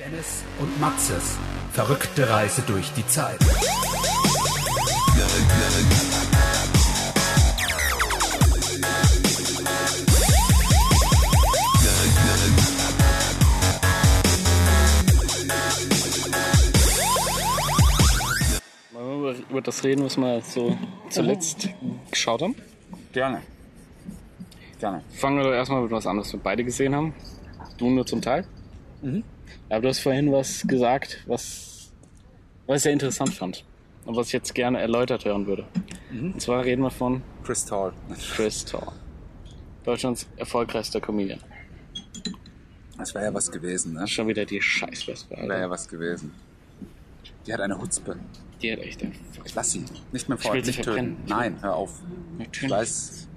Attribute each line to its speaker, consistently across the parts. Speaker 1: Dennis und Maxes verrückte Reise durch die Zeit.
Speaker 2: Wollen wir über- über das reden, was wir so zuletzt geschaut haben?
Speaker 3: Gerne. Gerne.
Speaker 2: Fangen wir doch erstmal mit was anderes, was wir beide gesehen haben. Du nur zum Teil.
Speaker 3: Mhm.
Speaker 2: Aber du hast vorhin was gesagt, was, was ich sehr interessant fand. Und was ich jetzt gerne erläutert hören würde.
Speaker 3: Mhm.
Speaker 2: Und zwar reden wir von
Speaker 3: Chris Tall.
Speaker 2: Chris Tor. Deutschlands erfolgreichster Comedian.
Speaker 3: Das wäre ja was gewesen, ne?
Speaker 2: Das ist schon wieder die Scheißwespe. Alter.
Speaker 3: Wäre ja was gewesen. Die hat eine Hutzpe.
Speaker 2: Die hat echt den
Speaker 3: Ich lass sie. Nicht mehr
Speaker 2: will
Speaker 3: fort.
Speaker 2: sie
Speaker 3: Nicht
Speaker 2: verbrennen.
Speaker 3: töten. Nein, hör auf. Ich
Speaker 2: natürlich
Speaker 3: weiß,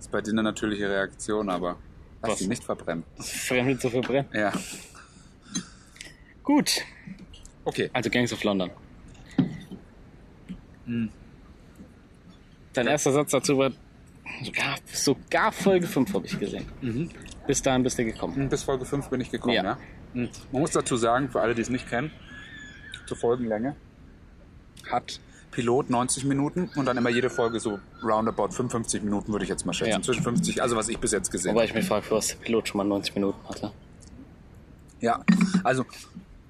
Speaker 3: ist bei dir eine natürliche Reaktion, aber lass
Speaker 2: Was?
Speaker 3: sie nicht verbrennen.
Speaker 2: Fremde zu verbrennen.
Speaker 3: Ja.
Speaker 2: Gut.
Speaker 3: Okay.
Speaker 2: Also Gangs of London. Hm. Dein erster Satz dazu war sogar, sogar Folge 5 habe ich gesehen. Bis dahin bist du gekommen.
Speaker 3: Bis Folge 5 bin ich gekommen,
Speaker 2: Ja. Hm.
Speaker 3: ja. Mhm. Man muss dazu sagen, für alle, die es nicht kennen, zur Folgenlänge hat Pilot 90 Minuten und dann immer jede Folge so roundabout 55 Minuten, würde ich jetzt mal schätzen.
Speaker 2: Ja.
Speaker 3: Zwischen 50, also was ich bis jetzt gesehen
Speaker 2: Wobei ich mich frage, für was der Pilot schon mal 90 Minuten hatte.
Speaker 3: Ja, also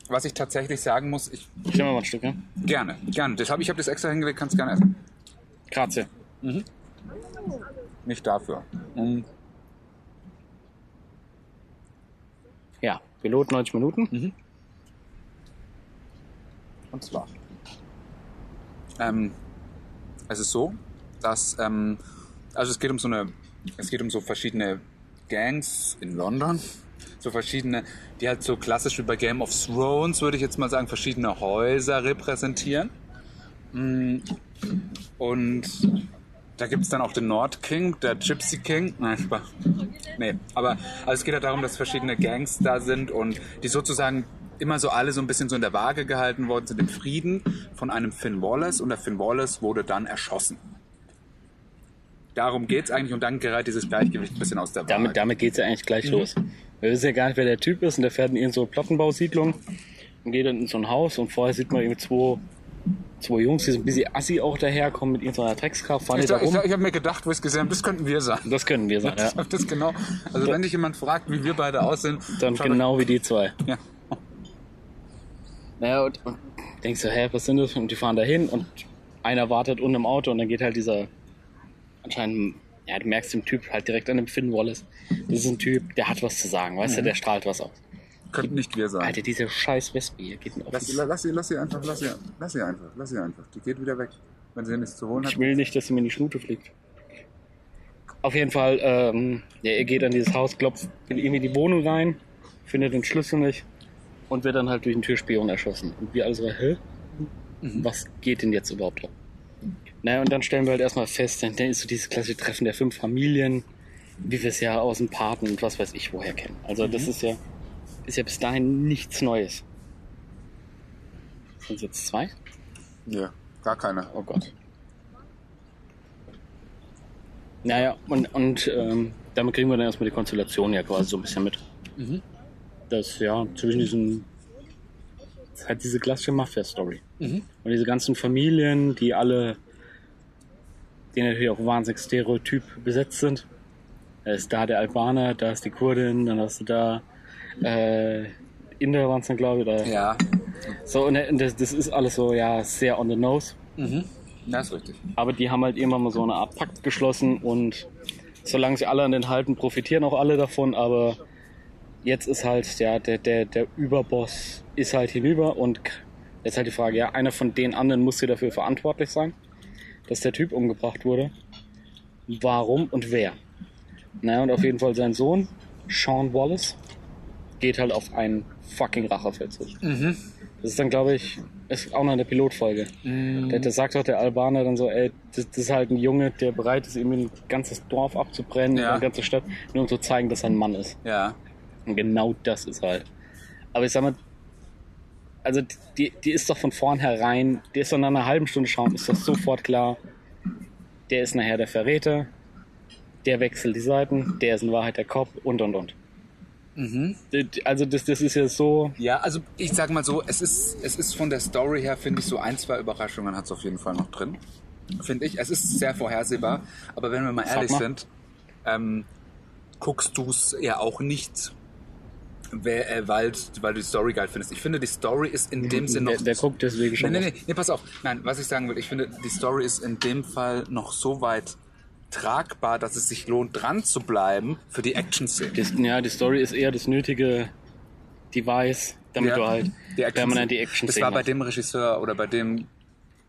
Speaker 3: was ich tatsächlich sagen muss, ich
Speaker 2: Ich nehme mal ein Stück, ne?
Speaker 3: gerne, gerne. Das hab, ich habe das extra hingelegt, kannst gerne essen.
Speaker 2: Grazie.
Speaker 3: Nicht dafür. Mhm.
Speaker 2: Ja, Pilot 90 Minuten.
Speaker 3: Und zwar. Ähm, es ist so, dass ähm, also es geht um so eine, es geht um so verschiedene Gangs in London, so verschiedene, die halt so klassisch wie bei Game of Thrones würde ich jetzt mal sagen, verschiedene Häuser repräsentieren. Mm, Und da gibt es dann auch den Nord King, der Gypsy King. Nein, Spaß. Nee, aber also es geht ja darum, dass verschiedene Gangs da sind und die sozusagen immer so alle so ein bisschen so in der Waage gehalten worden sind im Frieden von einem Finn Wallace und der Finn Wallace wurde dann erschossen. Darum geht's eigentlich und dann gerät dieses Gleichgewicht ein bisschen aus der Waage.
Speaker 2: Damit, damit geht es ja eigentlich gleich los. Wir wissen ja gar nicht, wer der Typ ist und der fährt in irgendeine Plattenbausiedlung und geht dann in so ein Haus und vorher sieht man irgendwie zwei, zwei Jungs, die so ein bisschen assi auch daherkommen mit irgendeiner Dreckskraft, fahren die
Speaker 3: ich
Speaker 2: da
Speaker 3: ich,
Speaker 2: rum.
Speaker 3: ich, habe mir gedacht, wo ich es gesehen habe, das könnten wir sein.
Speaker 2: Das können wir sein, ja.
Speaker 3: Das ist genau. Also wenn dich jemand fragt, wie wir beide aussehen,
Speaker 2: Dann
Speaker 3: schaut euch-
Speaker 2: genau wie die zwei.
Speaker 3: Ja.
Speaker 2: Naja, und, und denkst du, hä, was sind das? Und die fahren da hin und einer wartet unten im Auto und dann geht halt dieser anscheinend, ja, du merkst dem Typ halt direkt an dem Finn Wallace. Das ist ein Typ, der hat was zu sagen, weißt du, der strahlt was aus.
Speaker 3: Könnten nicht wir sein.
Speaker 2: Alter, diese scheiß Wespe hier geht mir auf.
Speaker 3: Lass,
Speaker 2: den-
Speaker 3: sie- lass, sie, lass sie einfach, lass sie, lass sie einfach, lass sie einfach. Die geht wieder weg, wenn sie nichts zu holen hat.
Speaker 2: Ich will nicht, dass sie mir in die Schnute fliegt. Auf jeden Fall, ähm, ja, er geht an dieses Haus, klopft in irgendwie die Wohnung rein, findet den Schlüssel nicht und wird dann halt durch den Türspion erschossen. Und wir alle so, hä? Was geht denn jetzt überhaupt ab? Naja, und dann stellen wir halt erstmal fest, dann dann ist so dieses klassische Treffen der fünf Familien, wie wir es ja aus dem Paten und was weiß ich woher kennen. Also das ist ja, ist ja bis dahin nichts Neues. Sind es jetzt zwei?
Speaker 3: Ja, gar keine.
Speaker 2: Oh Gott. Naja, und, und ähm, damit kriegen wir dann erstmal die Konstellation ja quasi so ein bisschen mit. Das ja zwischen diesen. das ist Halt diese klassische Mafia-Story. Und diese ganzen Familien, die alle. die natürlich auch wahnsinnig stereotyp besetzt sind. Da ist da der Albaner, da ist die Kurdin, dann hast du da. Äh, Inder waren es dann, glaube ich. Da.
Speaker 3: Ja,
Speaker 2: So, ne, und und das, das ist alles so, ja, sehr on the nose.
Speaker 3: das ist richtig.
Speaker 2: Aber die haben halt immer mal so eine Art Pakt geschlossen und solange sie alle an den halten, profitieren auch alle davon. Aber jetzt ist halt ja, der, der, der Überboss ist halt hinüber und k- jetzt halt die Frage, ja, einer von den anderen muss hier dafür verantwortlich sein, dass der Typ umgebracht wurde. Warum und wer? Naja, und auf jeden Fall sein Sohn, Sean Wallace, geht halt auf einen fucking Rachefeldzug. Das ist dann, glaube ich, ist auch noch in der Pilotfolge. Da, da sagt doch der Albaner dann so, ey, das, das ist halt ein Junge, der bereit ist, irgendwie ein ganzes Dorf abzubrennen,
Speaker 3: Ja.
Speaker 2: eine ganze Stadt, nur um zu zeigen, dass er ein Mann ist.
Speaker 3: Ja.
Speaker 2: Und genau das ist halt. Aber ich sag mal, also die, die ist doch von vornherein, die ist doch nach einer halben Stunde schauen, ist doch sofort klar, der ist nachher der Verräter, der wechselt die Seiten, der ist in Wahrheit der Cop und und und.
Speaker 3: Mhm.
Speaker 2: D- Also das, das ist ja so,
Speaker 3: Ja, also ich sag mal so, es ist, es ist von der Story her, finde ich, so ein, zwei Überraschungen hat es auf jeden Fall noch drin. Finde ich. Es ist sehr vorhersehbar, aber wenn wir mal
Speaker 2: Sag
Speaker 3: ehrlich
Speaker 2: mal.
Speaker 3: sind, ähm, guckst du es ja auch nicht, wer, äh, weil, weil du die Story geil findest. Ich finde, die Story ist in dem Sinne
Speaker 2: der,
Speaker 3: noch.
Speaker 2: der guckt deswegen schon.
Speaker 3: Nein,
Speaker 2: was.
Speaker 3: nein, nein, nee, pass auf. Nein, was ich sagen will, ich finde, die Story ist in dem Fall noch so weit tragbar, dass es sich lohnt, dran zu bleiben für die Action-Szenen.
Speaker 2: Das, ja, die Story ist eher das nötige Device, damit
Speaker 3: Ja,
Speaker 2: du halt
Speaker 3: die Action
Speaker 2: permanent die Action
Speaker 3: Das war bei
Speaker 2: hast.
Speaker 3: dem Regisseur oder bei dem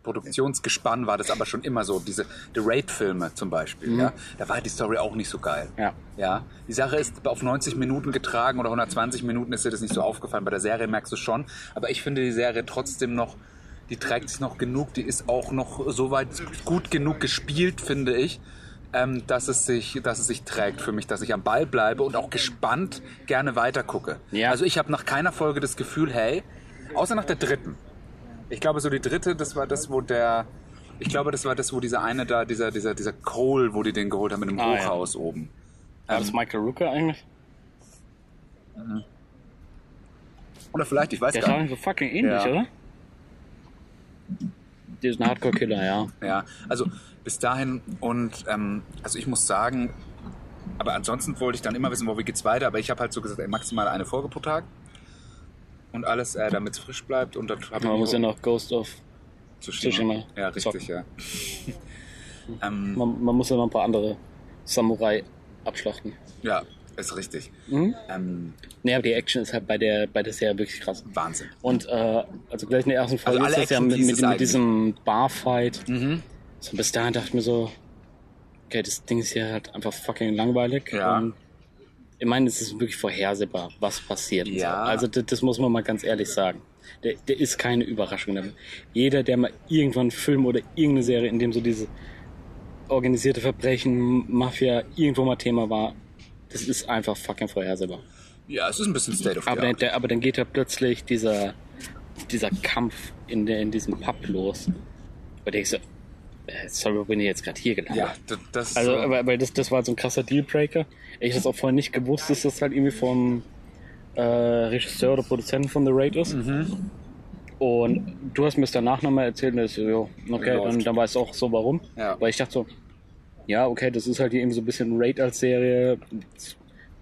Speaker 3: Produktionsgespann war das aber schon immer so. Diese The Raid-Filme zum Beispiel, ja, da war die Story auch nicht so geil.
Speaker 2: Ja.
Speaker 3: ja. Die Sache ist, auf 90 Minuten getragen oder 120 Minuten ist dir das nicht so aufgefallen. Bei der Serie merkst du schon. Aber ich finde die Serie trotzdem noch, die trägt sich noch genug. Die ist auch noch soweit gut genug gespielt, finde ich. Ähm, dass, es sich, dass es sich trägt für mich, dass ich am Ball bleibe und auch gespannt gerne weitergucke.
Speaker 2: Ja.
Speaker 3: Also ich habe nach keiner Folge das Gefühl, hey, außer nach der dritten. Ich glaube, so die dritte, das war das, wo der. Ich glaube, das war das, wo dieser eine da, dieser, dieser, dieser Cole, wo die den geholt haben mit dem
Speaker 2: Ah, ja.
Speaker 3: Hochhaus oben.
Speaker 2: War das Michael Rooker eigentlich?
Speaker 3: Oder vielleicht, ich weiß
Speaker 2: Der
Speaker 3: gar
Speaker 2: sah
Speaker 3: nicht.
Speaker 2: so fucking ähnlich,
Speaker 3: Ja.
Speaker 2: oder? Der ist ein Hardcore-Killer, ja.
Speaker 3: Ja, also bis dahin und ähm, also ich muss sagen, aber ansonsten wollte ich dann immer wissen, wo wie geht's weiter. Aber ich habe halt so gesagt, ey, maximal eine Folge pro Tag und alles, äh, damit es frisch bleibt. Und dann habe ich
Speaker 2: Man muss ja
Speaker 3: noch
Speaker 2: noch Ghost of.
Speaker 3: Tsushima.
Speaker 2: Tsushima
Speaker 3: Ja, richtig, ja. ähm,
Speaker 2: Man, man muss ja noch ein paar andere Samurai abschlachten.
Speaker 3: ja, ist richtig.
Speaker 2: Mhm.
Speaker 3: Ähm,
Speaker 2: Nee, aber die Action ist halt bei der, bei der Serie wirklich krass.
Speaker 3: Wahnsinn.
Speaker 2: Und äh, also gleich in der ersten Folge
Speaker 3: Also alle
Speaker 2: ist das ja
Speaker 3: Action
Speaker 2: mit, mit,
Speaker 3: Pieces
Speaker 2: mit diesem Barfight.
Speaker 3: Mhm.
Speaker 2: So bis dahin dachte ich mir so, okay, das Ding ist hier halt einfach fucking langweilig.
Speaker 3: Ja.
Speaker 2: Und ich meine, es ist wirklich vorhersehbar, was passiert. und
Speaker 3: Ja.
Speaker 2: So. Also das, das muss man mal ganz ehrlich sagen. Der, der ist keine Überraschung. Damit. Jeder, der mal irgendwann einen Film oder irgendeine Serie, in dem so diese organisierte Verbrechen, Mafia irgendwo mal Thema war, das ist einfach fucking vorhersehbar.
Speaker 3: Ja, es ist ein bisschen State of the
Speaker 2: Aber,
Speaker 3: Art.
Speaker 2: dann, der, aber dann geht ja plötzlich dieser, dieser Kampf in, der, in diesem Pub los. Und denkst du, äh, sorry, wo bin ich jetzt gerade hier gelandet?
Speaker 3: Ja, d- das äh, ist
Speaker 2: Also,
Speaker 3: so,
Speaker 2: aber, aber das, das war so ein krasser Dealbreaker. Ich das auch vorher nicht gewusst, dass das halt irgendwie vom äh, Regisseur oder Produzenten von The Raid ist.
Speaker 3: Mhm.
Speaker 2: Und du hast mir es danach nochmal erzählt und ich so, jo, okay,
Speaker 3: Läuft.
Speaker 2: dann, dann weiß ich auch so warum.
Speaker 3: Ja.
Speaker 2: Weil ich dachte so, ja, okay, das ist halt hier eben so ein bisschen Raid als Serie.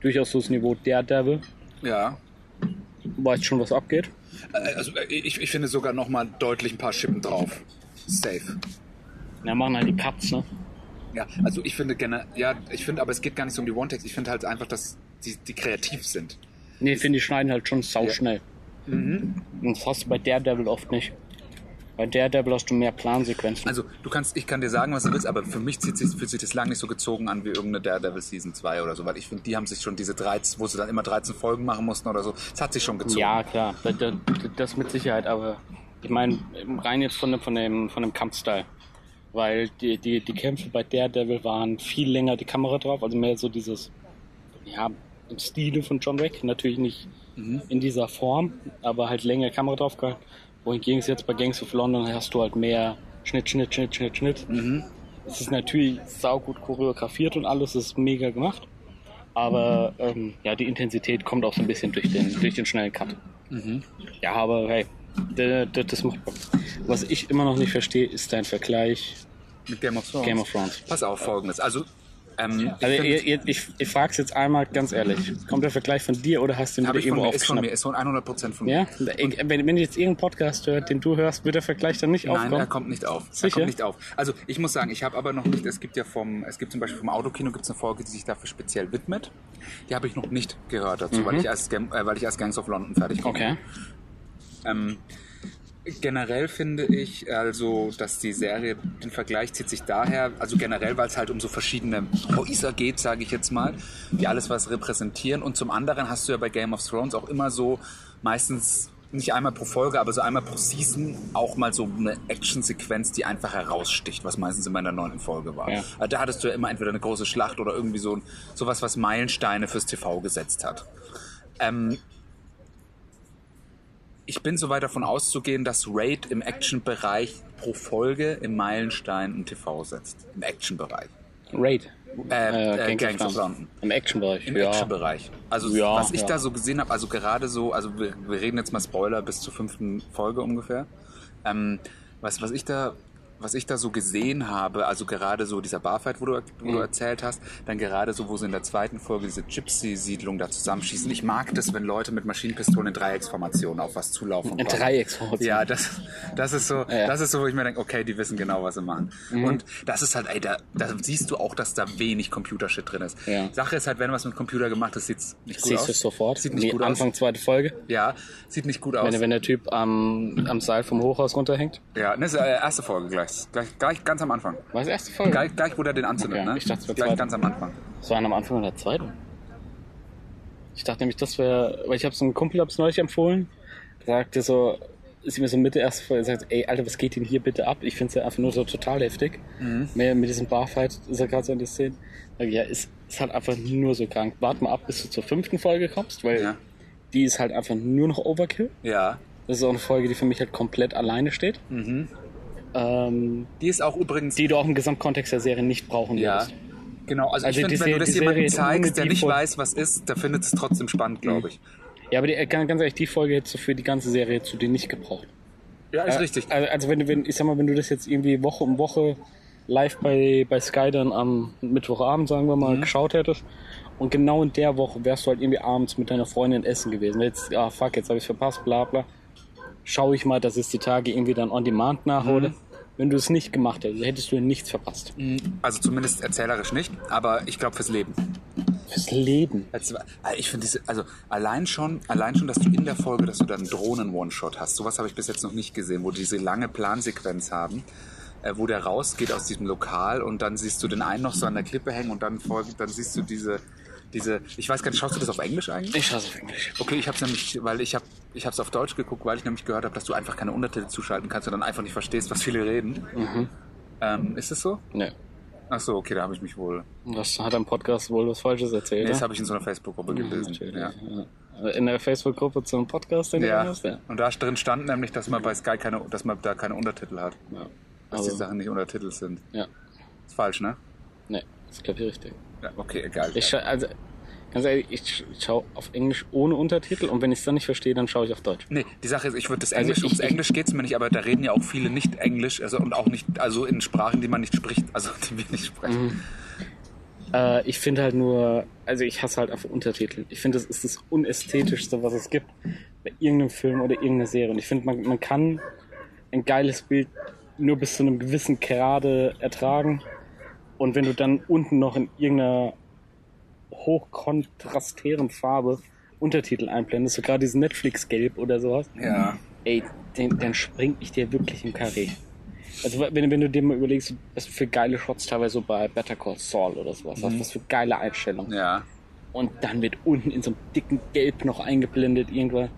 Speaker 2: Durchaus so das Niveau Daredevil.
Speaker 3: ja.
Speaker 2: Weißt schon, was abgeht.
Speaker 3: Äh, Also äh, ich, ich finde sogar noch mal deutlich ein paar Schippen drauf. Safe.
Speaker 2: Ja, machen halt die Cuts, ne?
Speaker 3: Ja, also ich finde gerne, ja, ich finde, aber es geht gar nicht so um die One-Text. Ich finde halt einfach, dass die, die kreativ sind.
Speaker 2: Nee, finde ich, schneiden halt schon sauschnell. Mhm. Und das hast du bei Daredevil oft nicht. Bei Daredevil hast du mehr Plansequenzen.
Speaker 3: Also du kannst, ich kann dir sagen, was du willst, aber für mich zieht sich, fühlt sich das lang nicht so gezogen an wie irgendeine Daredevil Season 2 oder so, weil ich finde, die haben sich schon diese 13, wo sie dann immer 13 Folgen machen mussten oder so, das hat sich schon gezogen.
Speaker 2: ja, klar, da- da- das mit Sicherheit, aber ich meine, rein jetzt von, dem- von, dem, von dem Kampfstyle. Weil die, die, die Kämpfe bei Daredevil waren viel länger die Kamera drauf, also mehr so dieses, ja, im Stile von John Wick, natürlich nicht in dieser Form, aber halt länger Kamera drauf gehabt. Wohingegen es jetzt bei Gangs of London hast du halt mehr Schnitt, Schnitt, Schnitt, Schnitt, Schnitt. Es ist natürlich saugut choreografiert und alles ist mega gemacht. Aber ähm, ja, die Intensität kommt auch so ein bisschen durch den, durch den schnellen Cut.
Speaker 3: Mhm.
Speaker 2: Ja, aber hey, d- d- das macht Bock. Was ich immer noch nicht verstehe, ist dein Vergleich
Speaker 3: Mit Game of Thrones.
Speaker 2: Game of Thrones.
Speaker 3: Pass auf, folgendes. Also, ähm,
Speaker 2: Also ihr,
Speaker 3: ich
Speaker 2: ihr, ich, ich frage es jetzt einmal ganz ehrlich. Kommt der Vergleich von dir oder hast du ihn
Speaker 3: habe
Speaker 2: wieder
Speaker 3: ich von
Speaker 2: irgendwo
Speaker 3: mir, ist von mir,
Speaker 2: aufgeschnappt?
Speaker 3: ist von 100% von mir.
Speaker 2: Ja? Ich- Wenn, wenn ihr jetzt irgendeinen Podcast hört, den du hörst, wird der Vergleich dann nicht
Speaker 3: Nein, er
Speaker 2: aufkommen?
Speaker 3: kommt nicht auf. Er
Speaker 2: Sicher?
Speaker 3: kommt nicht auf. Also ich muss sagen, ich habe aber noch nicht, es gibt ja vom, es gibt zum Beispiel vom Autokino gibt's eine Folge, die sich dafür speziell widmet. Die habe ich noch nicht gehört dazu, weil, ich erst, Gam- äh, weil ich erst Gangs of London fertig gucke.
Speaker 2: Mhm. Okay.
Speaker 3: Ähm, generell finde ich also, dass die Serie, den Vergleich zieht sich daher, also generell, weil es halt um so verschiedene Häuser geht, sage ich jetzt mal, die alles was repräsentieren. Und zum anderen hast du ja bei Game of Thrones auch immer so meistens nicht einmal pro Folge, aber so einmal pro Season auch mal so eine Actionsequenz, die einfach heraussticht, was meistens immer in der neunten Folge war.
Speaker 2: Ja.
Speaker 3: Also da hattest du ja immer entweder eine große Schlacht oder irgendwie so ein, sowas, was Meilensteine fürs TV gesetzt hat. Ähm, ich bin soweit davon auszugehen, dass Raid im Action-Bereich pro Folge im Meilenstein im TV setzt. Im Action-Bereich.
Speaker 2: Raid.
Speaker 3: Äh,
Speaker 2: Äh,
Speaker 3: äh, Gangs of
Speaker 2: London.
Speaker 3: London.
Speaker 2: Im Actionbereich.
Speaker 3: Im
Speaker 2: ja.
Speaker 3: Action-Bereich. Also
Speaker 2: Ja.
Speaker 3: was ich
Speaker 2: Ja.
Speaker 3: da so gesehen habe, also gerade so, also wir, wir reden jetzt mal Spoiler bis zur fünften Folge ungefähr. Ähm, was, was ich da was ich da so gesehen habe, also gerade so dieser Barfight, wo du, wo
Speaker 2: Mhm.
Speaker 3: du erzählt hast, dann gerade so, wo sie in der zweiten Folge diese Gypsy-Siedlung da zusammenschießen. Ich mag das, wenn Leute mit Maschinenpistolen in Dreiecksformationen auf was zulaufen.
Speaker 2: In
Speaker 3: wollen.
Speaker 2: Dreiecksformation.
Speaker 3: Ja, das, das ist so,
Speaker 2: Ja. Mhm.
Speaker 3: das ist so, wo ich mir denke, okay, die wissen genau, was sie machen. Und das ist halt, ey, da, da siehst du auch, dass da wenig Computershit drin ist.
Speaker 2: Ja.
Speaker 3: Sache ist halt, wenn was mit Computer gemacht ist, sieht's nicht gut aus.
Speaker 2: Siehst du es sofort?
Speaker 3: Sieht nicht
Speaker 2: Nee,
Speaker 3: gut
Speaker 2: Anfang,
Speaker 3: aus.
Speaker 2: zweite Folge.
Speaker 3: Ja, sieht nicht gut aus.
Speaker 2: Wenn, wenn der Typ am, am Seil vom Hochhaus runterhängt.
Speaker 3: ja, das ist äh, erste Folge gleich, gleich, gleich ganz am Anfang.
Speaker 2: War das erste Folge?
Speaker 3: Gleich, gleich wo der den anzündet,
Speaker 2: Okay,
Speaker 3: ne?
Speaker 2: ich dachte, es wär
Speaker 3: gleich
Speaker 2: zweite.
Speaker 3: ganz am Anfang.
Speaker 2: Das waren am Anfang oder zweite. Ich dachte nämlich, das wäre, weil ich habe so einen Kumpel hab's neulich empfohlen, sagte so, ist mir so Mitte erst vor, er sagt, ey Alter, was geht denn hier bitte ab? Ich finde es ja einfach nur so total heftig. Mehr mit diesem Barfight ist ja gerade so in der Szene. Sag ich, ja, ist, ist halt einfach nur so krank. Warte mal ab, bis du zur fünften Folge kommst, weil
Speaker 3: Ja.
Speaker 2: die ist halt einfach nur noch Overkill.
Speaker 3: Ja.
Speaker 2: Das ist auch eine Folge, die für mich halt komplett alleine steht. Ähm,
Speaker 3: Die ist auch übrigens.
Speaker 2: die du auch im Gesamtkontext der Serie nicht brauchen
Speaker 3: ja.
Speaker 2: würdest.
Speaker 3: Genau, also,
Speaker 2: Also
Speaker 3: ich
Speaker 2: die
Speaker 3: finde, wenn
Speaker 2: Se-
Speaker 3: du das
Speaker 2: die
Speaker 3: jemandem
Speaker 2: Serie ist ohne
Speaker 3: zeigst, der
Speaker 2: die
Speaker 3: nicht
Speaker 2: Vor- Mhm.
Speaker 3: weiß, was ist, der findet es trotzdem spannend, glaube ich.
Speaker 2: Ja, aber die, äh, ganz ganz ehrlich, die Folge hättest du für die ganze Serie zu dir nicht gebraucht.
Speaker 3: Ja, ist
Speaker 2: Äh,
Speaker 3: richtig.
Speaker 2: Also, also wenn, du- wenn, ich sag mal, wenn du das jetzt irgendwie Woche um Woche live bei, bei Sky dann am Mittwochabend, sagen wir mal, geschaut hättest und genau in der Woche wärst du halt irgendwie abends mit deiner Freundin essen gewesen. Jetzt, ah fuck, jetzt habe ich verpasst, bla bla. Schau ich mal, dass ich die Tage irgendwie dann on demand nachhole. Wenn du es nicht gemacht hättest, hättest du nichts verpasst.
Speaker 3: Also zumindest erzählerisch nicht, aber ich glaube fürs Leben.
Speaker 2: Fürs Leben.
Speaker 3: Als- also Ich finde diese, also allein schon, allein schon, dass du in der Folge, dass du dann Drohnen-One-Shot hast. Sowas habe ich bis jetzt noch nicht gesehen, wo die diese lange Plansequenz haben, äh, wo der rausgeht aus diesem Lokal und dann siehst du den einen noch so an der Klippe hängen und dann folgt, dann siehst du diese, diese, ich weiß gar nicht, schaust du das auf Englisch eigentlich?
Speaker 2: Ich schaue es auf Englisch.
Speaker 3: Okay, ich habe es nämlich, weil ich habe, ich habe es auf Deutsch geguckt, weil ich nämlich gehört habe, dass du einfach keine Untertitel zuschalten kannst und dann einfach nicht verstehst, was viele reden. Ähm, ist es so?
Speaker 2: Nee.
Speaker 3: Ach so, okay, da habe ich mich wohl.
Speaker 2: Das hat am Podcast wohl was Falsches erzählt.
Speaker 3: Nee,
Speaker 2: oder?
Speaker 3: das habe ich in so einer Facebook-Gruppe gelesen.
Speaker 2: Natürlich,
Speaker 3: Ja.
Speaker 2: ja. In der Facebook-Gruppe zum Podcast, den du
Speaker 3: Ja.
Speaker 2: hast? Ja.
Speaker 3: Und da drin stand nämlich, dass man bei Sky keine, dass man da keine Untertitel hat.
Speaker 2: ja.
Speaker 3: Dass die
Speaker 2: Also,
Speaker 3: Sachen nicht untertitelt sind.
Speaker 2: ja.
Speaker 3: Ist falsch, ne?
Speaker 2: Nee, das ist, glaube ich, richtig.
Speaker 3: Ja, okay, egal.
Speaker 2: Ich scha also, ganz ehrlich, ich sch- schaue auf Englisch ohne Untertitel und wenn ich es dann nicht verstehe, dann schaue ich auf Deutsch.
Speaker 3: Nee, die Sache ist, ich würde das
Speaker 2: Also
Speaker 3: Englisch,
Speaker 2: ich-
Speaker 3: ums
Speaker 2: ich-
Speaker 3: Englisch geht's mir nicht, aber da reden ja auch viele nicht Englisch, also und auch nicht, also in Sprachen, die man nicht spricht, also die wir nicht sprechen.
Speaker 2: Äh, ich finde halt nur, also ich hasse halt einfach Untertitel. Ich finde, das ist das Unästhetischste, was es gibt bei irgendeinem Film oder irgendeiner Serie. Und ich finde, man, man kann ein geiles Bild nur bis zu einem gewissen Grade ertragen. Und wenn du dann unten noch in irgendeiner hochkontrastären Farbe Untertitel einblendest, so gerade dieses Netflix-Gelb oder sowas,
Speaker 3: Ja.
Speaker 2: ey, den, dann spring ich dir wirklich im Karree. Also wenn, wenn du dir mal überlegst, was für geile Shots teilweise so bei Better Call Saul oder sowas, hast, was für geile Einstellungen.
Speaker 3: Mhm. Ja.
Speaker 2: Und dann wird unten in so einem dicken Gelb noch eingeblendet irgendwann.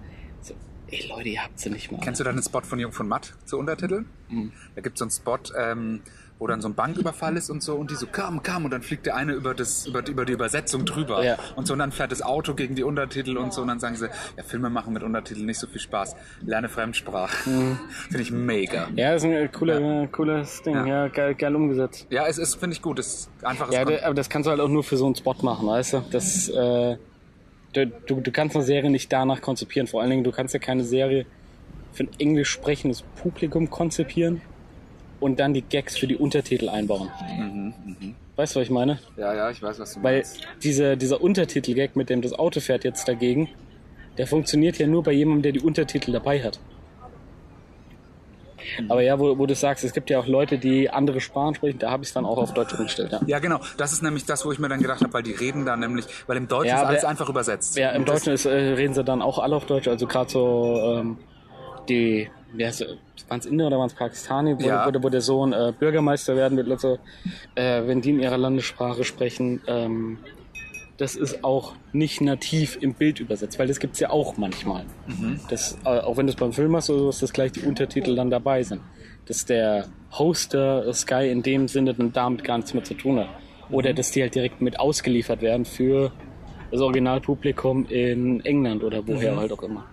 Speaker 2: So, ey Leute, ihr habt sie nicht mal.
Speaker 3: Kennst du da einen Spot von Jung von Matt zu Untertiteln?
Speaker 2: Mhm.
Speaker 3: Da gibt's so einen Spot, ähm, wo dann so ein Banküberfall ist und so und die so kam, kam und dann fliegt der eine über, das, über, die- über die Übersetzung drüber
Speaker 2: Ja.
Speaker 3: und so und dann fährt das Auto gegen die Untertitel und so und dann sagen sie, ja, Filme machen mit Untertiteln nicht so viel Spaß. Lerne Fremdsprache. Finde ich mega.
Speaker 2: Mhm. Ja, ist ein äh, cooler, äh, cooles Ding, ja,
Speaker 3: Ja.
Speaker 2: geil, geil umgesetzt.
Speaker 3: Ja, es ist, finde ich gut. Es ist einfaches
Speaker 2: Ja,
Speaker 3: Kon-
Speaker 2: da- aber das kannst du halt auch nur für so einen Spot machen, weißt du? Das, äh, du, du, du kannst eine Serie nicht danach konzipieren. Vor allen Dingen, du kannst ja keine Serie für ein englisch sprechendes Publikum konzipieren und dann die Gags für die Untertitel einbauen. Weißt du, was ich meine?
Speaker 3: ja, ja, ich weiß, was du
Speaker 2: Weil
Speaker 3: meinst.
Speaker 2: dieser, dieser Untertitel-Gag, mit dem das Auto fährt jetzt dagegen, der funktioniert ja nur bei jemandem, der die Untertitel dabei hat. Aber ja, wo, wo du sagst, es gibt ja auch Leute, die andere Sprachen sprechen, da habe ich es dann auch auf Deutsch umgestellt. Ja.
Speaker 3: Ja, genau. Das ist nämlich das, wo ich mir dann gedacht habe, weil die reden da nämlich, weil im Deutschen
Speaker 2: Ja,
Speaker 3: ist
Speaker 2: aber-
Speaker 3: alles einfach übersetzt.
Speaker 2: Ja, im
Speaker 3: Und das-
Speaker 2: Deutschen ist, äh, reden sie dann auch alle auf Deutsch. Also gerade so ähm, die, wie heißt waren es Inder oder waren es Pakistani, wo,
Speaker 3: Ja.
Speaker 2: wo, wo der Sohn äh, Bürgermeister werden wird, also, äh, wenn die in ihrer Landessprache sprechen, ähm, das ist auch nicht nativ im Bild übersetzt, weil das gibt's ja auch manchmal. Das, äh, auch wenn du es beim Film hast oder sowas, dass gleich die Untertitel dann dabei sind. Dass der Hoster äh, Sky in dem Sinne dann damit gar nichts mehr zu tun hat. Oder dass die halt direkt mit ausgeliefert werden für das Originalpublikum in England oder woher halt auch immer.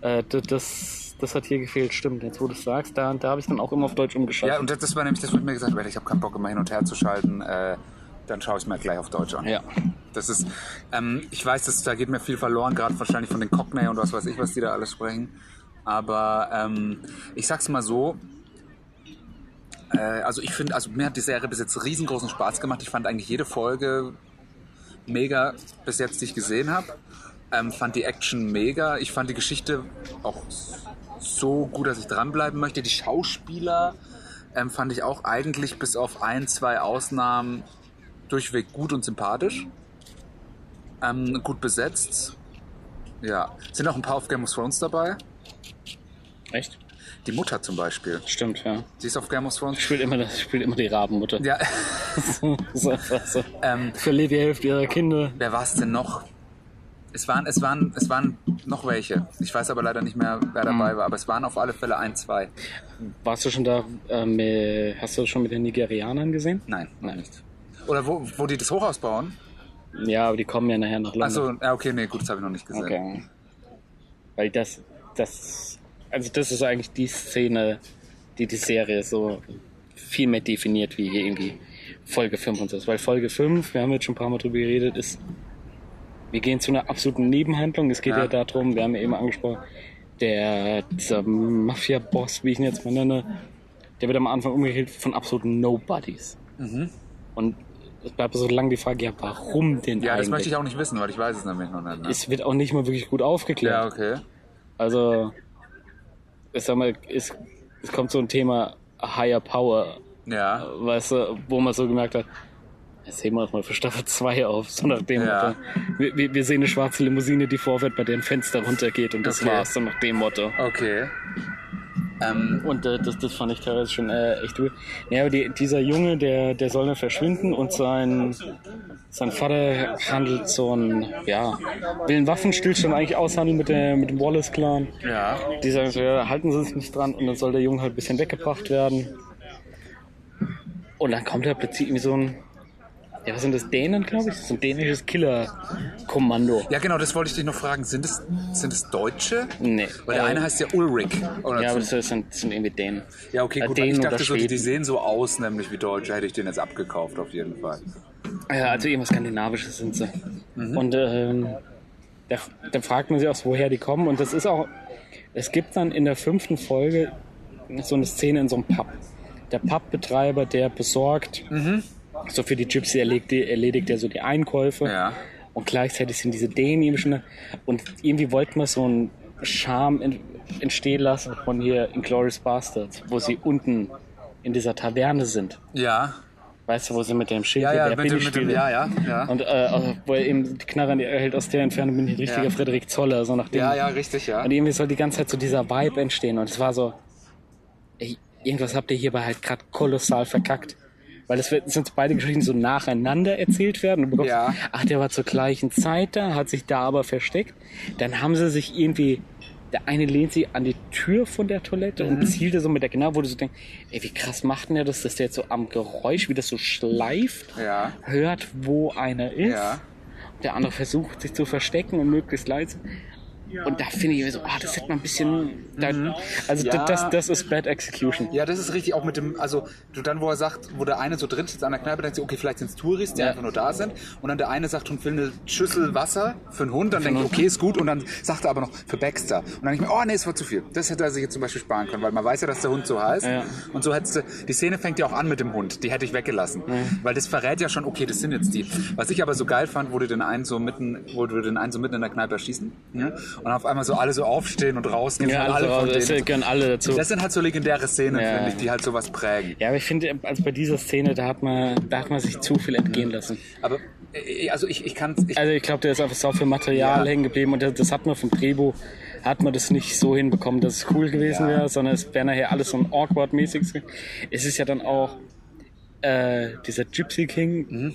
Speaker 2: Äh, d- das, das hat hier gefehlt, stimmt. Jetzt, wo du es sagst, da, da habe ich dann auch immer auf Deutsch umgeschaltet.
Speaker 3: Ja, und das, das war nämlich das, was ich mir gesagt habe, ich habe keinen Bock, immer hin und her zu schalten. Äh, Dann schaue ich mir gleich auf Deutsch an.
Speaker 2: Ja.
Speaker 3: Das ist, ähm, ich weiß, dass, da geht mir viel verloren, gerade wahrscheinlich von den Cockney und was weiß ich, was die da alles sprechen. Aber ähm, ich sag's mal so, äh, also ich finde, also mir hat die Serie bis jetzt riesengroßen Spaß gemacht. Ich fand eigentlich jede Folge mega bis jetzt, die ich gesehen habe. Ähm, fand die Action mega. Ich fand die Geschichte auch so gut, dass ich dranbleiben möchte. Die Schauspieler ähm, fand ich auch eigentlich bis auf ein, zwei Ausnahmen durchweg gut und sympathisch. Ähm, gut besetzt. Ja. Sind auch ein paar auf Game of Thrones dabei.
Speaker 2: Echt?
Speaker 3: Die Mutter zum Beispiel.
Speaker 2: Stimmt, ja.
Speaker 3: Sie ist auf Game of Thrones.
Speaker 2: Spielt immer, das, spielt immer die Rabenmutter.
Speaker 3: Ja,
Speaker 2: so, also, einfach so.
Speaker 3: ähm,
Speaker 2: Verliert die Hälfte ihrer Kinder.
Speaker 3: wer war es denn noch? Es waren, es, waren, es waren noch welche. Ich weiß aber leider nicht mehr, wer
Speaker 2: Mhm.
Speaker 3: dabei war. Aber es waren auf alle Fälle ein, zwei.
Speaker 2: Warst du schon da? Ähm, äh, hast du das schon mit den Nigerianern gesehen?
Speaker 3: Nein, nein, nicht. Oder wo, wo die das Hochhaus bauen?
Speaker 2: Ja, aber die kommen ja nachher nach London.
Speaker 3: Achso, ja, okay, nee, gut, das habe ich noch nicht gesehen.
Speaker 2: Okay. Weil das, das, also das ist eigentlich die Szene, die die Serie so viel mehr definiert wie hier irgendwie Folge 5 und so. Weil Folge 5, wir haben jetzt schon ein paar Mal drüber geredet, ist, wir gehen zu einer absoluten Nebenhandlung. Es geht ja,
Speaker 3: Ja.
Speaker 2: darum, wir haben ja eben angesprochen, der, dieser Mafia-Boss, wie ich ihn jetzt mal nenne, der wird am Anfang umgehielt von absoluten Nobodies.
Speaker 3: Mhm.
Speaker 2: Und es bleibt so lange die Frage, ja, warum denn
Speaker 3: Ja,
Speaker 2: eigentlich?
Speaker 3: das möchte ich auch nicht wissen, weil ich weiß es nämlich noch nicht. Ne?
Speaker 2: Es wird auch nicht mal wirklich gut aufgeklärt.
Speaker 3: ja, okay.
Speaker 2: Also, ich sag mal, es, es kommt so ein Thema Higher Power,
Speaker 3: Ja,
Speaker 2: weißt du, wo man so gemerkt hat, jetzt heben wir uns mal für Staffel 2 auf, so nach dem
Speaker 3: Ja.
Speaker 2: Motto. Wir, wir, wir sehen eine schwarze Limousine, die vorwärts bei deren Fenster runtergeht und das
Speaker 3: Okay.
Speaker 2: war's, so nach dem Motto.
Speaker 3: okay. Ähm,
Speaker 2: Und äh, das, das fand ich teilweise schon äh, echt wild. Ja, aber die, dieser Junge, der, der soll dann verschwinden und sein, sein Vater handelt so ein, ja, will einen Waffenstillstand eigentlich aushandeln mit, der, mit dem Wallace-Clan.
Speaker 3: ja,
Speaker 2: Die sagen so, ja, halten Sie sich nicht dran und dann soll der Junge halt ein bisschen weggebracht werden. Und dann kommt halt plötzlich irgendwie so ein, ja, was sind das, Dänen, glaube ich? So ein dänisches Killer-Kommando.
Speaker 3: ja, genau, das wollte ich dich noch fragen. Sind es, sind es Deutsche?
Speaker 2: Nee.
Speaker 3: Weil der
Speaker 2: äh,
Speaker 3: eine heißt ja Ulrich. Oder
Speaker 2: Ja,
Speaker 3: ja,
Speaker 2: aber das sind, das sind irgendwie Dänen.
Speaker 3: ja, okay,
Speaker 2: Äh,
Speaker 3: gut. weil Ich
Speaker 2: Dänen oder
Speaker 3: dachte so, die, die
Speaker 2: Schweden.
Speaker 3: sehen so aus, nämlich wie Deutsche. Hätte ich den jetzt abgekauft, auf jeden Fall.
Speaker 2: Ja, also irgendwas Skandinavisches sind sie.
Speaker 3: Mhm.
Speaker 2: Und ähm, da, da fragt man sich auch, woher die kommen. Und das ist auch, es gibt dann in der fünften Folge so eine Szene in so einem Pub. Der Pubbetreiber, der besorgt,
Speaker 3: Mhm.
Speaker 2: so für die Gypsy erlegt, erledigt er so die Einkäufe.
Speaker 3: Ja.
Speaker 2: Und gleichzeitig sind diese Dänen eben schon da. Und irgendwie wollten wir so einen Charme en- entstehen lassen von hier Inglourious Bastards, wo sie unten in dieser Taverne sind.
Speaker 3: Ja,
Speaker 2: Weißt du, wo sie mit dem Schild
Speaker 3: ja,
Speaker 2: hier
Speaker 3: ja,
Speaker 2: der
Speaker 3: mit dem, mit dem,
Speaker 2: Billigspiele-
Speaker 3: ja, ja, ja.
Speaker 2: und äh, also, wo er eben die Knarre in die- hält aus der Entfernung, bin ich ein richtiger
Speaker 3: Ja.
Speaker 2: Frederik Zoller, so nach dem.
Speaker 3: Ja, ja, richtig, ja.
Speaker 2: Und irgendwie soll die ganze Zeit so dieser Vibe entstehen. Und es war so, ey, irgendwas habt ihr hierbei halt gerade kolossal verkackt. Weil es wird- sind beide Geschichten so nacheinander erzählt werden. Und du bekommst,
Speaker 3: Ja.
Speaker 2: ach, der war zur gleichen Zeit da, hat sich da aber versteckt. Dann haben sie sich irgendwie, der eine lehnt sich an die Tür von der Toilette und
Speaker 3: Mhm.
Speaker 2: zielte so mit der genau, wo du so denkst, ey, wie krass macht denn der das, dass der jetzt so am Geräusch, wie das so schleift,
Speaker 3: Ja.
Speaker 2: hört, wo einer ist.
Speaker 3: Ja.
Speaker 2: Der andere versucht, sich zu verstecken und möglichst leise. Und da finde ich so, ah, das hätte man ein bisschen. Da, also
Speaker 3: Ja.
Speaker 2: das, das ist Bad Execution.
Speaker 3: Ja, das ist richtig, auch mit dem, also du dann, wo er sagt, wo der eine so drin sitzt an der Kneipe, denkst du, okay, vielleicht sind es Touris, die
Speaker 2: Ja.
Speaker 3: einfach nur da sind. Und dann der eine sagt schon, will eine Schüssel Wasser für einen Hund, dann denke ich, okay, ist gut. Und dann sagt er aber noch, für Baxter. Und dann denke ich mir, oh nee, es war zu viel. Das hätte er sich jetzt zum Beispiel sparen können, weil man weiß ja, dass der Hund so heißt.
Speaker 2: Ja.
Speaker 3: Und so hättest du, die Szene fängt ja auch an mit dem Hund, die hätte ich weggelassen. Weil das verrät ja schon, okay, das sind jetzt die. Was ich aber so geil fand, wurde den einen so mitten, wurde den einen so mitten in der Kneipe erschießen. Ne? Und auf einmal so alle so aufstehen und rausgehen.
Speaker 2: Ja,
Speaker 3: und
Speaker 2: alle,
Speaker 3: von
Speaker 2: alle,
Speaker 3: denen-
Speaker 2: gehören alle dazu.
Speaker 3: das sind halt so legendäre Szenen,
Speaker 2: Ja.
Speaker 3: finde ich, die halt sowas prägen.
Speaker 2: ja, aber ich finde, also bei dieser Szene, da hat man, da hat man sich zu viel entgehen lassen.
Speaker 3: Aber äh, also ich, ich kann ich,
Speaker 2: Also ich glaube, da ist einfach so viel Material
Speaker 3: Ja.
Speaker 2: hängen geblieben und das, das hat man vom Drehbuch, hat man das nicht so hinbekommen, dass es cool gewesen
Speaker 3: Ja.
Speaker 2: wäre, sondern es wäre nachher alles so ein awkward-mäßiges. Es ist ja dann auch äh, dieser Gypsy King
Speaker 3: Mhm.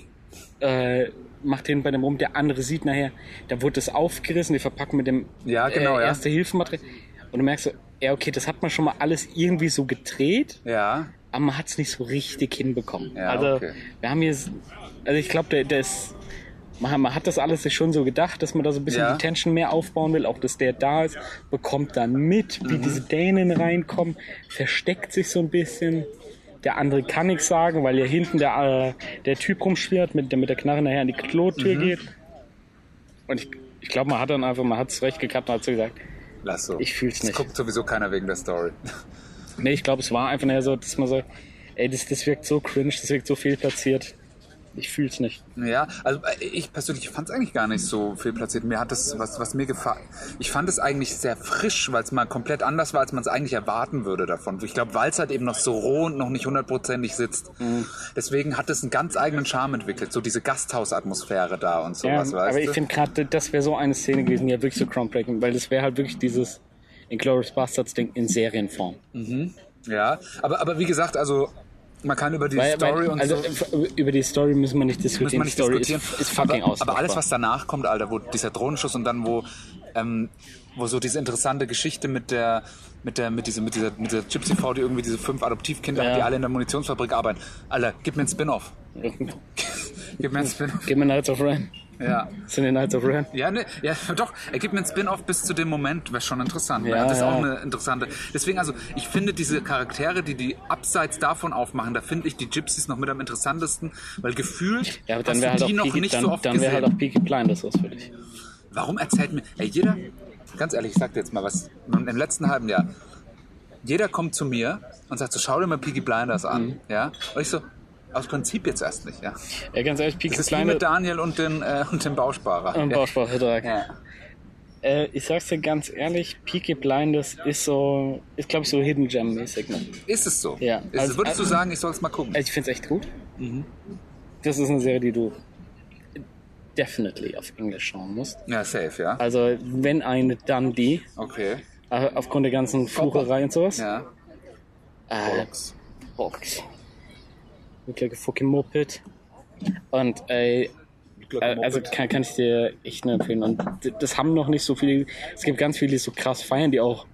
Speaker 2: äh, macht den bei dem rum, der andere sieht nachher, da wurde das aufgerissen, die verpacken mit dem
Speaker 3: Ja, genau,
Speaker 2: äh,
Speaker 3: ja.
Speaker 2: Erste-Hilfen-Material und du merkst so, ja okay, das hat man schon mal alles irgendwie so gedreht,
Speaker 3: ja,
Speaker 2: aber man hat es nicht so richtig hinbekommen.
Speaker 3: Ja,
Speaker 2: also
Speaker 3: okay.
Speaker 2: wir haben hier, also ich glaube, der, der ist, man, man hat das alles sich schon so gedacht, dass man da so ein bisschen
Speaker 3: Ja.
Speaker 2: die Tension mehr aufbauen will, auch dass der da ist,
Speaker 3: Mhm.
Speaker 2: bekommt dann mit, wie diese Dänen reinkommen, versteckt sich so ein bisschen. Der andere kann nichts sagen, weil ja hinten der, äh, der Typ rumschwirrt, mit, der mit der Knarre nachher an die
Speaker 3: Mhm.
Speaker 2: Klotür geht. Und ich, ich glaube, man hat dann einfach, man hat es recht gekappt und hat so gesagt.
Speaker 3: Lass so.
Speaker 2: Ich fühl's nicht.
Speaker 3: Es guckt sowieso keiner wegen der Story.
Speaker 2: Nee, ich glaube, es war einfach nachher so, dass man so, ey, das, das wirkt so cringe, das wirkt so fehlplatziert. Ich fühl's nicht.
Speaker 3: Ja, also äh, ich persönlich fand es eigentlich gar nicht so viel platziert. Mir hat das, was, was mir gefallen. Ich fand es eigentlich sehr frisch, weil es mal komplett anders war, als man es eigentlich erwarten würde davon. Ich glaube, weil es halt eben noch so roh und noch nicht hundertprozentig sitzt.
Speaker 2: Mhm.
Speaker 3: Deswegen hat es einen ganz eigenen Charme entwickelt. So diese Gasthausatmosphäre da und
Speaker 2: Ja,
Speaker 3: sowas, weißt
Speaker 2: aber ich
Speaker 3: du?
Speaker 2: finde gerade, das wäre so eine Szene gewesen, die ja wirklich so groundbreaking, weil das wäre halt wirklich dieses Inglourious Bastards Ding in Serienform.
Speaker 3: Ja, aber, aber wie gesagt, also man kann über die
Speaker 2: Weil,
Speaker 3: Story
Speaker 2: weil,
Speaker 3: und
Speaker 2: also
Speaker 3: so.
Speaker 2: f- über die Story müssen wir nicht
Speaker 3: Muss
Speaker 2: diskutieren.
Speaker 3: man nicht
Speaker 2: die Story
Speaker 3: diskutieren.
Speaker 2: Ist, ist fucking
Speaker 3: aber,
Speaker 2: aus.
Speaker 3: aber alles, was danach kommt, Alter, wo dieser Drohnenschuss und dann wo, ähm, wo so diese interessante Geschichte mit der mit der mit dieser mit dieser mit der Gypsy Frau, die irgendwie diese fünf Adoptivkinder
Speaker 2: Ja.
Speaker 3: hat, die alle in der Munitionsfabrik arbeiten. Alter, gib mir ein Spin-off. Gib mir ein Spin-off.
Speaker 2: Gib mir Knights of Ren.
Speaker 3: Ja.
Speaker 2: Sind die Knights of Ren?
Speaker 3: Ja, ne, ja, doch, er gibt mir ein Spin-off bis zu dem Moment, wäre schon interessant.
Speaker 2: Ja,
Speaker 3: Ja, das ist auch
Speaker 2: ja.
Speaker 3: eine interessante. Deswegen, also, ich finde diese Charaktere, die die abseits davon aufmachen, da finde ich die Gypsies noch mit am interessantesten, weil gefühlt
Speaker 2: Ja, aber
Speaker 3: hast
Speaker 2: dann
Speaker 3: du
Speaker 2: wäre halt, auch
Speaker 3: die noch
Speaker 2: Peaky-
Speaker 3: nicht
Speaker 2: dann,
Speaker 3: so oft
Speaker 2: dann
Speaker 3: gesehen.
Speaker 2: wäre halt auch Peaky Blinders was für dich.
Speaker 3: Warum erzählt mir, ey, jeder, ganz ehrlich, ich sag dir jetzt mal was, im im letzten halben Jahr, jeder kommt zu mir und sagt so, schau dir mal Peaky Blinders an, ja, und ich so, aus Prinzip jetzt erst nicht, ja.
Speaker 2: Ja, ganz ehrlich, Peaky
Speaker 3: Das ist wie mit
Speaker 2: Blinders
Speaker 3: Daniel und dem, äh, und dem Bausparer.
Speaker 2: und Bausparvertrag.
Speaker 3: Ja.
Speaker 2: Äh, ich sag's dir ganz ehrlich, Peaky Blinders ist so, ist glaube ich so Hidden Gem mäßig. Ne?
Speaker 3: Ist es so?
Speaker 2: Ja.
Speaker 3: Ist,
Speaker 2: Also-
Speaker 3: würdest du
Speaker 2: also-
Speaker 3: sagen, ich soll es mal gucken?
Speaker 2: Also ich find's echt gut.
Speaker 3: Mhm.
Speaker 2: Das ist eine Serie, die du definitely auf Englisch schauen musst.
Speaker 3: Ja, safe, ja.
Speaker 2: Also wenn eine, dann die.
Speaker 3: Okay.
Speaker 2: Äh, Aufgrund der ganzen Flucherei und sowas.
Speaker 3: Ja.
Speaker 2: Äh,
Speaker 3: Box.
Speaker 2: Box. Look like a fucking moped. Und ey, äh, also kann, kann ich dir echt nur empfehlen. Und d- das haben noch nicht so viele. Es gibt ganz viele, die so krass feiern, die auch.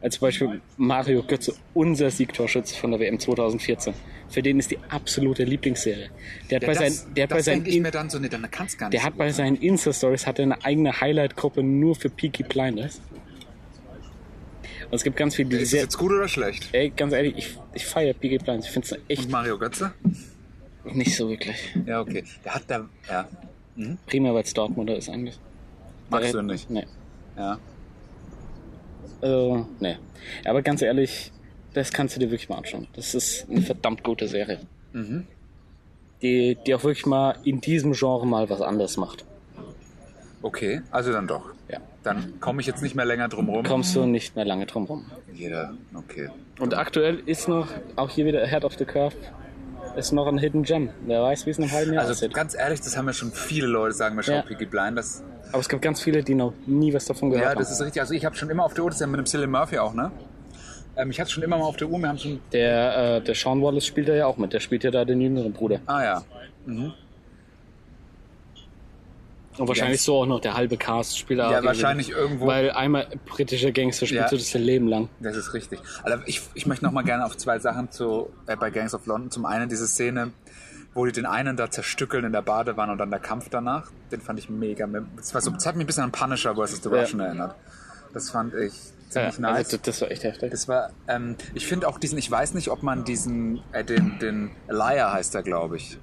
Speaker 2: Als Beispiel Mario Götze, unser Siegtorschütze von der WM 2014. Für den ist die absolute Lieblingsserie. Der hat bei
Speaker 3: das
Speaker 2: seinen, der hat bei
Speaker 3: das
Speaker 2: seinen
Speaker 3: denke ich
Speaker 2: In-
Speaker 3: mir dann so, nee, dann kann's gar nicht.
Speaker 2: Der hat bei seinen Insta-Stories hat er eine eigene Highlight-Gruppe nur für Peaky Blinders. Und es gibt ganz viele, die
Speaker 3: ist das
Speaker 2: sehr,
Speaker 3: jetzt gut oder schlecht?
Speaker 2: ey, ganz ehrlich, ich, ich feiere Peaky Blinders. Ich finde es echt
Speaker 3: Und Mario Götze?
Speaker 2: nicht so wirklich.
Speaker 3: Ja, okay. Der hat da, ja.
Speaker 2: Primär, weil es Dortmunder ist eigentlich.
Speaker 3: Magst
Speaker 2: Der-
Speaker 3: du nicht.
Speaker 2: Nee.
Speaker 3: Ja.
Speaker 2: Also, nee. Aber ganz ehrlich, das kannst du dir wirklich mal anschauen. Das ist eine verdammt gute Serie. Mhm. Die, die auch wirklich mal in diesem Genre mal was anderes macht.
Speaker 3: Okay, also dann doch.
Speaker 2: Ja. Mhm.
Speaker 3: Dann komme ich jetzt nicht mehr länger drum rum.
Speaker 2: Kommst du nicht mehr lange drum rum.
Speaker 3: Jeder, okay.
Speaker 2: Und aktuell ist noch, auch hier wieder Ahead of the Curve, ist noch ein Hidden Gem. Wer weiß, wie es in einem halben Jahr
Speaker 3: Also
Speaker 2: aussieht.
Speaker 3: ganz ehrlich, das haben ja schon viele Leute sagen, wir schauen
Speaker 2: Ja.
Speaker 3: Peaky Blinders.
Speaker 2: Aber es gibt ganz viele, die noch nie was davon gehört
Speaker 3: Ja, das
Speaker 2: haben.
Speaker 3: ist richtig. Also ich habe schon immer auf der Uhr, das ist ja mit dem Cillian Murphy auch, ne? Ähm, ich hatte schon immer mal auf der Uhr, wir haben schon
Speaker 2: Der, äh, der Sean Wallace spielt da ja auch mit. Der spielt ja da den jüngeren Bruder.
Speaker 3: Ah ja.
Speaker 2: Und wahrscheinlich
Speaker 3: Yes.
Speaker 2: so auch noch der halbe Cast spielt da.
Speaker 3: Ja,
Speaker 2: auch
Speaker 3: wahrscheinlich
Speaker 2: irgendwie-
Speaker 3: irgendwo-
Speaker 2: Weil einmal britischer Gangster spielt
Speaker 3: Ja.
Speaker 2: so das sein Leben lang.
Speaker 3: Das ist richtig. Aber ich, ich möchte noch mal gerne auf zwei Sachen zu, äh, bei Gangs of London. Zum einen diese Szene, wo die den einen da zerstückeln in der Badewanne und dann der Kampf danach. Den fand ich mega. Das, war so, das hat mich ein bisschen an Punisher vs. The
Speaker 2: Ja.
Speaker 3: Russian erinnert. Das fand ich
Speaker 2: Ja,
Speaker 3: ziemlich nice.
Speaker 2: also, das- das war echt heftig.
Speaker 3: halt Das war, ähm, ich finde auch diesen, ich weiß nicht, ob man diesen, äh, den, den Liar heißt er, glaube ich.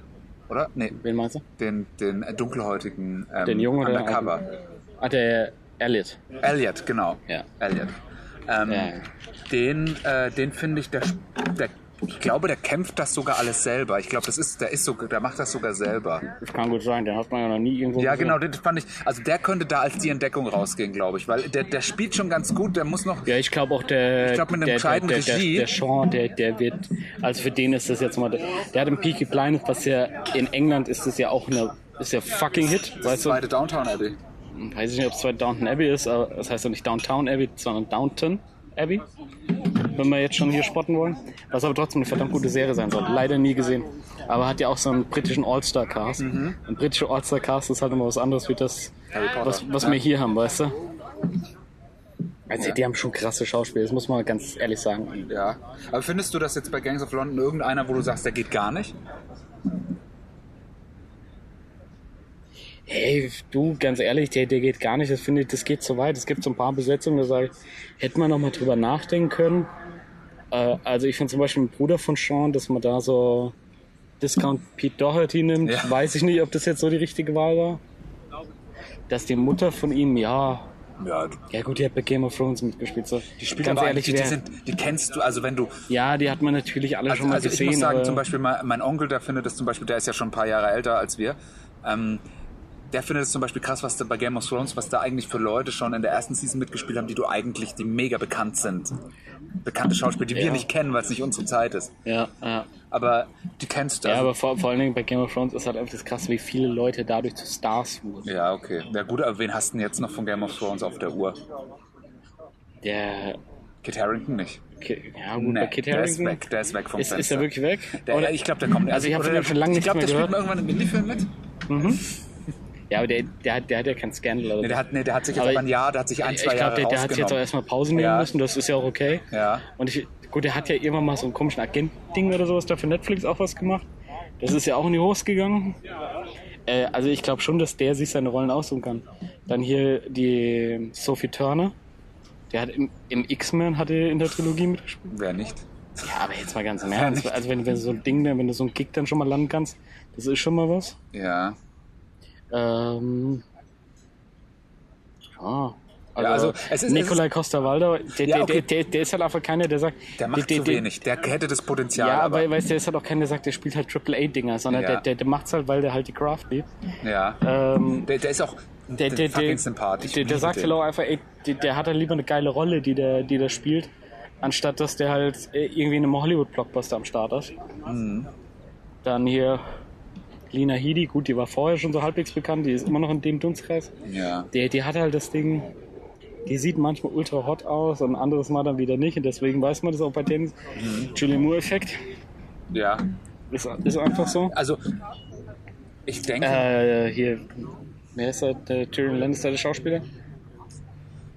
Speaker 3: Oder? Nee,
Speaker 2: Wen meinst du?
Speaker 3: den, den äh, dunkelhäutigen ähm,
Speaker 2: Den Jungen oder den
Speaker 3: Undercover.
Speaker 2: Ah, der Elliot.
Speaker 3: Elliot, genau.
Speaker 2: Ja.
Speaker 3: Elliot. Ähm,
Speaker 2: Ja, ja.
Speaker 3: Den, äh, den finde ich, der, sp- der, ich glaube, der kämpft das sogar alles selber. Ich glaube, das ist, der ist so, der macht das sogar selber.
Speaker 2: Das kann gut sein, den hat man ja noch nie irgendwo
Speaker 3: Ja,
Speaker 2: gesehen.
Speaker 3: genau, den fand ich. Also der könnte da als die Entdeckung rausgehen, glaube ich, weil der, der spielt schon ganz gut. Der muss noch.
Speaker 2: Ja, ich glaube auch der.
Speaker 3: Ich glaub, mit einem
Speaker 2: der,
Speaker 3: gescheiten
Speaker 2: der, der,
Speaker 3: Regie-
Speaker 2: der, der Sean, der, der wird. Also für den ist das jetzt mal. Der, der hat im Peaky Blinders, was ja in England ist, das ja auch eine. Ist ja fucking Hit.
Speaker 3: Das
Speaker 2: Weißt du,
Speaker 3: zweite Downtown Abbey.
Speaker 2: weiß ich nicht, ob es zwar Downton Abbey ist, aber das heißt ja nicht Downtown Abbey, sondern Downton Abbey. Wenn wir jetzt schon hier spotten wollen. Was aber trotzdem eine verdammt gute Serie sein soll. Leider nie gesehen. Aber hat ja auch so einen britischen All-Star-Cast. Ein britischer All-Star-Cast ist halt immer was anderes wie das, was, was wir hier haben, weißt du? Also die haben schon krasse Schauspieler, das muss man ganz ehrlich sagen.
Speaker 3: Ja. Aber findest du das jetzt bei Gangs of London irgendeiner, wo du sagst, der geht gar nicht?
Speaker 2: Hey, du, ganz ehrlich, der, der geht gar nicht. Das finde ich, das geht zu weit. Es gibt so ein paar Besetzungen, da sage ich, hätte man noch mal drüber nachdenken können. Äh, also ich finde zum Beispiel einen Bruder von Sean, dass man da so Discount Pete Doherty nimmt,
Speaker 3: Ja.
Speaker 2: weiß ich nicht, ob das jetzt so die richtige Wahl war. Dass die Mutter von ihm, ja,
Speaker 3: Ja, du-
Speaker 2: ja gut, die hat bei Game of Thrones mitgespielt. So.
Speaker 3: die spielt
Speaker 2: Ganz
Speaker 3: aber
Speaker 2: ehrlich,
Speaker 3: eigentlich, die,
Speaker 2: wer-
Speaker 3: sind, die kennst du, also wenn du,
Speaker 2: ja, die hat man natürlich alle
Speaker 3: also,
Speaker 2: schon mal
Speaker 3: also
Speaker 2: gesehen.
Speaker 3: ich muss sagen,
Speaker 2: aber
Speaker 3: zum Beispiel mein, mein Onkel, der findet das zum Beispiel, der ist ja schon ein paar Jahre älter als wir, ähm, der findet es zum Beispiel krass, was da bei Game of Thrones, was da eigentlich für Leute schon in der ersten Season mitgespielt haben, die du eigentlich, die mega bekannt sind. Bekannte Schauspieler, die wir
Speaker 2: Ja.
Speaker 3: nicht kennen, weil es nicht unsere Zeit ist.
Speaker 2: ja, ja.
Speaker 3: Aber die kennst du.
Speaker 2: ja,
Speaker 3: also-
Speaker 2: aber vor, vor allen Dingen bei Game of Thrones ist halt einfach das krass, wie viele Leute dadurch zu Stars wurden.
Speaker 3: ja okay. Ja gut, aber wen hast du denn jetzt noch von Game of Thrones auf der Uhr?
Speaker 2: Der,
Speaker 3: Kit Harrington nicht.
Speaker 2: Ki- ja gut, bei
Speaker 3: Nee,
Speaker 2: Kit
Speaker 3: der ist
Speaker 2: Harington
Speaker 3: weg, der ist weg vom
Speaker 2: ist,
Speaker 3: Fenster.
Speaker 2: ist er wirklich weg?
Speaker 3: Der,
Speaker 2: Oder-
Speaker 3: ich glaube, der kommt.
Speaker 2: Also ich hab
Speaker 3: oder
Speaker 2: von
Speaker 3: der-
Speaker 2: dem schon lange nichts
Speaker 3: Ich glaube,
Speaker 2: mehr
Speaker 3: der
Speaker 2: gehört.
Speaker 3: spielt mal irgendwann im Indie-Film mit.
Speaker 2: Ja, aber der, der, hat, der hat ja keinen Scandal. Oder
Speaker 3: Nee, der
Speaker 2: so.
Speaker 3: hat, nee, der hat sich jetzt
Speaker 2: Aber
Speaker 3: aber ein Jahr, der hat sich ein,
Speaker 2: Ich
Speaker 3: zwei
Speaker 2: glaube,
Speaker 3: Jahre
Speaker 2: der, der hat jetzt auch
Speaker 3: rausgenommen.
Speaker 2: erstmal Pause nehmen
Speaker 3: Ja.
Speaker 2: müssen, das ist ja auch okay.
Speaker 3: Ja.
Speaker 2: Und ich, gut, der hat ja irgendwann mal so einen komischen Agent-Ding oder sowas da für Netflix auch was gemacht. Das ist ja auch in die Hose gegangen. Äh, also ich glaube schon, dass der sich seine Rollen aussuchen kann. Dann hier die Sophie Turner. Der hat im, im X-Men hatte in der Trilogie mitgespielt.
Speaker 3: Wer nicht?
Speaker 2: Ja, aber jetzt mal ganz im
Speaker 3: Ja,
Speaker 2: Ernst.
Speaker 3: nicht.
Speaker 2: Also wenn, wenn du so ein Ding, wenn du so einen Kick dann schon mal landen kannst, das ist schon mal was.
Speaker 3: Ja.
Speaker 2: Ähm, ja. Also,
Speaker 3: Ja, also, es ist-
Speaker 2: Nikolai Costa-Waldau, der,
Speaker 3: Ja,
Speaker 2: der,
Speaker 3: okay.
Speaker 2: der, der, der ist halt einfach keiner, der sagt...
Speaker 3: Der macht
Speaker 2: der,
Speaker 3: zu
Speaker 2: der,
Speaker 3: wenig. Der hätte das Potenzial.
Speaker 2: Ja,
Speaker 3: aber,
Speaker 2: aber weißt, du, der ist halt auch keiner, der sagt, der spielt halt Triple-A-Dinger, sondern
Speaker 3: Ja.
Speaker 2: der, der, der macht's halt, weil der halt die Craft liebt.
Speaker 3: ja.
Speaker 2: Ähm,
Speaker 3: der, der ist auch ein
Speaker 2: der, der, der,
Speaker 3: fucking
Speaker 2: der,
Speaker 3: Sympath. Ich
Speaker 2: der,
Speaker 3: liebe
Speaker 2: sagt
Speaker 3: den.
Speaker 2: halt auch einfach, ey, der, der hat halt lieber eine geile Rolle, die der, die der spielt, anstatt dass der halt äh, irgendwie in einem Hollywood-Blockbuster am Start ist. Dann hier Lina Headey, gut, die war vorher schon so halbwegs bekannt, die ist immer noch in dem Dunstkreis.
Speaker 3: Ja.
Speaker 2: Der, die hat halt das Ding, die sieht manchmal ultra hot aus und ein anderes Mal dann wieder nicht. Und deswegen weiß man das auch bei Tennis. Julian Moore-Effekt
Speaker 3: ja.
Speaker 2: ist, ist einfach so.
Speaker 3: Also, ich denke,
Speaker 2: Äh, hier, wer ist das? Der Tyrion Lannister, der Schauspieler?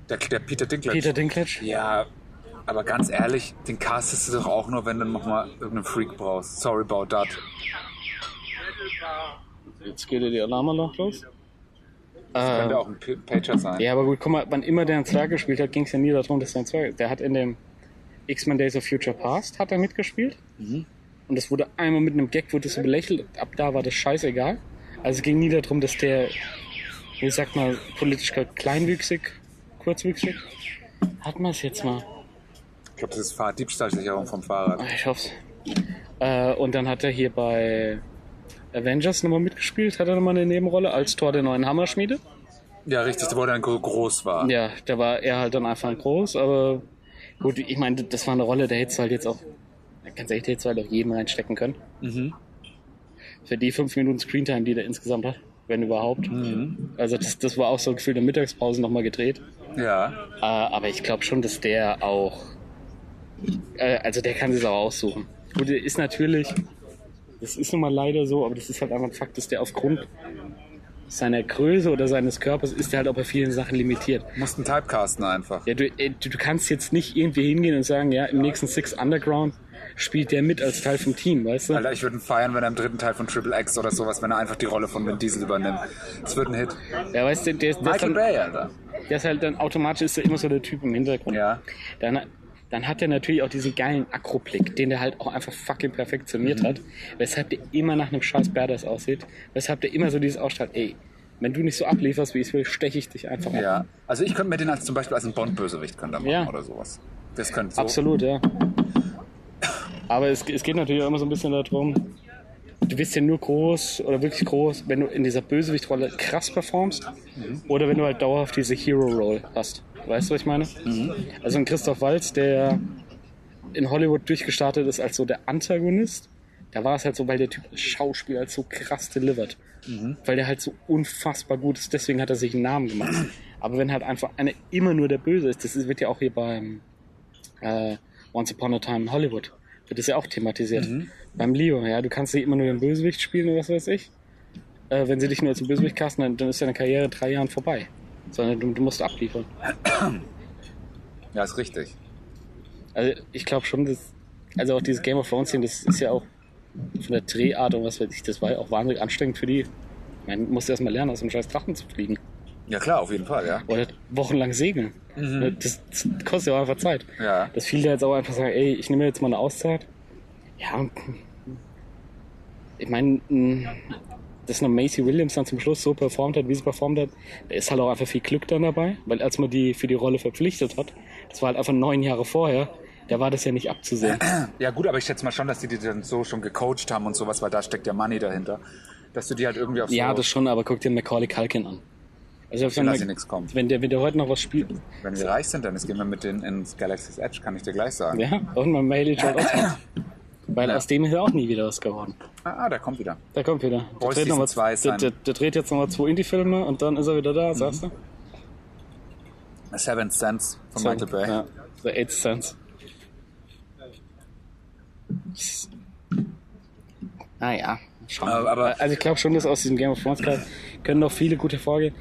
Speaker 3: der, der Peter Dinklage.
Speaker 2: Peter Dinklage?
Speaker 3: Ja, aber ganz ehrlich, den castest du doch auch nur, wenn du nochmal irgendeinen Freak brauchst. Sorry about that.
Speaker 2: Jetzt geht ja die Alarmanlage los.
Speaker 3: Könnte
Speaker 2: Äh,
Speaker 3: auch ein P- Pager sein.
Speaker 2: ja, aber gut, guck mal, wann immer der einen Zwerg gespielt hat, ging es ja nie darum, dass er ein Zwerg ist. Der hat in dem X-Men Days of Future Past hat er mitgespielt. Und das wurde einmal mit einem Gag wurde das so belächelt. Ab da war das scheißegal. Also es ging nie darum, dass der, wie sagt man, politisch korrekt, kleinwüchsig, kurzwüchsig. Hat man es jetzt mal?
Speaker 3: Ich glaube, das ist Fahr Diebstahlsicherung vom Fahrrad.
Speaker 2: Ich hoff's. Äh, und dann hat er hier bei Avengers nochmal mitgespielt, hat er nochmal eine Nebenrolle als Tor der neuen Hammerschmiede.
Speaker 3: Ja, richtig, wo er dann gro- groß war.
Speaker 2: Ja, da war er halt dann einfach groß, aber gut, ich meine, das war eine Rolle, da hättest du halt jetzt auch, ganz ehrlich, da hättest du halt auch jeden reinstecken können. Für die fünf Minuten Screentime, die der insgesamt hat, wenn überhaupt. Also das, das war auch so ein Gefühl der Mittagspause nochmal gedreht.
Speaker 3: Ja.
Speaker 2: Äh, aber ich glaube schon, dass der auch, äh, also der kann sich auch aussuchen. Gut, der ist natürlich, das ist nun mal leider so, aber das ist halt einfach ein Fakt, dass der aufgrund seiner Größe oder seines Körpers ist der halt auch bei vielen Sachen limitiert.
Speaker 3: Musst einen Typecasten einfach.
Speaker 2: Ja, du, äh, du, du kannst jetzt nicht irgendwie hingehen und sagen, ja, im nächsten Six Underground spielt der mit als Teil vom Team, weißt du?
Speaker 3: Alter, ich würde ihn feiern, wenn er im dritten Teil von Triple X oder sowas, wenn er einfach die Rolle von Vin Diesel übernimmt. Das wird ein Hit.
Speaker 2: Ja, weißt du, der ist, der ist, dann,
Speaker 3: Michael Bay, Alter.
Speaker 2: der ist halt dann automatisch ist er immer so der Typ im Hintergrund.
Speaker 3: Ja.
Speaker 2: Dann, dann hat er natürlich auch diesen geilen Akroblick, den der halt auch einfach fucking perfektioniert
Speaker 3: Mhm.
Speaker 2: hat, weshalb der immer nach einem scheiß Badass aussieht, weshalb der immer so dieses ausstrahlt, ey, wenn du nicht so ablieferst, wie ich will, steche ich dich einfach ab.
Speaker 3: Ja. Also ich könnte mir den als zum Beispiel als einen Bond-Bösewicht könnte er machen
Speaker 2: Ja.
Speaker 3: oder sowas. Das könnte so.
Speaker 2: Absolut, ja. Aber es, es geht natürlich auch immer so ein bisschen darum, du wirst ja nur groß oder wirklich groß, wenn du in dieser Bösewichtrolle krass performst oder wenn du halt dauerhaft diese Hero-Roll hast. Weißt du, was ich meine? Also ein Christoph Walz, der in Hollywood durchgestartet ist als so der Antagonist, da war es halt so, weil der Typ als Schauspieler halt so krass delivert. Weil der halt so unfassbar gut ist, deswegen hat er sich einen Namen gemacht. Aber wenn halt einfach einer immer nur der Böse ist, das ist- wird ja auch hier beim äh, Once Upon a Time in Hollywood. Wird das ja auch thematisiert. Beim Leo, ja, du kannst nicht immer nur den Bösewicht spielen oder was weiß ich. Äh, wenn sie dich nur als den Bösewicht casten, dann, dann ist deine Karriere in drei Jahren vorbei. Sondern du, du musst abliefern.
Speaker 3: Ja, ist richtig.
Speaker 2: Also ich glaube schon, dass, also auch dieses Game of Thrones Ding, das ist ja auch von der Drehart und was weiß ich, das war ja auch wahnsinnig anstrengend für die. Man musste erstmal lernen, aus dem scheiß Drachen zu fliegen.
Speaker 3: Ja klar, auf jeden Fall, ja.
Speaker 2: Oder wochenlang segeln. Ne, Das, das kostet ja auch einfach Zeit.
Speaker 3: Mhm. Ja.
Speaker 2: Dass viele jetzt auch einfach sagen, ey, ich nehme jetzt mal eine Auszeit. Ja, ich meine, mh, dass eine Macy Williams dann zum Schluss so performt hat, wie sie performt hat, da ist halt auch einfach viel Glück dann dabei, weil als man die für die Rolle verpflichtet hat, das war halt einfach neun Jahre vorher, da war das ja nicht abzusehen.
Speaker 3: Ja gut, aber ich schätze mal schon, dass die die dann so schon gecoacht haben und sowas, weil da steckt ja Money dahinter. Dass du die halt irgendwie auf so...
Speaker 2: Ja, das schon, aber guck dir Macaulay Culkin an. Also ich
Speaker 3: lass ihn nichts kommen.
Speaker 2: wenn der, wenn der heute noch was spielt,
Speaker 3: Wenn wir reich sind, dann gehen wir mit denen ins Galaxy's Edge, kann ich dir gleich sagen.
Speaker 2: ja, irgendwann Mahaley Joel Osment. Weil
Speaker 3: Ja.
Speaker 2: aus dem ist ja auch nie wieder was geworden.
Speaker 3: Ah, ah, da kommt wieder.
Speaker 2: Da kommt wieder. Der
Speaker 3: Boys
Speaker 2: dreht, noch
Speaker 3: Season
Speaker 2: mal,
Speaker 3: 2 ist
Speaker 2: der,
Speaker 3: ein- Mhm.
Speaker 2: der, der dreht jetzt nochmal zwei Indie-Filme und dann ist er wieder da, sagst du?
Speaker 3: Seven Sense von Michael Bay.
Speaker 2: Ja, The Eight Sense. Naja, schauen wir.
Speaker 3: Aber- aber-
Speaker 2: also ich glaube schon, dass aus diesem Game of Thrones Kreis können noch viele gute vorgehen.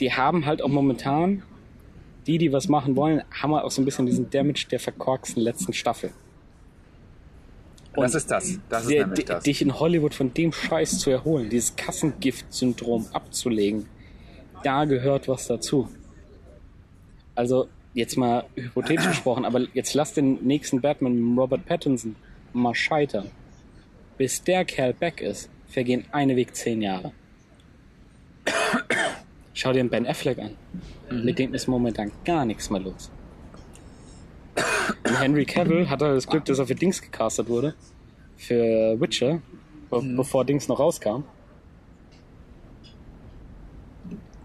Speaker 2: Die haben halt auch momentan, die, die was machen wollen, haben halt auch so ein bisschen diesen Damage der verkorksten letzten Staffel.
Speaker 3: das ist das. Das ist
Speaker 2: Der-
Speaker 3: nämlich das.
Speaker 2: Dich in Hollywood von dem Scheiß zu erholen, dieses Kassengift-Syndrom abzulegen, da gehört was dazu. Also, jetzt mal hypothetisch gesprochen, aber jetzt lass den nächsten Batman mit Robert Pattinson mal scheitern. Bis der Kerl back ist, vergehen eine Weg zehn Jahre. Schau dir den Ben Affleck an.
Speaker 3: Mhm.
Speaker 2: Mit dem ist momentan gar nichts mehr los. Und Henry Cavill hat halt das Glück, dass er für Dings gecastet wurde. Für Witcher, be- bevor Dings noch rauskam.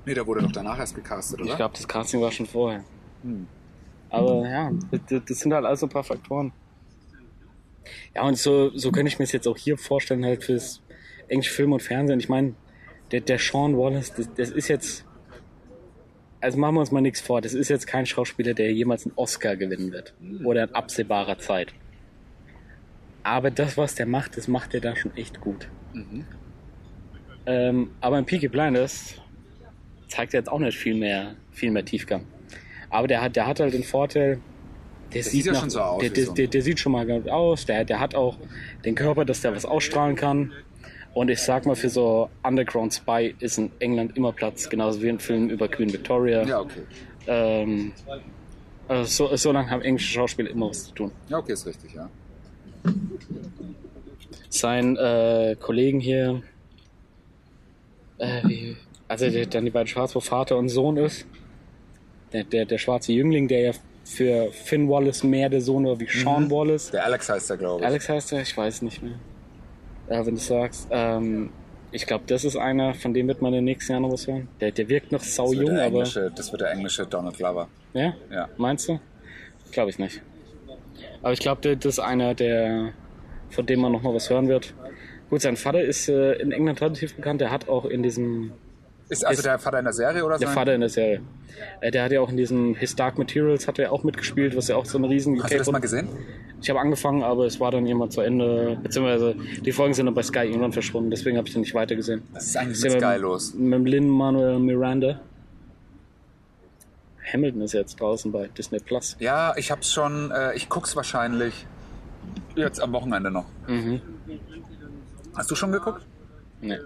Speaker 3: Nee, der wurde doch danach erst gecastet, oder?
Speaker 2: Ich glaube, das Casting war schon vorher. Hm. Aber ja, das, das sind halt alles so ein paar Faktoren. Ja, und so, so könnte ich mir es jetzt auch hier vorstellen, halt fürs englische Film und Fernsehen. Ich meine, der, der Sean Wallace, das, das ist jetzt. Also machen wir uns mal nichts vor. Das ist jetzt kein Schauspieler, der jemals einen Oscar gewinnen wird. Oder in absehbarer Zeit. Aber das, was der macht, das macht er da schon echt gut.
Speaker 3: Mhm.
Speaker 2: Ähm, aber in Peaky Blinders zeigt jetzt auch nicht viel mehr, viel mehr Tiefgang. Aber der hat, der hat halt den Vorteil, der, sieht,
Speaker 3: sieht ja
Speaker 2: nach-
Speaker 3: schon so aus
Speaker 2: Der,
Speaker 3: wie
Speaker 2: der,
Speaker 3: so ein-
Speaker 2: der, der sieht schon mal gut aus, der, der hat auch den Körper, dass der was ausstrahlen kann. Und ich sag mal, für so Underground Spy ist in England immer Platz, genauso wie in Filmen über Queen Victoria.
Speaker 3: Ja, okay.
Speaker 2: Ähm, also so, so lange haben englische Schauspieler immer was zu tun.
Speaker 3: Ja, okay, ist richtig, ja.
Speaker 2: Sein äh, Kollegen hier, äh, wie, also der, dann die beiden Schwarz, wo Vater und Sohn ist, der, der, der schwarze Jüngling, der ja für Finn Wallace mehr der Sohn war wie Sean Wallace.
Speaker 3: Der Alex heißt der, glaube ich.
Speaker 2: Alex heißt er, ich weiß nicht mehr. Äh, wenn du sagst, ähm, ich glaube, das ist einer, von dem wird man in den nächsten Jahren noch was hören. Der, der wirkt noch
Speaker 3: das, wird
Speaker 2: saujung,
Speaker 3: der
Speaker 2: aber.
Speaker 3: englische, das wird der englische Donald Glover.
Speaker 2: Ja?
Speaker 3: Ja.
Speaker 2: Meinst du? Glaube ich nicht. Aber ich glaube, das ist einer, der, von dem man nochmal was hören wird. Gut, sein Vater ist äh, in England relativ bekannt. Der hat auch in diesem,
Speaker 3: Ist also
Speaker 2: Ist-
Speaker 3: der Vater in der Serie oder so?
Speaker 2: der Vater in der Serie, äh, der hat ja auch in diesem His Dark Materials hat er auch mitgespielt, was ja auch so ein riesen
Speaker 3: Hast du das
Speaker 2: UK
Speaker 3: mal gesehen?
Speaker 2: Ich habe angefangen, aber es war dann irgendwann zu Ende, beziehungsweise die Folgen sind dann bei Sky irgendwann verschwunden, deswegen habe ich dann nicht weitergesehen.
Speaker 3: Das ist eigentlich
Speaker 2: Ist
Speaker 3: mit
Speaker 2: ja
Speaker 3: Sky
Speaker 2: mit-
Speaker 3: los.
Speaker 2: Mit dem Lin-Manuel Miranda. Hamilton ist jetzt draußen bei Disney Plus.
Speaker 3: Ja, ich hab's schon, äh, ich guck's wahrscheinlich jetzt am Wochenende noch.
Speaker 2: Mhm.
Speaker 3: Hast du schon geguckt?
Speaker 2: Nee.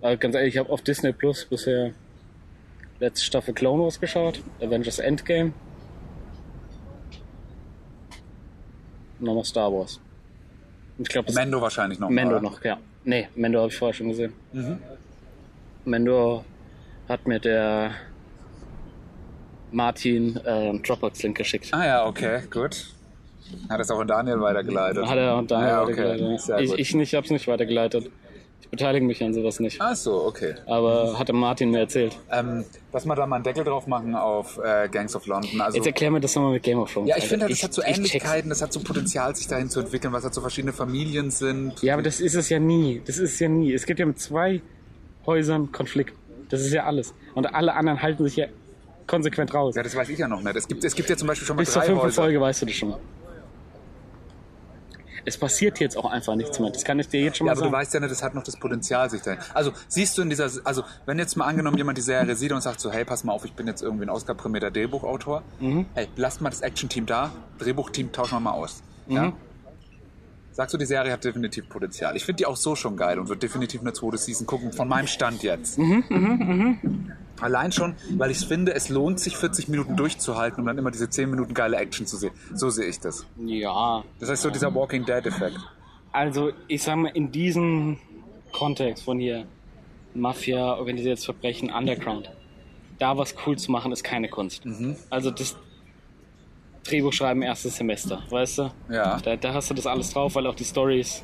Speaker 2: Aber ganz ehrlich, ich habe auf Disney Plus bisher letzte Staffel Clone Wars geschaut, Avengers Endgame. Und nochmal Star Wars. Und Ich glaube, das
Speaker 3: Mendo wahrscheinlich noch.
Speaker 2: Mendo
Speaker 3: oder?
Speaker 2: noch, ja. Nee, Mendo habe ich vorher schon gesehen.
Speaker 3: Mhm.
Speaker 2: Mendo hat mir der Martin äh, einen Dropbox-Link geschickt.
Speaker 3: Ah ja, okay, gut. Hat es auch an Daniel weitergeleitet.
Speaker 2: Hat er und da
Speaker 3: ja, okay.
Speaker 2: weitergeleitet.
Speaker 3: Sehr
Speaker 2: Ich,
Speaker 3: gut.
Speaker 2: ich nicht, hab's nicht weitergeleitet. Ich beteilige mich an sowas nicht.
Speaker 3: Ach so, okay.
Speaker 2: Aber
Speaker 3: Mhm.
Speaker 2: hatte Martin mir erzählt.
Speaker 3: Ähm, lass mal da mal einen Deckel drauf machen auf äh, Gangs of London. Also,
Speaker 2: Jetzt erklär mir das nochmal mit Game of Thrones.
Speaker 3: ja, ich
Speaker 2: Alter.
Speaker 3: finde, das hat so
Speaker 2: ich check's.
Speaker 3: Ähnlichkeiten, das hat so Potenzial, sich dahin zu entwickeln, was halt so verschiedene Familien sind.
Speaker 2: Ja, aber das ist es ja nie. Das ist es ja nie. Es gibt ja mit zwei Häusern Konflikt. Das ist ja alles. Und alle anderen halten sich ja konsequent raus.
Speaker 3: Ja, das weiß ich ja noch nicht. Es gibt, es gibt ja zum Beispiel schon mal
Speaker 2: Bis zur
Speaker 3: drei
Speaker 2: fünften
Speaker 3: Häuser.
Speaker 2: Folge weißt du das schon. Es passiert jetzt auch einfach nichts mehr. Das kann ich dir jetzt schon
Speaker 3: Ja,
Speaker 2: mal
Speaker 3: aber du
Speaker 2: sagen.
Speaker 3: weißt ja nicht, das hat noch das Potenzial, sich dahin. Also siehst du in dieser, also wenn jetzt mal angenommen jemand die Serie sieht und sagt so, hey, pass mal auf, ich bin jetzt irgendwie ein Oscar-prämierter Drehbuchautor.
Speaker 2: Mhm. Mhm.
Speaker 3: Hey, lass mal das Action-Team da, Drehbuchteam tauschen wir mal aus. Ja? Sagst du, die Serie hat definitiv Potenzial. Ich finde die auch so schon geil und wird definitiv eine zweite Season gucken, von meinem Stand jetzt.
Speaker 2: Mhm,
Speaker 3: Allein schon, weil ich finde, es lohnt sich, 40 Minuten durchzuhalten, um dann immer diese 10 Minuten geile Action zu sehen. So sehe ich das.
Speaker 2: Ja,
Speaker 3: Das heißt, so dieser Walking Dead-Effekt.
Speaker 2: also ich sag mal, in diesem Kontext von hier, Mafia, organisiertes Verbrechen, Underground, da was cool zu machen, ist keine Kunst.
Speaker 3: Mhm.
Speaker 2: Also das Drehbuch schreiben erstes Semester, weißt du?
Speaker 3: Ja.
Speaker 2: Da, da hast du das alles drauf, weil auch die Stories.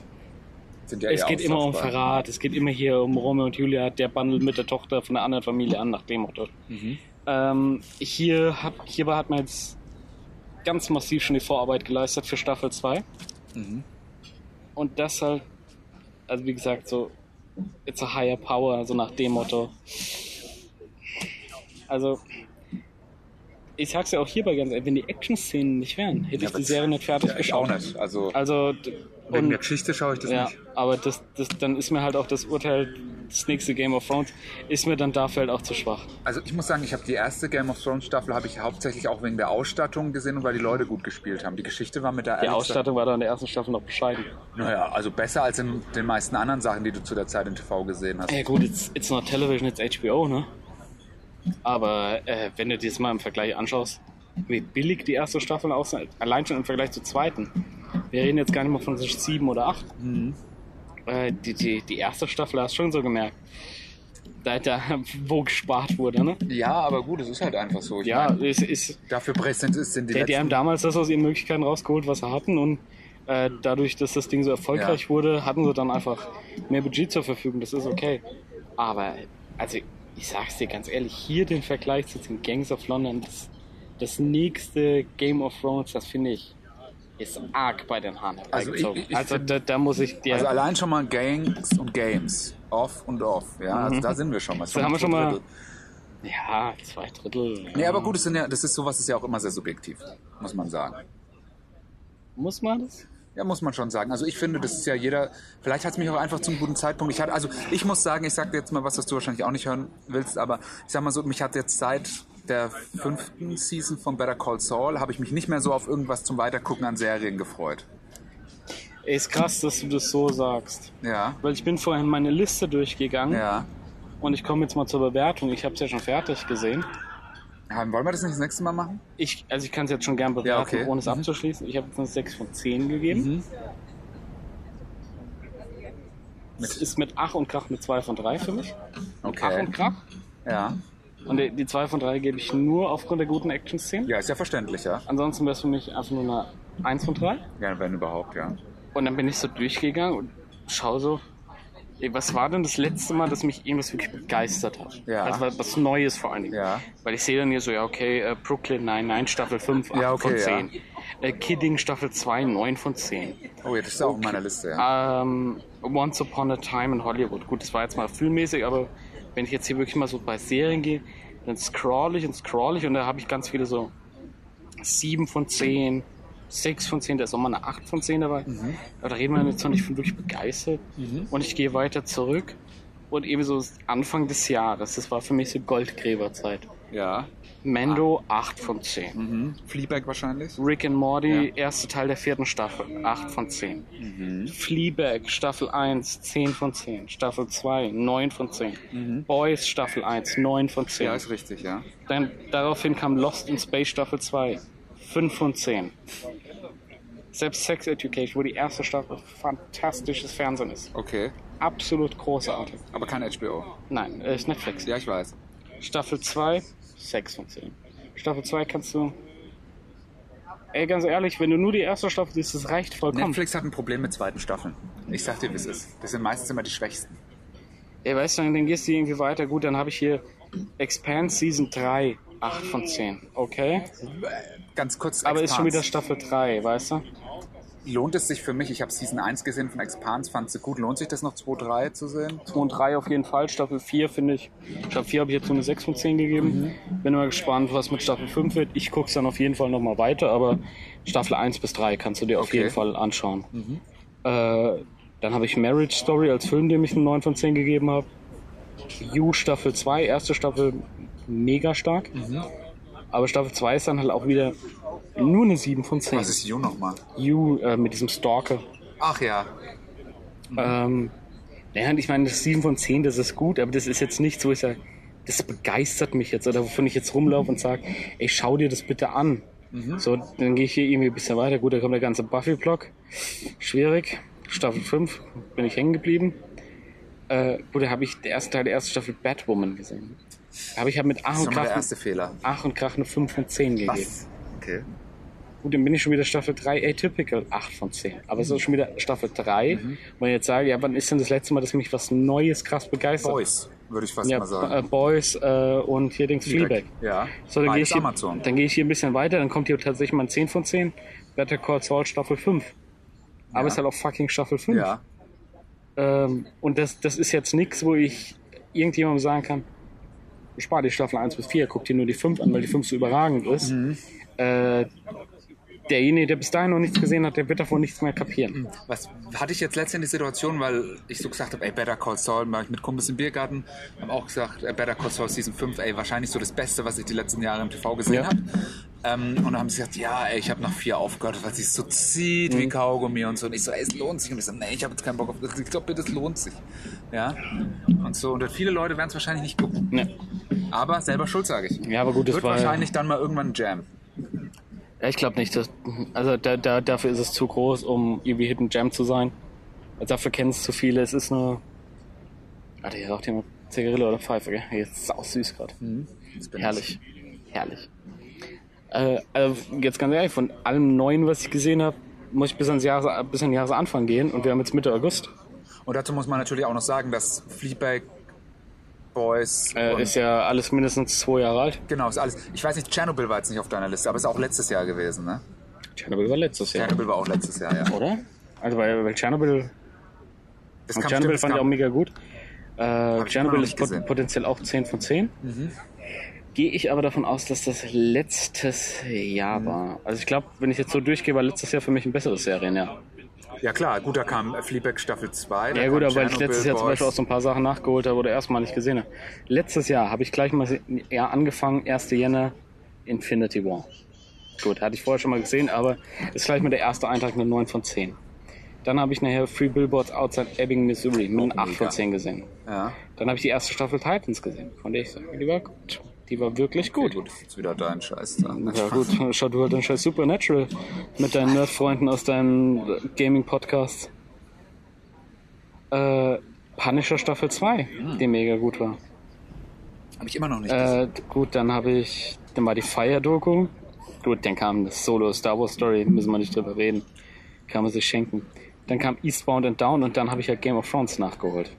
Speaker 3: Sind ja eh
Speaker 2: Es
Speaker 3: eher
Speaker 2: geht immer um
Speaker 3: austauschbar.
Speaker 2: Verrat, es geht immer hier um Romeo und Julia, der bandelt mit der Tochter von einer anderen Familie an, nach dem Motto.
Speaker 3: Mhm.
Speaker 2: Ähm, hier hab, hierbei hat man jetzt ganz massiv schon die Vorarbeit geleistet für Staffel 2.
Speaker 3: Mhm.
Speaker 2: Und das halt, also wie gesagt, so, it's a higher power, so nach dem Motto. Also, ich sag's ja auch hierbei ganz ehrlich, wenn die Action-Szenen nicht wären, hätte ich
Speaker 3: aber
Speaker 2: die
Speaker 3: das-
Speaker 2: Serie nicht fertig
Speaker 3: Ja, ich
Speaker 2: geschaut.
Speaker 3: auch nicht. Also,
Speaker 2: Also, d-
Speaker 3: wegen
Speaker 2: und-
Speaker 3: der Geschichte schaue ich das
Speaker 2: ja,
Speaker 3: nicht.
Speaker 2: aber das, das, dann ist mir halt auch das Urteil, das nächste Game of Thrones, ist mir dann dafür halt auch zu schwach.
Speaker 3: Also ich muss sagen, ich habe die erste Game of Thrones Staffel habe ich hauptsächlich auch wegen der Ausstattung gesehen und weil die Leute gut gespielt haben. Die Geschichte war mit der
Speaker 2: Die Ausstattung war da in der ersten Staffel noch bescheiden.
Speaker 3: Naja, also besser als in den meisten anderen Sachen, die du zu der Zeit im TV gesehen hast.
Speaker 2: Ja gut, it's, it's not television, it's HBO, ne? Aber äh, wenn du dir das mal im Vergleich anschaust, wie billig die erste Staffel aussah, allein schon im Vergleich zur zweiten. Wir reden jetzt gar nicht mal von so sieben oder acht. Äh, die, die, die erste Staffel hast du schon so gemerkt. Da, da, wo gespart wurde, ne?
Speaker 3: Ja, aber gut, es ist halt einfach so. Ich
Speaker 2: Ja,
Speaker 3: mein,
Speaker 2: es ist,
Speaker 3: dafür präsent ist sind die
Speaker 2: Der, die
Speaker 3: letzten.
Speaker 2: haben damals das aus ihren Möglichkeiten rausgeholt, was sie hatten. Und äh, dadurch, dass das Ding so erfolgreich
Speaker 3: Ja.
Speaker 2: wurde, hatten sie dann einfach mehr Budget zur Verfügung. Das ist okay. Aber, also, ich sag's dir ganz ehrlich, hier den Vergleich zu den Gangs of London, das, das nächste Game of Thrones, das finde ich, ist arg bei den Haaren
Speaker 3: Also ich-
Speaker 2: herbeigezogen.
Speaker 3: ich- ich
Speaker 2: also
Speaker 3: find-
Speaker 2: da, da muss ich dir...
Speaker 3: Also allein schon mal Gangs und Games. Off und off. Ja, also da sind wir schon mal.
Speaker 2: Mhm. Da haben wir schon mal-
Speaker 3: Drittel.
Speaker 2: ja, zwei Drittel. Ja.
Speaker 3: Nee, aber gut, das, sind ja, das ist sowas ist ja auch immer sehr subjektiv, muss man sagen.
Speaker 2: Muss man das?
Speaker 3: Ja, muss man schon sagen. Also ich finde, das ist ja jeder. Vielleicht hat es mich auch einfach zum guten Zeitpunkt. Ich hatte, also ich muss sagen, ich sag dir jetzt mal was, was du wahrscheinlich auch nicht hören willst, aber ich sag mal so, mich hat jetzt seit der fünften Season von Better Call Saul habe ich mich nicht mehr so auf irgendwas zum Weitergucken an Serien gefreut.
Speaker 2: Ist krass, dass du das so sagst.
Speaker 3: Ja.
Speaker 2: Weil ich bin vorhin meine Liste durchgegangen.
Speaker 3: Ja.
Speaker 2: Und ich komme jetzt mal zur Bewertung. Ich habe es ja schon fertig gesehen.
Speaker 3: Ähm, Wollen wir das nicht das nächste Mal machen?
Speaker 2: Ich, also ich kann es jetzt schon gern bewerten,
Speaker 3: Ja, okay.
Speaker 2: ohne es
Speaker 3: Mhm.
Speaker 2: abzuschließen. Ich habe jetzt eine 6 von 10 gegeben. Es ist mit Ach und Krach eine 2 von 3 für mich. Ach
Speaker 3: Okay.
Speaker 2: und Krach.
Speaker 3: Ja.
Speaker 2: Und die, die 2 von 3 gebe ich nur aufgrund der guten Action-Szenen.
Speaker 3: Ja, ist ja verständlich, ja.
Speaker 2: Ansonsten wäre es für mich einfach nur eine 1 von 3.
Speaker 3: Ja, wenn überhaupt, ja.
Speaker 2: Und dann bin ich so durchgegangen und schau so, ey, was war denn das letzte Mal, dass mich irgendwas wirklich begeistert hat?
Speaker 3: Ja.
Speaker 2: Also was- was Neues vor allen Dingen.
Speaker 3: Ja.
Speaker 2: Weil ich sehe dann hier so, ja, okay, äh, Brooklyn, nein, nein, Staffel 5, 8
Speaker 3: Ja,
Speaker 2: von
Speaker 3: okay,
Speaker 2: 10. Äh, Kidding, Staffel 2, 9 von 10.
Speaker 3: Oh, ja, das ist auch in meiner Liste, ja.
Speaker 2: Ähm, Once Upon a Time in Hollywood. Gut, das war jetzt mal filmmäßig, aber wenn ich jetzt hier wirklich mal so bei Serien gehe, dann scroll ich und scroll ich und da habe ich ganz viele so 7 von 10, 6 von 10, da ist auch mal eine 8 von 10 dabei. Aber da reden wir jetzt noch nicht von wirklich begeistert. Und ich gehe weiter zurück und eben so Anfang des Jahres, das war für mich so Goldgräberzeit.
Speaker 3: Ja.
Speaker 2: Mando 8 von 10.
Speaker 3: Mhm. Fleabag wahrscheinlich.
Speaker 2: Rick and Morty, erster Teil der vierten Staffel, 8 von 10.
Speaker 3: Mhm.
Speaker 2: Fleabag, Staffel 1, 10 von 10. Staffel 2, 9 von 10. Boys, Staffel 1, 9 von 10.
Speaker 3: Mhm. Ja, ist richtig, ja.
Speaker 2: Dann daraufhin kam Lost in Space, Staffel 2, 5 von 10. Selbst Sex Education, wo die erste Staffel fantastisches Fernsehen ist.
Speaker 3: Okay.
Speaker 2: Absolut großartig.
Speaker 3: Aber kein HBO.
Speaker 2: Nein, äh, ist Netflix.
Speaker 3: Ja, ich weiß.
Speaker 2: Staffel 2, 6 von 10. Staffel 2 kannst du. Ey, ganz ehrlich, wenn du nur die erste Staffel siehst, das reicht vollkommen.
Speaker 3: Netflix hat ein Problem mit zweiten Staffeln. Ich sag dir, wie es ist. Das sind meistens immer die Schwächsten.
Speaker 2: Ey, weißt du, dann gehst du irgendwie weiter. Gut, dann habe ich hier Expanse Season 3, 8 von 10. Okay?
Speaker 3: Ganz kurz,
Speaker 2: Aber ist schon wieder
Speaker 3: Expanse.
Speaker 2: Staffel 3, weißt du?
Speaker 3: Lohnt es sich für mich, ich habe Season 1 gesehen von Expans, fand sie gut. Lohnt sich das noch 2, 3 zu sehen?
Speaker 2: 2 und 3 auf jeden Fall. Staffel 4 finde ich. Staffel 4 habe ich jetzt nur eine 6 von 10 gegeben. Bin mal gespannt, was mit Staffel 5 wird. Ich gucke es dann auf jeden Fall nochmal weiter, aber Staffel 1 bis 3 kannst du dir auf
Speaker 3: Okay.
Speaker 2: jeden Fall anschauen. Äh, dann habe ich Marriage Story als Film, dem ich eine 9 von 10 gegeben habe. You Staffel 2, erste Staffel mega stark. Aber Staffel 2 ist dann halt auch wieder nur eine 7 von 10.
Speaker 3: Was ist You nochmal?
Speaker 2: You äh, mit diesem Stalker.
Speaker 3: Ach ja.
Speaker 2: Ähm, naja, und ich meine, das 7 von 10, das ist gut, aber das ist jetzt nichts, wo ich sage, das begeistert mich jetzt oder wovon ich jetzt rumlaufe und sage, ey, schau dir das bitte an.
Speaker 3: Mhm.
Speaker 2: So, dann gehe ich hier irgendwie ein bisschen weiter. Gut, da kommt der ganze Buffy-Block. Schwierig. Staffel 5 bin ich hängen geblieben. Äh, gut, da habe ich den ersten Teil der ersten Staffel Batwoman gesehen. Da habe ich halt mit Ach
Speaker 3: Das
Speaker 2: und,
Speaker 3: ist nochmal der
Speaker 2: Krach,
Speaker 3: erste Fehler.
Speaker 2: Ach und Krach eine 5 von 10 gegeben.
Speaker 3: Okay.
Speaker 2: Gut, dann bin ich schon wieder Staffel 3 Atypical, 8 von 10. Aber es ist schon wieder Staffel 3.
Speaker 3: Mhm.
Speaker 2: Wenn ich jetzt sage, ja, wann ist denn das letzte Mal, dass mich was Neues krass begeistert?
Speaker 3: Boys, würde ich fast
Speaker 2: Ja,
Speaker 3: mal
Speaker 2: äh,
Speaker 3: sagen.
Speaker 2: Boys äh, und hier Dings Fleabag.
Speaker 3: Ja.
Speaker 2: So, dann gehe
Speaker 3: Beides
Speaker 2: ich, hier-
Speaker 3: Amazon.
Speaker 2: dann geh ich hier ein bisschen weiter, dann kommt hier tatsächlich mal ein 10 von 10. Better Call Saul Staffel 5. Aber
Speaker 3: Ja.
Speaker 2: es ist halt auch fucking Staffel 5.
Speaker 3: Ja.
Speaker 2: Ähm, und das, das ist jetzt nichts, wo ich irgendjemandem sagen kann, spar die Staffel 1 bis 4, guck dir nur die 5 an, weil die 5 so überragend ist.
Speaker 3: Mhm.
Speaker 2: Äh, derjenige, der bis dahin noch nichts gesehen hat, der wird davon nichts mehr kapieren.
Speaker 3: Was hatte ich jetzt letztendlich die Situation, weil ich so gesagt habe, ey, Better Call Saul, war ich mit Kumpels im Biergarten, haben auch gesagt, ey, Better Call Saul Season 5, ey, wahrscheinlich so das Beste, was ich die letzten Jahre im TV gesehen
Speaker 2: Ja.
Speaker 3: habe. Ähm, und dann haben sie gesagt, ja, ey, ich habe nach vier aufgehört, weil sie so zieht
Speaker 2: Mhm.
Speaker 3: wie Kaugummi und so. Und ich so, ey, es lohnt sich. Und ich so, nee, ich habe jetzt keinen Bock auf das. Ich glaube, bitte, es lohnt sich. Ja. Und so. Und viele Leute werden es wahrscheinlich nicht gucken.
Speaker 2: Ja.
Speaker 3: Aber selber schuld, sage ich.
Speaker 2: Ja, aber gut, das
Speaker 3: Mhm. Wird
Speaker 2: war-
Speaker 3: wahrscheinlich dann mal irgendwann ein Jam.
Speaker 2: Ja, ich glaube nicht. Dass, also da, da, dafür ist es zu groß, um irgendwie Hidden Jam zu sein. Also dafür kennen es zu viele. Es ist nur. Alter, hier raucht jemand Zigarille oder Pfeife, gell? Hier ist sau süß gerade.
Speaker 3: Das Mhm. bin ich.
Speaker 2: Herrlich. Herrlich. Äh, also jetzt ganz ehrlich, von allem Neuen, was ich gesehen habe, muss ich bis ans Jahres, bis an den Jahresanfang gehen und wir haben jetzt Mitte August.
Speaker 3: Und dazu muss man natürlich auch noch sagen, dass Fleabag Boys
Speaker 2: Äh,
Speaker 3: und
Speaker 2: ist ja alles mindestens zwei Jahre alt.
Speaker 3: Genau, ist alles. Ich weiß nicht, Tschernobyl war jetzt nicht auf deiner Liste, aber ist auch letztes Jahr gewesen, ne?
Speaker 2: Tschernobyl war letztes Jahr,
Speaker 3: Tschernobyl war auch letztes Jahr, ja.
Speaker 2: oder? Also weil, weil Tschernobyl,
Speaker 3: Das
Speaker 2: und Tschernobyl
Speaker 3: das
Speaker 2: fand ich auch mega gut. Äh,
Speaker 3: ich immer noch
Speaker 2: Tschernobyl
Speaker 3: nicht
Speaker 2: ist pot
Speaker 3: gesehen. Mhm.
Speaker 2: potenziell auch 10 von 10. Gehe ich aber davon aus, dass das letztes Jahr
Speaker 3: Mhm.
Speaker 2: war. Also ich glaube, wenn ich jetzt so durchgehe, war letztes Jahr für mich ein besseres Serienjahr.
Speaker 3: Ja klar, gut, da kam äh, Fleabag Staffel 2. da
Speaker 2: Ja gut,
Speaker 3: kam
Speaker 2: aber weil ich
Speaker 3: Tschernobyl
Speaker 2: letztes Jahr zum
Speaker 3: Boys.
Speaker 2: Beispiel auch so ein paar Sachen nachgeholt habe oder erstmal nicht gesehen habe. Letztes Jahr habe ich gleich mal se- ja, angefangen, 1. Jänner Infinity War. Gut, hatte ich vorher schon mal gesehen, aber ist gleich mal der erste Eintrag eine 9 von 10. Dann habe ich nachher Free Billboards Outside Ebbing, Missouri mit einer 8 von
Speaker 3: mega.
Speaker 2: 10 gesehen.
Speaker 3: Ja,
Speaker 2: Dann habe ich die erste Staffel Titans gesehen, von der ich sage, die war gut. Die war wirklich
Speaker 3: gut.
Speaker 2: gut.
Speaker 3: gut, das ist wieder dein Scheiß da. ne?
Speaker 2: Ja gut, schau du halt dann scheiß Supernatural mit deinen Nerdfreunden aus deinem Gaming-Podcast. Äh, Punisher Staffel 2, die mega gut war.
Speaker 3: Hab ich immer noch nicht gesehen.
Speaker 2: Äh, gut, dann habe ich dann war die Fire-Doku. Gut, dann kam das Solo Star Wars Story, müssen wir nicht drüber reden. Kann man sich schenken. Dann kam Eastbound and Down und dann habe ich ja Game of Thrones nachgeholt.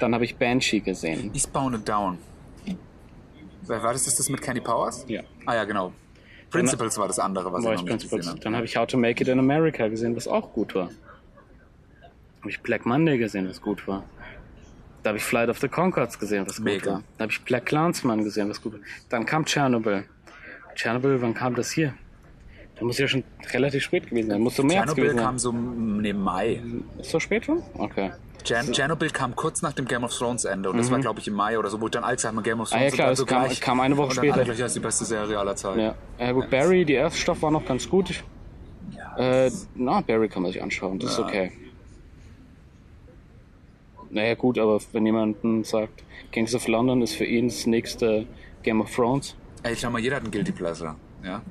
Speaker 2: Dann habe ich Banshee gesehen.
Speaker 3: Eastbound and Down. Wer war das? Ist das mit Candy Powers?
Speaker 2: Ja.
Speaker 3: Ah ja, genau. Principles war das andere, was
Speaker 2: War
Speaker 3: ich
Speaker 2: ich
Speaker 3: noch nicht
Speaker 2: ganz kurz.
Speaker 3: gesehen ne? habe.
Speaker 2: Dann habe ich How to Make It in America gesehen, was auch gut war. Habe ich Black Monday gesehen, was gut war. Da habe ich Flight of the Concords gesehen, was gut
Speaker 3: Mega.
Speaker 2: war. Da habe ich Black Clansman gesehen, was gut war. Dann kam Tschernobyl. Tschernobyl, wann kam das hier? Da muss ja schon relativ spät gewesen sein. Muss so März
Speaker 3: Tschernobyl
Speaker 2: gewesen sein.
Speaker 3: kam so im nee, Mai.
Speaker 2: Ist so spät schon? Okay.
Speaker 3: Tscher- Tschernobyl kam kurz nach dem Game of Thrones Ende und das war glaube ich im Mai oder so, wo dann alle gesagt haben, Game of
Speaker 2: Mhm.
Speaker 3: Thrones
Speaker 2: Ah, ja,
Speaker 3: und
Speaker 2: klar,
Speaker 3: dann
Speaker 2: es
Speaker 3: so
Speaker 2: kam-
Speaker 3: gleich-
Speaker 2: kam eine Woche
Speaker 3: und
Speaker 2: später.
Speaker 3: Dann alle gleich, ja, ist die beste Serie aller Zeiten.
Speaker 2: Ja. ja gut, Barry, die erste Staffel war noch ganz gut. Äh, na, Barry kann man sich anschauen, das ist okay. Naja gut, aber wenn jemand sagt, Gangs of London ist für ihn das nächste Game of Thrones.
Speaker 3: Ey, schau mal, jeder hat einen Guilty Pleasure. Ja?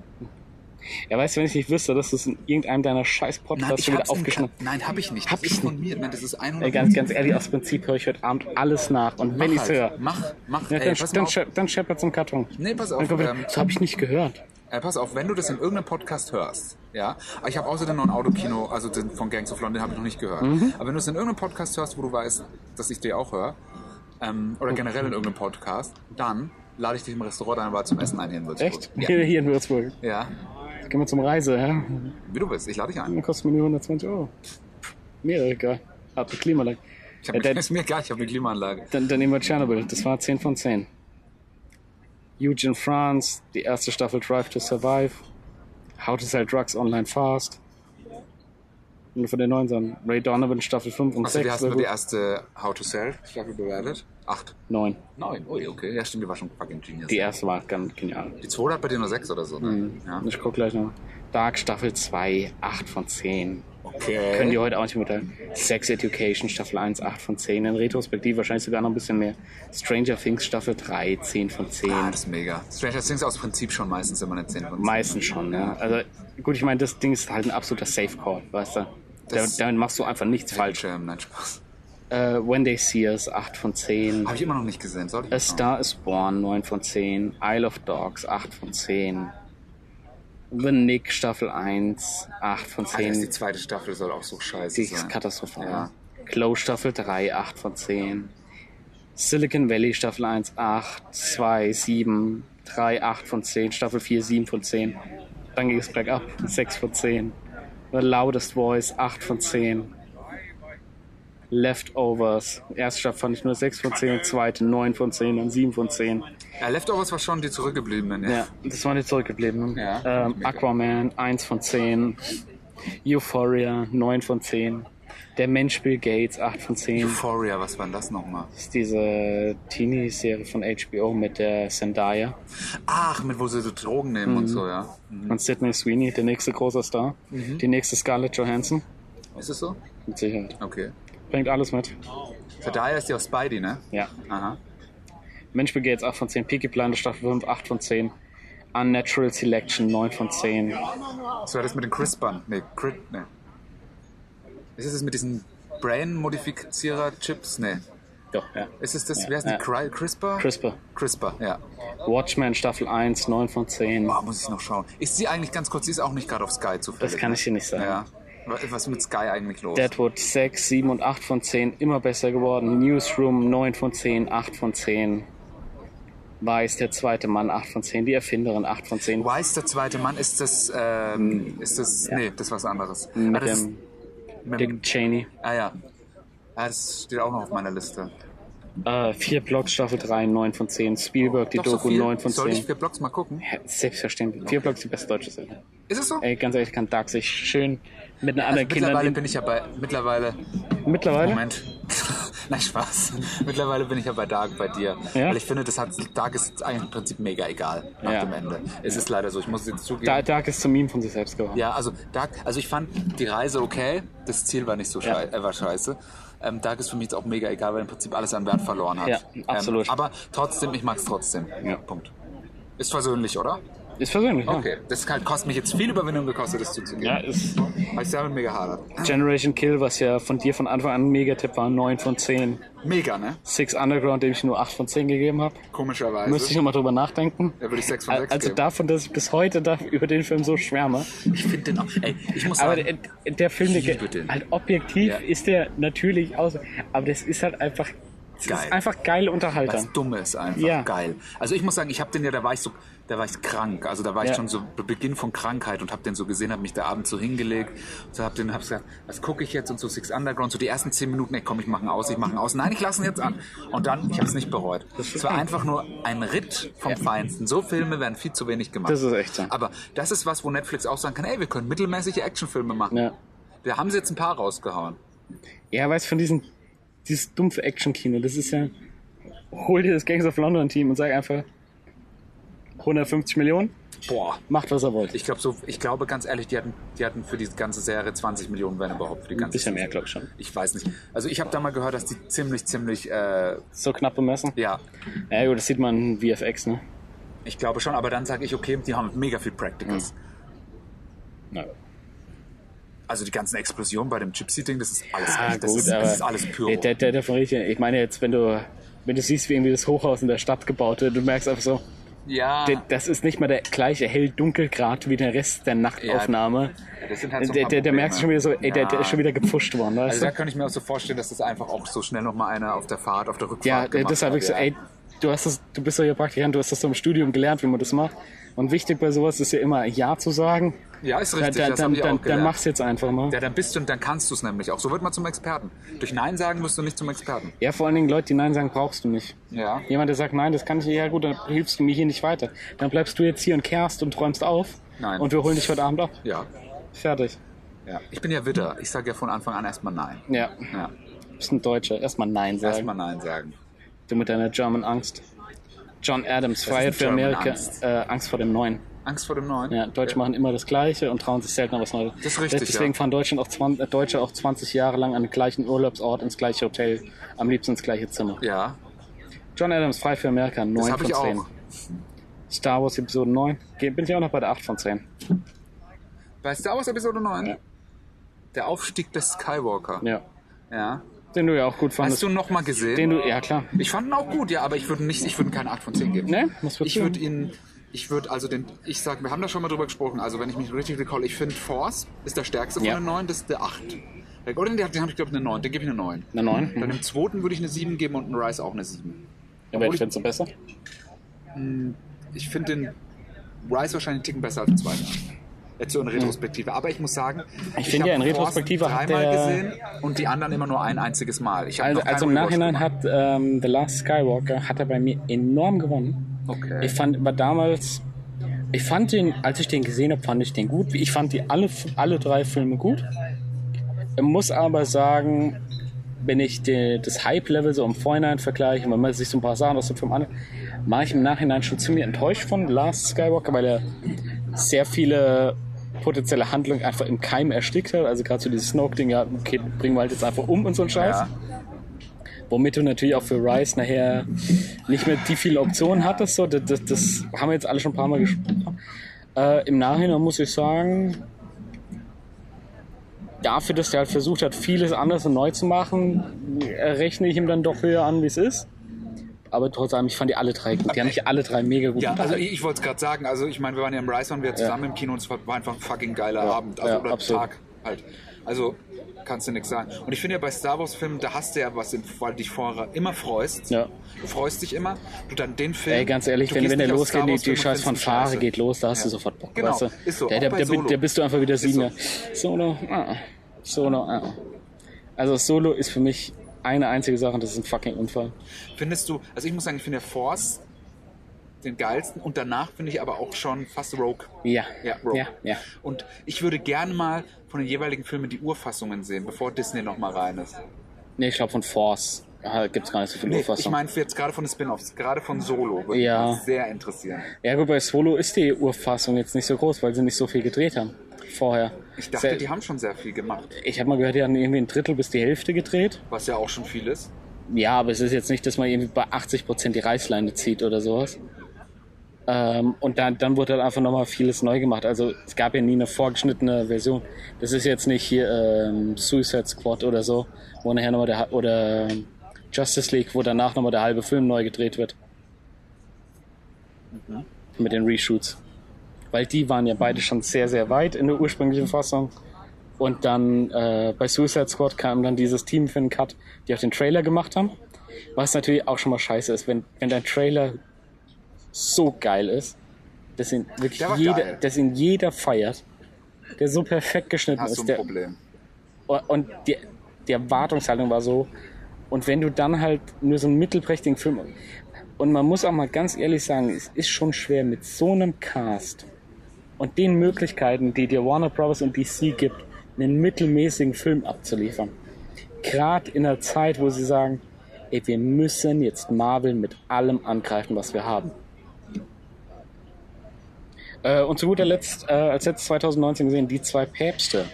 Speaker 2: Ja, weißt du, wenn ich nicht wüsste, dass du es in irgendeinem deiner scheiß Podcasts schon wieder
Speaker 3: hab's im
Speaker 2: aufgeschnitten
Speaker 3: Ka- Nein, hab ich nicht.
Speaker 2: Hab
Speaker 3: das
Speaker 2: ich
Speaker 3: ist von mir. Nein, das ist 100.
Speaker 2: hast. Ganz, ganz ehrlich, aus Prinzip höre ich heute Abend alles nach. Und wenn ich
Speaker 3: mach,
Speaker 2: es
Speaker 3: halt.
Speaker 2: höre,
Speaker 3: mach, mach.
Speaker 2: ja,
Speaker 3: ey,
Speaker 2: dann,
Speaker 3: pass mal
Speaker 2: dann,
Speaker 3: auf.
Speaker 2: sche- dann scheppert's im Karton.
Speaker 3: Nee, pass auf.
Speaker 2: Dann kommt wieder,
Speaker 3: Ähm,
Speaker 2: das habe ich nicht gehört.
Speaker 3: Äh, pass auf, wenn du das in irgendeinem Podcast hörst, ja, aber ich habe außerdem noch ein Autokino, also den von Gangs of London habe ich noch nicht gehört.
Speaker 2: Mhm.
Speaker 3: Aber wenn du es in irgendeinem Podcast hörst, wo du weißt, dass ich dir auch höre, ähm, oder generell in irgendeinem Podcast, dann lade ich dich im Restaurant ein, weil zum Essen ein hier in Würzburg.
Speaker 2: Echt?
Speaker 3: Ja.
Speaker 2: Hier, hier in Würzburg.
Speaker 3: ja,
Speaker 2: Gehen wir zum Reise, ja?
Speaker 3: wie du bist, ich lade dich ein.
Speaker 2: Dann kostet mir nur 120 Euro. Mir egal. Hab die Klimaanlage.
Speaker 3: Ich hab,
Speaker 2: Ja, dann-
Speaker 3: ist mir egal, ich habe eine Klimaanlage.
Speaker 2: Dann, dann nehmen wir Tschernobyl. Das war 10 von 10. Huge in France, die erste Staffel Drive to Survive. How to Sell Drugs Online Fast. Nur von den neuen Sachen. Ray Donovan Staffel 5 und
Speaker 3: Also, wie
Speaker 2: 6.
Speaker 3: hast du die erste How to Sell Staffel bewertet? Acht.
Speaker 2: 9.
Speaker 3: Neun, ui, okay. Ja, stimmt, die war schon fucking genius.
Speaker 2: Die
Speaker 3: Die,
Speaker 2: erste war ganz genial.
Speaker 3: zweite
Speaker 2: Mhm.
Speaker 3: hat bei dir nur sechs oder so, ne? Ja.
Speaker 2: Ich guck gleich noch. Dark Staffel 2, 8 von 10.
Speaker 3: Oh Okay.
Speaker 2: Können die heute auch nicht mitteilen. Sex Education Staffel 1, 8 von 10. In Retrospektiv wahrscheinlich sogar noch ein bisschen mehr. Stranger Things Staffel 3, 10 von 10.
Speaker 3: Ah, das ist mega. Stranger Things aus Prinzip schon meistens immer eine 10 von 10.
Speaker 2: Meistens schon, ja. Also gut, ich meine, das Ding ist halt ein absoluter Safe Call, weißt du?
Speaker 3: Das-
Speaker 2: damit, damit machst du einfach nichts falsch.
Speaker 3: Fallschirm, nein, Spaß.
Speaker 2: Äh, When They See Us, 8 von 10.
Speaker 3: Habe ich immer noch nicht gesehen, sollte ich
Speaker 2: A
Speaker 3: mal schauen.
Speaker 2: Star is Born, 9 von 10. Isle of Dogs, 8 von 10. The Nick Staffel 1, 8 von
Speaker 3: Alter, ist
Speaker 2: 10.
Speaker 3: die zweite Staffel soll auch so scheiße
Speaker 2: Die ist
Speaker 3: sein.
Speaker 2: katastrophal.
Speaker 3: Ja.
Speaker 2: Glow Staffel 3, 8 von 10. Silicon Valley Staffel 1, 8, 2, 7, 3, 8 von 10. Staffel 4, 7 von 10. Dann ging es bergab, 6 von 10. The Loudest Voice, 8 von 10. Leftovers. Erste Staffel fand ich nur 6 von 10, zweite 9 von 10, dann 7 von 10.
Speaker 3: Ja, Leftovers war schon die zurückgebliebenen.
Speaker 2: Ja, das waren die zurückgebliebenen.
Speaker 3: Ja.
Speaker 2: Ähm, Aquaman, 1 von 10. Euphoria, 9 von 10. Der Mensch Bill Gates, 8 von 10.
Speaker 3: Euphoria, was war denn das nochmal?
Speaker 2: Das ist diese Teenie-Serie von HBO mit der Zendaya
Speaker 3: Ach, mit wo sie so Drogen nehmen
Speaker 2: Mhm.
Speaker 3: und so, ja.
Speaker 2: und Sidney Sweeney, der nächste große Star. Die nächste Scarlett Johansson.
Speaker 3: Ist es so?
Speaker 2: Mit Sicherheit.
Speaker 3: Okay.
Speaker 2: Bringt alles mit.
Speaker 3: Zendaya ist ja auch Spidey, ne?
Speaker 2: Ja.
Speaker 3: Aha.
Speaker 2: Mensch Bill Gates, 8 von 10. Peaky Blinders Staffel 5, 8 von 10. Unnatural Selection, 9 von 10.
Speaker 3: Das war das mit den CRISPRn. Ne, Crit, ne. Ist es das mit diesen Brain-Modifizierer-Chips? Ne.
Speaker 2: Doch, ja.
Speaker 3: Ist es das,
Speaker 2: Ja,
Speaker 3: wie heißt die?
Speaker 2: ja.
Speaker 3: Cri- CRISPR?
Speaker 2: CRISPR.
Speaker 3: CRISPR, ja.
Speaker 2: Watchmen Staffel 1, 9 von 10.
Speaker 3: Boah, muss ich noch schauen. Ist sie eigentlich ganz kurz, sie ist auch nicht gerade auf Sky zufällig.
Speaker 2: Das kann
Speaker 3: ne?
Speaker 2: ich dir nicht sagen.
Speaker 3: Ja. Wa- Was ist mit Sky eigentlich los?
Speaker 2: Deadwood 6, 7 und 8 von 10 immer besser geworden. Newsroom 9 von 10, 8 von 10. Weiß der zweite Mann 8 von 10, die Erfinderin 8 von 10.
Speaker 3: Wise, der zweite Mann, ist das, ähm, ist das, nee, das ist was anderes. Ah,
Speaker 2: Mit
Speaker 3: das
Speaker 2: dem
Speaker 3: ist, mit dem,
Speaker 2: Dick Cheney.
Speaker 3: ah ja. Ah, das steht auch noch auf meiner Liste.
Speaker 2: Äh, vier Blocks Staffel 3, 9 von 10. Spielberg, die
Speaker 3: Doch, so
Speaker 2: Doku
Speaker 3: viel?
Speaker 2: 9 von
Speaker 3: Soll ich
Speaker 2: 10.
Speaker 3: für Blogs mal gucken?
Speaker 2: Ja, Selbstverständlich. Vier Blocks die beste deutsche Serie.
Speaker 3: Ist es so?
Speaker 2: Ey, ganz ehrlich, kann Dark sich schön mit den anderen Kindern.
Speaker 3: Also Mittlerweile bin ich ja bei, mittlerweile,
Speaker 2: Mittlerweile?
Speaker 3: Moment. Nein, Spaß. Mittlerweile bin ich ja bei Dark bei dir.
Speaker 2: Ja?
Speaker 3: Weil ich finde, das hat, Dark ist eigentlich im Prinzip mega egal nach
Speaker 2: Ja.
Speaker 3: dem Ende. Es ist leider so, ich muss es jetzt zugeben.
Speaker 2: Da- Dark ist zum Meme von sich selbst geworden.
Speaker 3: Ja, also Dark, also ich fand die Reise okay, das Ziel war nicht so
Speaker 2: Ja.
Speaker 3: schei äh, war scheiße. Ähm, Dark ist für mich jetzt auch mega egal, weil im Prinzip alles an Wert verloren hat.
Speaker 2: Ja, absolut.
Speaker 3: Ähm, aber trotzdem, ich mag es trotzdem.
Speaker 2: Ja.
Speaker 3: Punkt. Ist versöhnlich, oder?
Speaker 2: Ist persönlich, ne?
Speaker 3: Okay. Das kann, kostet mich jetzt viel Überwindung gekostet, das zuzugeben.
Speaker 2: ja. Ja, ist
Speaker 3: Hab ich damit mega hadert.
Speaker 2: Generation Kill, was ja von dir von Anfang an ein Megatipp war, 9 von 10.
Speaker 3: Mega, ne?
Speaker 2: Six Underground, dem ich nur 8 von 10 gegeben habe.
Speaker 3: Komischerweise.
Speaker 2: Müsste ich nochmal drüber nachdenken.
Speaker 3: da würde ich 6 von 6
Speaker 2: Also
Speaker 3: geben.
Speaker 2: davon, dass ich bis heute da über den Film so schwärme.
Speaker 3: ich finde den auch. Ey, ich muss
Speaker 2: Aber
Speaker 3: sagen,
Speaker 2: der, der Film, der,
Speaker 3: liebe den.
Speaker 2: halt objektiv
Speaker 3: Ja.
Speaker 2: ist der natürlich aus. Aber das ist halt einfach. Das
Speaker 3: Geil.
Speaker 2: ist einfach geil Unterhalter.
Speaker 3: was Dummes einfach.
Speaker 2: Ja.
Speaker 3: Geil. Also ich muss sagen, ich habe den ja, da war ich so, da war ich krank. Also da war ich
Speaker 2: Ja.
Speaker 3: schon so be- Beginn von Krankheit und habe den so gesehen, habe mich da abends so hingelegt. Und so habe den, habe gesagt, was gucke ich jetzt und so Six Underground. So die ersten zehn Minuten, ey komm, ich mache ihn aus, ich mache ihn aus. Nein, ich lasse ihn jetzt an. Und dann, ich habe es nicht bereut. Es war einfach nur ein Ritt vom Feinsten. So Filme werden viel zu wenig gemacht.
Speaker 2: Das ist echt so.
Speaker 3: Aber das ist was, wo Netflix auch sagen kann, ey, wir können mittelmäßige Actionfilme machen.
Speaker 2: Ja.
Speaker 3: Da haben sie jetzt ein paar rausgehauen.
Speaker 2: Ja, weißt du, von diesem dieses dumpfe Action-Kino, das ist ja. Hol dir das Gangs of London-Team und sag einfach 150 Millionen,
Speaker 3: Boah.
Speaker 2: macht was er wollt.
Speaker 3: Ich glaube so, ich glaube ganz ehrlich, die hatten, die hatten für die ganze Serie 20 Millionen, wenn überhaupt. Für die
Speaker 2: Ein
Speaker 3: ganze
Speaker 2: bisschen
Speaker 3: Season.
Speaker 2: mehr, glaube ich schon.
Speaker 3: Ich weiß nicht. Also ich habe da mal gehört, dass die ziemlich, ziemlich, äh,
Speaker 2: So knapp bemessen.
Speaker 3: ja,
Speaker 2: Ja gut, das sieht man in VFX, ne?
Speaker 3: ich glaube schon. Aber dann sage ich, okay, die haben mega viel Practicals.
Speaker 2: Mhm. Na,
Speaker 3: Also die ganzen Explosionen bei dem Gypsy-Ding, das ist alles
Speaker 2: Ah,
Speaker 3: echt. Das,
Speaker 2: gut,
Speaker 3: ist,
Speaker 2: aber
Speaker 3: das ist alles Pyro.
Speaker 2: Der, der, der, davon rede ich ja. Ich meine jetzt, wenn du, wenn du siehst, wie irgendwie das Hochhaus in der Stadt gebaut wird, du merkst einfach so,
Speaker 3: ja,
Speaker 2: der, das ist nicht mal der gleiche Hell-Dunkelgrad wie der Rest der Nachtaufnahme.
Speaker 3: das sind halt so ein
Speaker 2: der,
Speaker 3: paar
Speaker 2: der, der
Speaker 3: Probleme.
Speaker 2: merkst du schon wieder so, ey, der, der ist schon wieder gepfuscht worden, weißt
Speaker 3: Also da
Speaker 2: du?
Speaker 3: könnte ich mir auch so vorstellen, dass das einfach auch so schnell nochmal einer auf der Fahrt, auf der Rückfahrt
Speaker 2: Ja, der-
Speaker 3: gemacht
Speaker 2: das habe ich so,
Speaker 3: hat, ja.
Speaker 2: ey, du hast das, du bist doch hier Praktikant, du hast das so im Studium gelernt, wie man das macht. Und wichtig bei sowas ist ja immer Ja zu sagen.
Speaker 3: Ja, ist
Speaker 2: Dann,
Speaker 3: richtig,
Speaker 2: dann,
Speaker 3: das
Speaker 2: dann,
Speaker 3: habe ich
Speaker 2: dann,
Speaker 3: auch
Speaker 2: dann
Speaker 3: gelernt.
Speaker 2: mach's jetzt einfach mal.
Speaker 3: ja, dann bist du und dann kannst du es nämlich auch. So wird man zum Experten. Durch Nein sagen wirst du nicht zum Experten.
Speaker 2: Ja, vor allen Dingen Leute, die Nein sagen, brauchst du nicht.
Speaker 3: Ja.
Speaker 2: Jemand, der sagt, nein, das kann ich nicht, ja gut, dann hilfst du mir hier nicht weiter. Dann bleibst du jetzt hier und kehrst und träumst auf.
Speaker 3: Nein.
Speaker 2: Und wir holen dich heute Abend ab.
Speaker 3: Ja.
Speaker 2: Fertig.
Speaker 3: ja. Ich bin ja Widder. Ich sage ja von Anfang an erstmal Nein.
Speaker 2: Ja,
Speaker 3: Ja.
Speaker 2: bist ein Deutscher. Erstmal Nein sagen.
Speaker 3: Erstmal Nein sagen.
Speaker 2: Du mit deiner German Angst. John Adams, Freiheit
Speaker 3: eine
Speaker 2: für
Speaker 3: German
Speaker 2: Amerika,
Speaker 3: Angst.
Speaker 2: Äh, Angst vor dem Neuen.
Speaker 3: Angst vor dem Neuen?
Speaker 2: Ja, Deutsche machen immer das Gleiche und trauen sich seltener was Neues.
Speaker 3: Das ist richtig,
Speaker 2: Deswegen
Speaker 3: ja.
Speaker 2: fahren Deutschland auch 20, äh, Deutsche auch 20 Jahre lang an den gleichen Urlaubsort, ins gleiche Hotel, am liebsten ins gleiche Zimmer.
Speaker 3: Ja,
Speaker 2: John Adams, frei für Amerika, 9
Speaker 3: das
Speaker 2: von
Speaker 3: habe
Speaker 2: 10.
Speaker 3: ich auch.
Speaker 2: Star Wars Episode 9, Ge- bin ich auch noch bei der 8 von 10.
Speaker 3: Bei Star Wars Episode 9?
Speaker 2: Ja.
Speaker 3: Der Aufstieg des Skywalker.
Speaker 2: Ja.
Speaker 3: Ja.
Speaker 2: Den du ja auch gut fandest.
Speaker 3: Hast du noch mal gesehen?
Speaker 2: den du, ja klar.
Speaker 3: ich fand ihn auch gut, ja, aber ich würde nicht, ich würde ihm keine 8 von 10 geben.
Speaker 2: Ne? Was würdest
Speaker 3: Ich würde
Speaker 2: du?
Speaker 3: ihn, ich würde also den, ich sag, wir haben da schon mal drüber gesprochen, also wenn ich mich richtig recall, ich finde Force ist der stärkste von
Speaker 2: Ja.
Speaker 3: den 9, das ist der 8. Oder den, den habe ich glaube ich eine 9, den gebe ich eine 9.
Speaker 2: Eine 9?
Speaker 3: Dann
Speaker 2: Mhm.
Speaker 3: im zweiten würde ich eine 7 geben und einen Rice auch eine 7.
Speaker 2: Ja, welchen findest du besser?
Speaker 3: Ich finde den Rice wahrscheinlich einen Ticken besser als den zweiten. Jetzt so in Retrospektive. Aber ich muss sagen, ich,
Speaker 2: finde Hm. ja,
Speaker 3: habe
Speaker 2: in
Speaker 3: Force
Speaker 2: Retrospektive hat
Speaker 3: dreimal
Speaker 2: der-
Speaker 3: gesehen und die anderen immer nur ein einziges Mal. Ich habe
Speaker 2: Also,
Speaker 3: noch keinen
Speaker 2: also im
Speaker 3: Rewatch
Speaker 2: Nachhinein
Speaker 3: gemacht.
Speaker 2: hat ähm, The Last Skywalker hat er bei mir enorm gewonnen.
Speaker 3: Okay.
Speaker 2: Ich fand aber damals, ich fand den, als ich den gesehen habe, fand ich den gut. Ich fand die alle, alle drei Filme gut. Ich muss aber sagen, wenn ich die, das Hype-Level so im Vorhinein vergleiche, wenn man sich so ein paar Sachen aus dem Film an, war ich im Nachhinein schon ziemlich enttäuscht von Last Skywalker, weil er sehr viele potenzielle Handlungen einfach im Keim erstickt hat. Also gerade so dieses Snoke-Ding, ja, okay, bringen wir halt jetzt einfach um und so ein Scheiß
Speaker 3: ja.
Speaker 2: womit du natürlich auch für Rice nachher nicht mehr die viele Optionen hattest. So, das, das, das haben wir jetzt alle schon ein paar Mal gesprochen. Äh, Im Nachhinein muss ich sagen, dafür, dass der halt versucht hat, vieles anderes und neu zu machen, äh, rechne ich ihm dann doch höher an, wie es ist. Aber trotz allem, ich fand die alle drei gut. Die haben mich alle drei mega gut
Speaker 3: Ja, also
Speaker 2: unterhalten.
Speaker 3: ich, ich wollte es gerade sagen, also ich meine, wir waren ja im Rice waren wir zusammen im Kino und es war war einfach ein fucking geiler Abend. Also
Speaker 2: ja,
Speaker 3: oder
Speaker 2: absolut.
Speaker 3: Tag halt. Also kannst du nichts sagen. Und ich finde ja bei Star Wars Filmen, da hast du ja was, im- weil du dich vorher immer freust.
Speaker 2: Ja.
Speaker 3: Du freust dich immer. Du dann den Film.
Speaker 2: Ey, ganz ehrlich,
Speaker 3: du
Speaker 2: wenn,
Speaker 3: gehst
Speaker 2: wenn der
Speaker 3: nicht auf
Speaker 2: losgeht,
Speaker 3: Star
Speaker 2: die,
Speaker 3: Wars
Speaker 2: die
Speaker 3: Film und
Speaker 2: scheiß
Speaker 3: findest ihn
Speaker 2: Fanfare
Speaker 3: scheiße.
Speaker 2: geht los, da hast du
Speaker 3: Ja.
Speaker 2: sofort Bock.
Speaker 3: Genau,
Speaker 2: Weißt du?
Speaker 3: ist so.
Speaker 2: Da,
Speaker 3: Auch
Speaker 2: da, da,
Speaker 3: bei
Speaker 2: bi-
Speaker 3: Solo.
Speaker 2: da bist du einfach wieder
Speaker 3: so.
Speaker 2: Sieger. Solo, ah. Solo, ah. Also Solo ist für mich eine einzige Sache und das ist ein fucking Unfall.
Speaker 3: Findest du, also ich muss sagen, ich finde ja Force den geilsten und danach finde ich aber auch schon fast Rogue.
Speaker 2: Ja.
Speaker 3: Ja, Rogue.
Speaker 2: ja, ja.
Speaker 3: Und ich würde gerne mal von den jeweiligen Filmen die Urfassungen sehen, bevor Disney nochmal rein ist.
Speaker 2: Nee, ich glaube von Force ja, gibt's gar nicht so viel
Speaker 3: Nee, ich
Speaker 2: Urfassung.
Speaker 3: meine jetzt gerade von den Spin-Offs, gerade von Solo würde
Speaker 2: Ja.
Speaker 3: mich sehr interessieren.
Speaker 2: ja gut, bei Solo ist die Urfassung jetzt nicht so groß, weil sie nicht so viel gedreht haben vorher.
Speaker 3: Ich dachte,
Speaker 2: Sehr-
Speaker 3: die haben schon sehr viel gemacht,
Speaker 2: ich habe mal gehört, die haben irgendwie ein Drittel bis die Hälfte gedreht.
Speaker 3: was ja auch schon viel ist.
Speaker 2: Ja, aber es ist jetzt nicht, dass man irgendwie bei 80% die Reißleine zieht oder sowas. Ähm, und dann, dann wurde halt einfach nochmal vieles neu gemacht. Also es gab ja nie eine vorgeschnittene Version. Das ist jetzt nicht hier ähm, Suicide Squad oder so, wo nachher nochmal der ha- oder ähm, Justice League, wo danach nochmal der halbe Film neu gedreht wird. Mit den Reshoots. Weil die waren ja beide schon sehr, sehr weit in der ursprünglichen Fassung. Und dann äh, bei Suicide Squad kam dann dieses Team für den Cut, die auch den Trailer gemacht haben. Was natürlich auch schon mal scheiße ist, wenn, wenn dein Trailer so geil ist, dass ihn wirklich
Speaker 3: Der war
Speaker 2: jeder,
Speaker 3: geil.
Speaker 2: dass ihn jeder feiert, der so perfekt geschnitten
Speaker 3: Hast
Speaker 2: ist,
Speaker 3: du ein
Speaker 2: der,
Speaker 3: Problem.
Speaker 2: und die, die Erwartungshaltung war so. Und wenn du dann halt nur so einen mittelprächtigen Film. Und man muss auch mal ganz ehrlich sagen, es ist schon schwer mit so einem Cast und den Möglichkeiten, die dir Warner Bros. und DC gibt, einen mittelmäßigen Film abzuliefern. Gerade in der Zeit, wo sie sagen, ey, wir müssen jetzt Marvel mit allem angreifen, was wir haben. Äh, und zu guter Letzt, äh, als letztes 2019 gesehen, die zwei Päpste.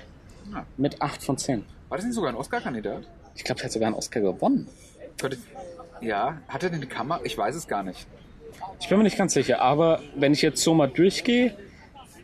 Speaker 2: Mit 8 von 10.
Speaker 3: War das nicht sogar ein Oscar-Kandidat?
Speaker 2: Ich glaube, er hat sogar einen Oscar gewonnen.
Speaker 3: Könnte- Ja, hat er denn die Kamera? Ich weiß es gar nicht.
Speaker 2: Ich bin mir nicht ganz sicher, aber wenn ich jetzt so mal durchgehe,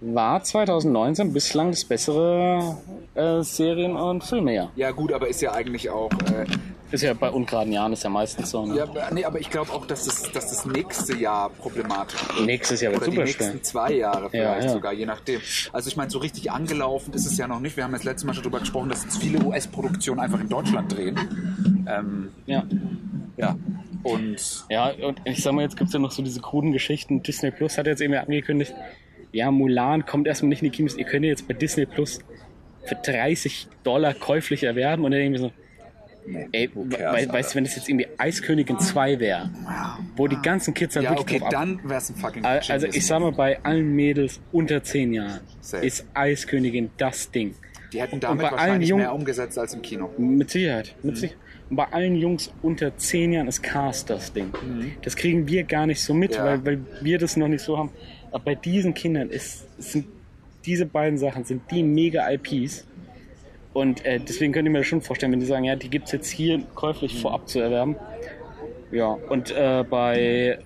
Speaker 2: war 2019 bislang das bessere äh, Serien- und Filmejahr.
Speaker 3: Ja gut, aber ist ja eigentlich auch... Äh,
Speaker 2: Ist ja bei ungeraden Jahren, ist ja meistens so. Ne?
Speaker 3: ja, aber- nee, aber ich glaube auch, dass das, dass das nächste Jahr problematisch wird.
Speaker 2: Nächstes Jahr wird
Speaker 3: Oder die
Speaker 2: super
Speaker 3: nächsten
Speaker 2: schwer.
Speaker 3: zwei Jahre vielleicht
Speaker 2: Ja, ja.
Speaker 3: sogar, je nachdem. Also ich meine, so richtig angelaufen ist es ja noch nicht. Wir haben jetzt letztes Mal schon darüber gesprochen, dass jetzt viele US-Produktionen einfach in Deutschland drehen.
Speaker 2: Ja.
Speaker 3: Ja. Und
Speaker 2: ja, und ich sag mal, jetzt gibt es ja noch so diese kruden Geschichten. Disney Plus hat jetzt eben ja angekündigt, ja, Mulan kommt erstmal nicht in die Kinos. Ihr könnt ihr jetzt bei Disney Plus für 30 Dollar käuflich erwerben und dann irgendwie so, Ey, we
Speaker 3: cares,
Speaker 2: weißt du, wenn es jetzt irgendwie Eiskönigin 2 wäre, wo die ganzen Kids dann
Speaker 3: ja,
Speaker 2: wirklich
Speaker 3: okay,
Speaker 2: drauf ab-
Speaker 3: dann wäre es ein fucking
Speaker 2: Al- Also ich sag mal, bei allen Mädels unter 10 Jahren
Speaker 3: Safe.
Speaker 2: ist Eiskönigin das Ding.
Speaker 3: Die hätten damit
Speaker 2: bei allen
Speaker 3: wahrscheinlich mehr
Speaker 2: Jungen-
Speaker 3: umgesetzt als im Kino.
Speaker 2: Mit Sicherheit. Mit Sicherheit. Und bei allen Jungs unter 10 Jahren ist Cars das Ding. Das kriegen wir gar nicht so mit,
Speaker 3: Mhm. Ja.
Speaker 2: weil, weil wir das noch nicht so haben. Aber bei diesen Kindern ist, sind diese beiden Sachen sind die mega IPs. Und äh, deswegen könnte ich mir das schon vorstellen, wenn die sagen, ja, die gibt's jetzt hier
Speaker 3: Mhm.
Speaker 2: käuflich vorab zu erwerben. Ja, und äh, bei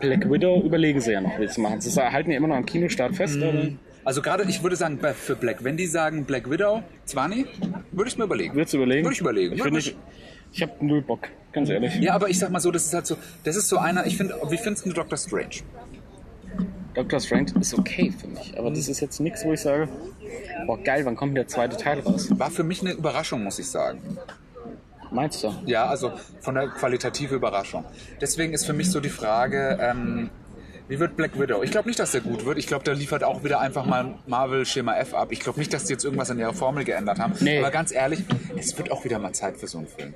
Speaker 2: Black Widow überlegen sie ja noch, wie sie es machen. Sie halten ja immer noch am Kinostart fest, aber
Speaker 3: Also gerade, ich würde sagen, bei- für Black, wenn die sagen Black Widow, 20, würde ich mir überlegen.
Speaker 2: würdest du überlegen?
Speaker 3: Würde ich überlegen.
Speaker 2: Ich,
Speaker 3: Ja,
Speaker 2: find,
Speaker 3: würd
Speaker 2: ich, ich habe null Bock, ganz ehrlich.
Speaker 3: Ja, aber ich sag mal so, das ist halt so, das ist so einer, ich finde, wie findest du Doctor Strange?
Speaker 2: Doctor Strange ist okay für mich, aber das ist jetzt nichts, wo ich sage, boah geil, wann kommt der zweite Teil raus?
Speaker 3: War für mich eine Überraschung, muss ich sagen.
Speaker 2: Meinst du?
Speaker 3: Ja, also von der qualitativen Überraschung. Deswegen ist für mich so die Frage, ähm, wie wird Black Widow? Ich glaube nicht, dass der gut wird. Ich glaube, der liefert auch wieder einfach mal Marvel Schema F ab. Ich glaube nicht, dass die jetzt irgendwas an ihrer Formel geändert haben.
Speaker 2: Nee.
Speaker 3: Aber ganz ehrlich, es wird auch wieder mal Zeit für so einen Film.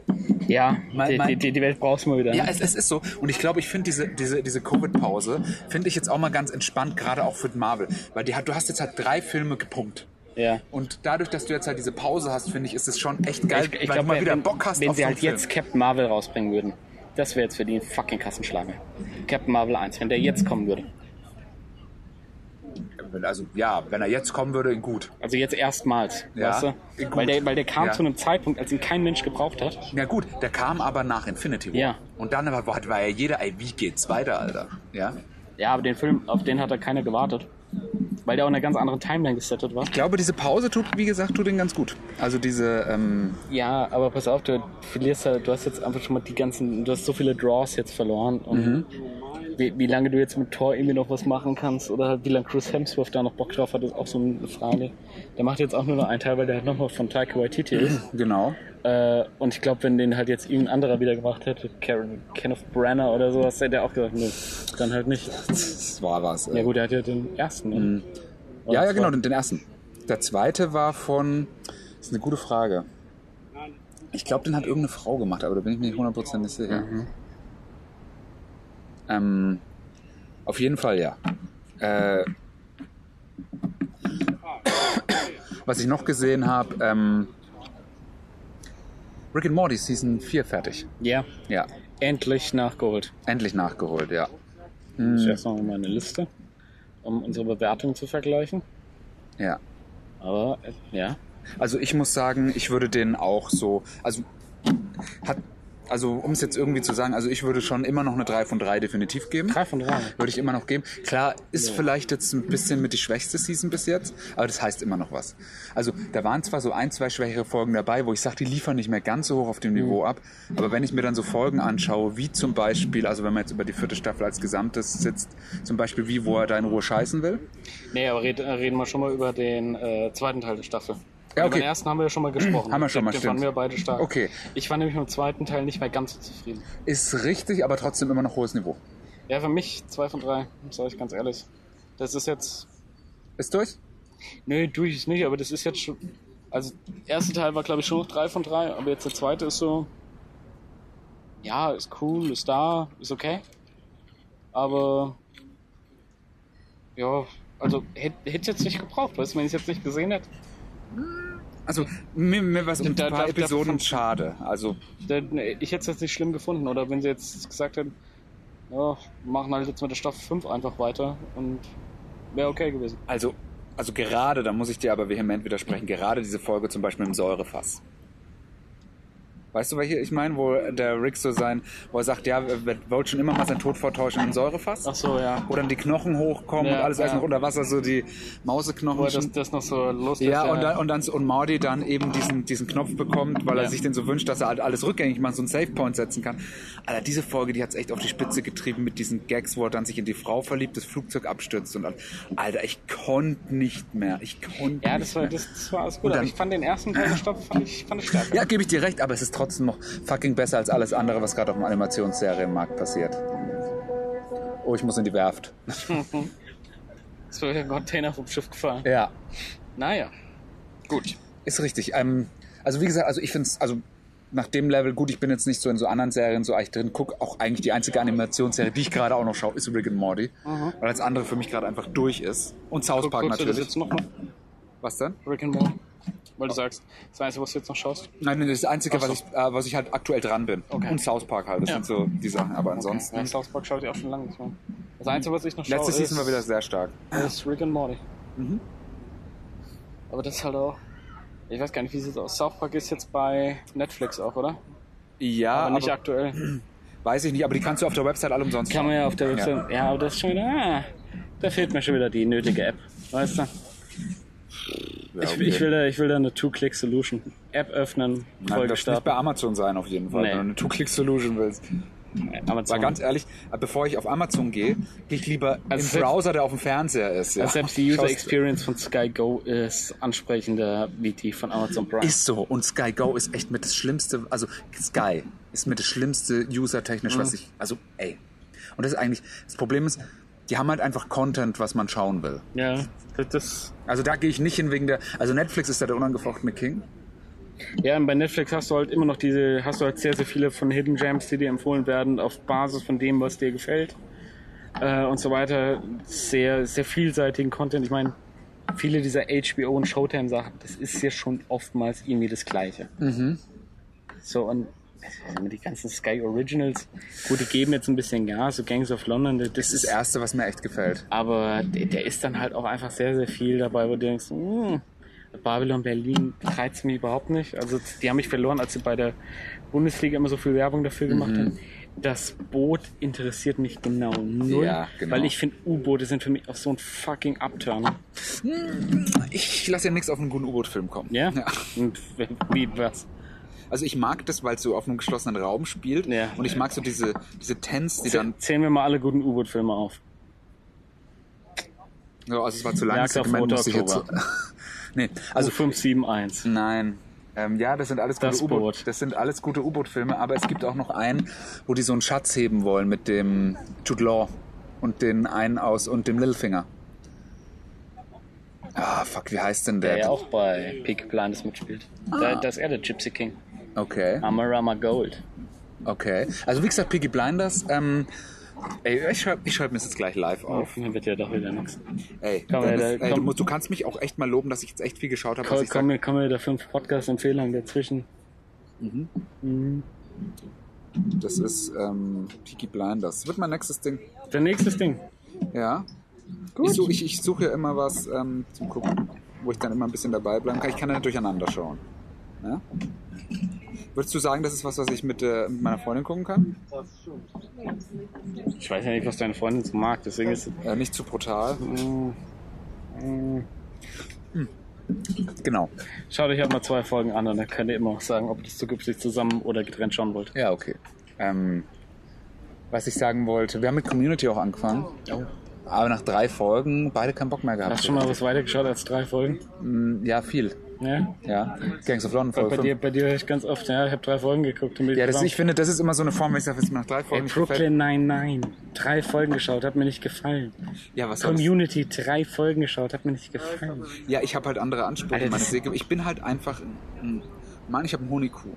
Speaker 2: Ja,
Speaker 3: Mein-
Speaker 2: die,
Speaker 3: mein-
Speaker 2: die, die, die Welt brauchst du mal wieder. ne?
Speaker 3: Ja, es, es ist so. Und ich glaube, ich finde diese, diese, diese Covid-Pause, finde ich jetzt auch mal ganz entspannt, gerade auch für Marvel. Weil die hat, du hast jetzt halt drei Filme gepumpt.
Speaker 2: Ja.
Speaker 3: Und dadurch, dass du jetzt halt diese Pause hast, finde ich, ist es schon echt geil,
Speaker 2: Ich, ich
Speaker 3: weil
Speaker 2: glaube,
Speaker 3: du mal
Speaker 2: wenn,
Speaker 3: wieder Bock hast
Speaker 2: wenn
Speaker 3: auf
Speaker 2: sie
Speaker 3: so einen
Speaker 2: halt
Speaker 3: Film.
Speaker 2: jetzt Captain Marvel rausbringen würden, das wäre jetzt für die einen fucking krassen Schlager. Captain Marvel 1, wenn der jetzt kommen würde.
Speaker 3: Also ja, wenn er jetzt kommen würde, gut.
Speaker 2: Also jetzt erstmals,
Speaker 3: Ja,
Speaker 2: weißt du?
Speaker 3: gut.
Speaker 2: Weil der, weil der kam
Speaker 3: Ja.
Speaker 2: zu einem Zeitpunkt, als ihn kein Mensch gebraucht hat.
Speaker 3: Na gut, der kam aber nach Infinity War.
Speaker 2: Ja.
Speaker 3: Und dann war, war war ja jeder, ey, wie geht's weiter, Alter? Ja.
Speaker 2: Ja, aber den Film, auf den hat er keiner gewartet. Weil der auch in einer ganz anderen Timeline gesettet war.
Speaker 3: Ich glaube, diese Pause tut, wie gesagt, tut den ganz gut. Also diese, ähm,
Speaker 2: Ja, aber pass auf, du verlierst halt, du hast jetzt einfach schon mal die ganzen, du hast so viele Draws jetzt verloren und
Speaker 3: Mhm.
Speaker 2: wie, wie lange du jetzt mit Thor irgendwie noch was machen kannst oder halt wie lange Chris Hemsworth da noch Bock drauf hat, ist auch so eine Frage. Der macht jetzt auch nur noch einen Teil, weil der halt nochmal von Taika Waititi ist.
Speaker 3: genau.
Speaker 2: Äh, und ich glaube, wenn den halt jetzt irgendein anderer wieder gemacht hätte, Karen, Kenneth Branagh oder sowas, hätte er auch gesagt, nö, dann halt nicht.
Speaker 3: Das war was.
Speaker 2: Ja
Speaker 3: Ey.
Speaker 2: gut, er hat ja den ersten. ne? Oder
Speaker 3: Mhm. Ja, ja,
Speaker 2: zwei.
Speaker 3: genau, den, den ersten. Der zweite war von, das ist eine gute Frage. Ich glaube, den hat irgendeine Frau gemacht, aber da bin ich mir nicht hundertprozentig sicher. Ähm, auf jeden Fall, ja. Äh, was ich noch gesehen habe, ähm, Rick and Morty Season 4 fertig.
Speaker 2: Ja,
Speaker 3: Ja,
Speaker 2: endlich nachgeholt.
Speaker 3: endlich nachgeholt, ja. Mhm.
Speaker 2: Ich Ich erstmal mal eine Liste, um unsere Bewertung zu vergleichen.
Speaker 3: Ja.
Speaker 2: Aber äh, ja,
Speaker 3: Also ich muss sagen, ich würde den auch so, also hat, also um es jetzt irgendwie zu sagen, also ich würde schon immer noch eine 3 von 3 definitiv geben.
Speaker 2: 3 von 3.
Speaker 3: Würde ich immer noch geben. Klar, ist vielleicht jetzt ein bisschen mit die schwächste Season bis jetzt, aber das heißt immer noch was. Also da waren zwar so ein, zwei schwächere Folgen dabei, wo ich sage, die liefern nicht mehr ganz so hoch auf dem Niveau ab, aber wenn ich mir dann so Folgen anschaue, wie zum Beispiel, also wenn man jetzt über die vierte Staffel als Gesamtes sitzt, zum Beispiel wie, wo er da in Ruhe scheißen will,
Speaker 2: Nee, aber red, äh, reden wir schon mal über den äh, zweiten Teil der Staffel.
Speaker 3: Ja,
Speaker 2: Über
Speaker 3: okay.
Speaker 2: den ersten haben wir ja schon mal gesprochen.
Speaker 3: Haben wir schon
Speaker 2: den,
Speaker 3: mal,
Speaker 2: den
Speaker 3: stimmt.
Speaker 2: fanden wir beide stark.
Speaker 3: Okay.
Speaker 2: Ich war nämlich mit dem zweiten Teil nicht mehr ganz so zufrieden.
Speaker 3: ist richtig, aber trotzdem immer noch hohes Niveau.
Speaker 2: Ja, für mich 2 von 3, sage ich ganz ehrlich. Das ist jetzt.
Speaker 3: Ist durch?
Speaker 2: Nee, durch ist nicht, aber das ist jetzt schon. Also, der erste Teil war, glaube ich, schon 3 von 3, aber jetzt der zweite ist so. Ja, ist cool, ist da, ist okay. Aber. Ja, also hätte hätt jetzt nicht gebraucht, weißt du, wenn ich es jetzt nicht gesehen hätte.
Speaker 3: Also mir, mir war es um ein
Speaker 2: Da-
Speaker 3: paar
Speaker 2: da-
Speaker 3: Episoden
Speaker 2: davon-
Speaker 3: schade. Also
Speaker 2: Denn ich hätte es jetzt nicht schlimm gefunden. Oder wenn sie jetzt gesagt hätten, ja, machen halt jetzt mit der Staffel 5 einfach weiter und wäre okay gewesen.
Speaker 3: also also gerade, da muss ich dir aber vehement widersprechen. Gerade diese Folge zum Beispiel im Säurefass. Weißt du, welche ich meine, wo der Rick so sein, wo er sagt, ja, er wollte schon immer mal seinen Tod vortäuschen im Säurefass,
Speaker 2: Ach so, ja.
Speaker 3: wo dann die Knochen hochkommen
Speaker 2: Ja,
Speaker 3: und alles
Speaker 2: ja.
Speaker 3: alles noch unter Wasser, so die Mauseknochen.
Speaker 2: Boah, das, das noch so lustig.
Speaker 3: ja, und dann, und dann und Morty dann eben diesen, diesen Knopf bekommt, weil er
Speaker 2: Ja.
Speaker 3: sich den so wünscht, dass er halt alles rückgängig macht, so einen Save Point setzen kann. Alter, diese Folge, die hat's echt auf die Spitze getrieben mit diesen Gags, wo er dann sich in die Frau verliebt, das Flugzeug abstürzt und all- Alter, ich konnte nicht mehr. Ich konnte
Speaker 2: ja,
Speaker 3: nicht
Speaker 2: das war,
Speaker 3: mehr.
Speaker 2: das, das war alles gut.
Speaker 3: Und dann-
Speaker 2: aber ich fand den ersten Teil der Staffel fand ich, fand ich stärker.
Speaker 3: ja, gebe ich dir recht, aber es ist trotzdem noch fucking besser als alles andere, was gerade auf dem Animationsserienmarkt passiert. Oh, ich muss in die Werft.
Speaker 2: Es wird ein Container vom Schiff gefahren.
Speaker 3: Ja,
Speaker 2: Naja. Gut.
Speaker 3: Ist richtig. Ähm, also wie gesagt, also ich finde es, also nach dem Level, gut, ich bin jetzt nicht so in so anderen Serien so eigentlich drin, guck auch eigentlich die einzige Animationsserie, die ich gerade auch noch schaue, ist Rick and Morty. Weil das andere für mich gerade einfach durch ist. Und South
Speaker 2: Guck,
Speaker 3: Park
Speaker 2: guckst du das
Speaker 3: natürlich.
Speaker 2: jetzt nochmal?
Speaker 3: Was denn?
Speaker 2: Rick and Morty? Weil du sagst, das Einzige, was du jetzt noch schaust.
Speaker 3: Nein, nein, das ist das Einzige,
Speaker 2: Ach so.
Speaker 3: was, ich, äh, was ich halt aktuell dran bin.
Speaker 2: Okay.
Speaker 3: Und South Park halt, das
Speaker 2: Ja.
Speaker 3: sind so die Sachen. Aber ansonsten,
Speaker 2: Okay. Ja, South Park schaue ich auch schon lange nicht mehr. Das Das Einzige, was ich noch schaue,
Speaker 3: Letzte
Speaker 2: ist,
Speaker 3: Season war wieder Mhm. sehr stark.
Speaker 2: ist Rick and Morty. Aber das ist halt auch... Ich weiß gar nicht, wie es jetzt aus. South Park ist jetzt bei Netflix auch, oder?
Speaker 3: Ja,
Speaker 2: Aber nicht
Speaker 3: Ah, aber-
Speaker 2: aktuell.
Speaker 3: weiß ich nicht, aber die kannst du auf der Website alle umsonst
Speaker 2: Kann man ja auf der
Speaker 3: Ja.
Speaker 2: Website... Ja, aber das ist schon wieder... Ah, da fehlt mir schon wieder die nötige App. Weißt du?
Speaker 3: Ja,
Speaker 2: Ich,
Speaker 3: okay.
Speaker 2: ich, will, da, ich will da eine Two-Click-Solution. App öffnen,
Speaker 3: Nein,
Speaker 2: Folge
Speaker 3: das nicht bei
Speaker 2: starten.
Speaker 3: Amazon sein auf jeden Fall,
Speaker 2: Nee.
Speaker 3: wenn du eine Two-Click-Solution willst.
Speaker 2: Amazon.
Speaker 3: Weil ganz ehrlich, äh, bevor ich auf Amazon gehe, gehe ich lieber
Speaker 2: Also
Speaker 3: im
Speaker 2: selbst-
Speaker 3: Browser, der auf dem Fernseher ist. Ja.
Speaker 2: Also selbst die User
Speaker 3: Schaust-
Speaker 2: Experience von Sky Go ist ansprechender wie die von Amazon Prime.
Speaker 3: Ist so. Und Sky Go ist echt mit das Schlimmste, also Sky ist mit das Schlimmste usertechnisch, was ich, also ey. Und das ist eigentlich, das Problem ist, die haben halt einfach Content, was man schauen will.
Speaker 2: ja, das, das,
Speaker 3: Also da gehe ich nicht hin wegen der, also Netflix ist da der unangefochtene King.
Speaker 2: ja, und bei Netflix hast du halt immer noch diese, hast du halt sehr, sehr viele von Hidden Gems, die dir empfohlen werden, auf Basis von dem, was dir gefällt äh, und so weiter. Sehr, sehr vielseitigen Content. Ich meine, viele dieser HBO und Showtime-Sachen, das ist ja schon oftmals irgendwie das Gleiche. So, und also die ganzen Sky Originals, gut, die geben jetzt ein bisschen Gas, so Gangs of London, das,
Speaker 3: Das ist das Erste, was mir echt gefällt.
Speaker 2: Aber der, der ist dann halt auch einfach sehr, sehr viel dabei, wo du denkst, "Hm, Babylon Berlin reizt mich überhaupt nicht. Also die haben mich verloren, als sie bei der Bundesliga immer so viel Werbung dafür gemacht haben. Das Boot interessiert mich genau null,
Speaker 3: Ja, genau.
Speaker 2: weil ich finde, U-Boote sind für mich auch so ein fucking Upturner.
Speaker 3: Ich lasse ja nichts auf einen guten U-Boot-Film kommen.
Speaker 2: Ja? Und wie was?
Speaker 3: Also ich mag das, weil es so auf einem geschlossenen Raum spielt.
Speaker 2: Ja.
Speaker 3: Und ich mag so diese, diese Tents, die dann.
Speaker 2: Zählen wir mal alle guten U-Boot-Filme auf.
Speaker 3: Ja, also es war zu lang.
Speaker 2: Jagd auf
Speaker 3: Segment
Speaker 2: Roter
Speaker 3: muss ich jetzt. nee, also
Speaker 2: Also 571.
Speaker 3: nein. Ähm, ja, das sind alles
Speaker 2: Das
Speaker 3: gute U-Boot.
Speaker 2: Boot.
Speaker 3: Das sind alles gute U-Boot-Filme, aber es gibt auch noch einen, wo die so einen Schatz heben wollen mit dem Jude Law und den einen aus und dem Littlefinger. Ah, fuck, wie heißt denn der?
Speaker 2: Der ja auch bei Peaky Blinders mitspielt. Da, da ist er der Gypsy King.
Speaker 3: Okay.
Speaker 2: Amarama Gold.
Speaker 3: Okay. Also wie gesagt, Piggy Blinders, ähm, ey, ich schreibe ich schreib mir das jetzt gleich live auf.
Speaker 2: Dann wird ja doch wieder nichts.
Speaker 3: Ey,
Speaker 2: Komm,
Speaker 3: Dennis,
Speaker 2: Alter,
Speaker 3: ey du,
Speaker 2: komm.
Speaker 3: musst, du kannst mich auch echt mal loben, dass ich jetzt echt viel geschaut habe, was
Speaker 2: Komm,
Speaker 3: Also ich sag.
Speaker 2: kommen, wir, kommen wir da fünf Podcast-Empfehlungen dazwischen.
Speaker 3: Das ist ähm, Piggy Blinders. Das wird mein nächstes Ding.
Speaker 2: Der nächste Ding.
Speaker 3: Ja. Ich suche ich, ich such ja immer was ähm, zum Gucken, wo ich dann immer ein bisschen dabei bleiben kann. Ich kann ja nicht durcheinander schauen. Ja? Würdest du sagen, das ist was, was ich mit, äh, mit meiner Freundin gucken kann?
Speaker 2: Ich weiß ja nicht, was deine Freundin so mag, deswegen ist es.
Speaker 3: Äh, nicht zu brutal. Hm. Genau.
Speaker 2: Schaut euch halt mal zwei Folgen an und dann könnt ihr immer noch sagen, ob ihr das zukünftig zusammen oder getrennt schauen wollt.
Speaker 3: Ja, okay. Ähm, was ich sagen wollte, wir haben mit Community auch angefangen. Aber nach drei Folgen beide keinen Bock mehr gehabt.
Speaker 2: Hast du schon mal was weitergeschaut als drei Folgen?
Speaker 3: Ja, viel.
Speaker 2: Ja.
Speaker 3: Ja. Gangs of London
Speaker 2: Bei, bei,
Speaker 3: Folge
Speaker 2: dir,
Speaker 3: fünf.
Speaker 2: bei dir höre ich ganz oft, ja, ich habe drei Folgen geguckt. Und mir
Speaker 3: Ja, das,
Speaker 2: gedacht,
Speaker 3: ich finde, das ist immer so eine Form, wenn ich sage, wenn es mir nach drei
Speaker 2: Ey,
Speaker 3: Folgen nicht gefällt.
Speaker 2: Brooklyn, nein, nein. Drei Folgen geschaut, hat mir nicht gefallen.
Speaker 3: Ja, was soll das?
Speaker 2: Community, drei Folgen geschaut, hat mir nicht gefallen.
Speaker 3: Ja, ich habe halt andere Ansprüche.
Speaker 2: Alter,
Speaker 3: meine
Speaker 2: das-
Speaker 3: Säge. Ich bin halt einfach ein- ein Mann, ich habe einen Honigkuh.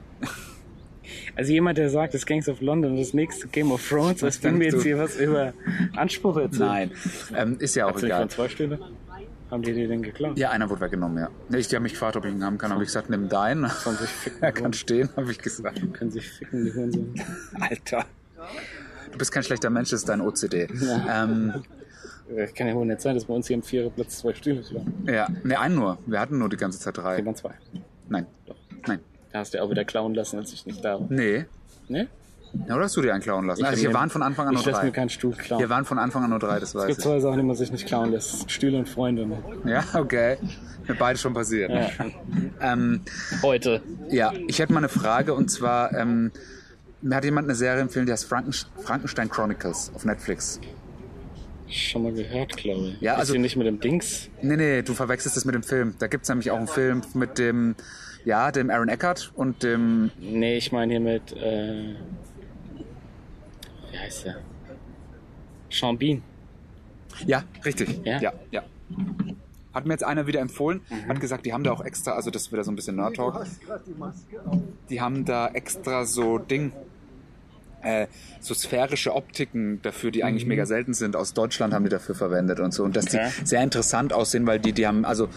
Speaker 2: Also jemand, der sagt, das Gangs of London ist das nächste Game of Thrones, als wenn mir
Speaker 3: denkst
Speaker 2: jetzt
Speaker 3: du?
Speaker 2: hier was über Anspruch erzählt.
Speaker 3: Nein, ähm, ist ja auch
Speaker 2: Hast du nicht
Speaker 3: egal.
Speaker 2: von zwei Stühle? Haben die dir den geklaut?
Speaker 3: Ja, einer wurde weggenommen, ja. Nee, Ich, die haben mich gefragt, ob ich ihn haben kann. Habe ich gesagt, nimm deinen. Er kann stehen, habe ich gesagt.
Speaker 2: Können sich ficken, die Hurensohn.
Speaker 3: Alter. Du bist kein schlechter Mensch, das ist dein OCD. Ähm,
Speaker 2: Äh, Kann ja wohl nicht sein, dass bei uns hier im Vierer Platz zwei Stühle waren.
Speaker 3: Ja, ne, einen nur. Wir hatten nur die ganze Zeit drei.
Speaker 2: Hier waren zwei.
Speaker 3: Nein. Nein.
Speaker 2: Da hast du ja auch wieder klauen lassen, als ich nicht da war.
Speaker 3: Nee.
Speaker 2: Ne?
Speaker 3: Ja, oder hast du dir einen klauen lassen?
Speaker 2: Ich
Speaker 3: also,
Speaker 2: hab
Speaker 3: wir
Speaker 2: mir-
Speaker 3: waren von Anfang an nur
Speaker 2: Ich lasse
Speaker 3: drei.
Speaker 2: mir keinen Stuhl klauen.
Speaker 3: Wir waren von Anfang an nur drei, das
Speaker 2: es
Speaker 3: weiß
Speaker 2: gibt
Speaker 3: ich.
Speaker 2: zwei Sachen, die man sich nicht klauen lässt. Stühle und Freunde. ne?
Speaker 3: Ja, okay. Mir beide schon passiert.
Speaker 2: Ja.
Speaker 3: Ähm,
Speaker 2: Heute.
Speaker 3: ja, ich hätte mal eine Frage und zwar, ähm, mir hat jemand eine Serie empfohlen, die heißt Franken Frankenstein Chronicles auf Netflix.
Speaker 2: Schon mal gehört, glaube ich.
Speaker 3: Ja,
Speaker 2: Ist
Speaker 3: also-
Speaker 2: hier nicht mit dem Dings.
Speaker 3: Nee, nee, du verwechselst das mit dem Film. Da gibt's nämlich auch einen Film mit dem, ja, dem Aaron Eckhart und dem,
Speaker 2: Nee, ich meine hier mit, äh, wie heißt der? Sean Bean.
Speaker 3: Ja, richtig.
Speaker 2: Ja? Mhm.
Speaker 3: ja. ja. Hat mir jetzt einer wieder empfohlen, hat gesagt, die haben da auch extra, also das ist wieder so ein bisschen Nerd Talk. Die haben da extra so Ding, äh, so sphärische Optiken dafür, die eigentlich mega selten sind. Aus Deutschland haben die dafür verwendet und so. Und dass
Speaker 2: Mhm. Okay.
Speaker 3: die sehr interessant aussehen, weil die, die haben, also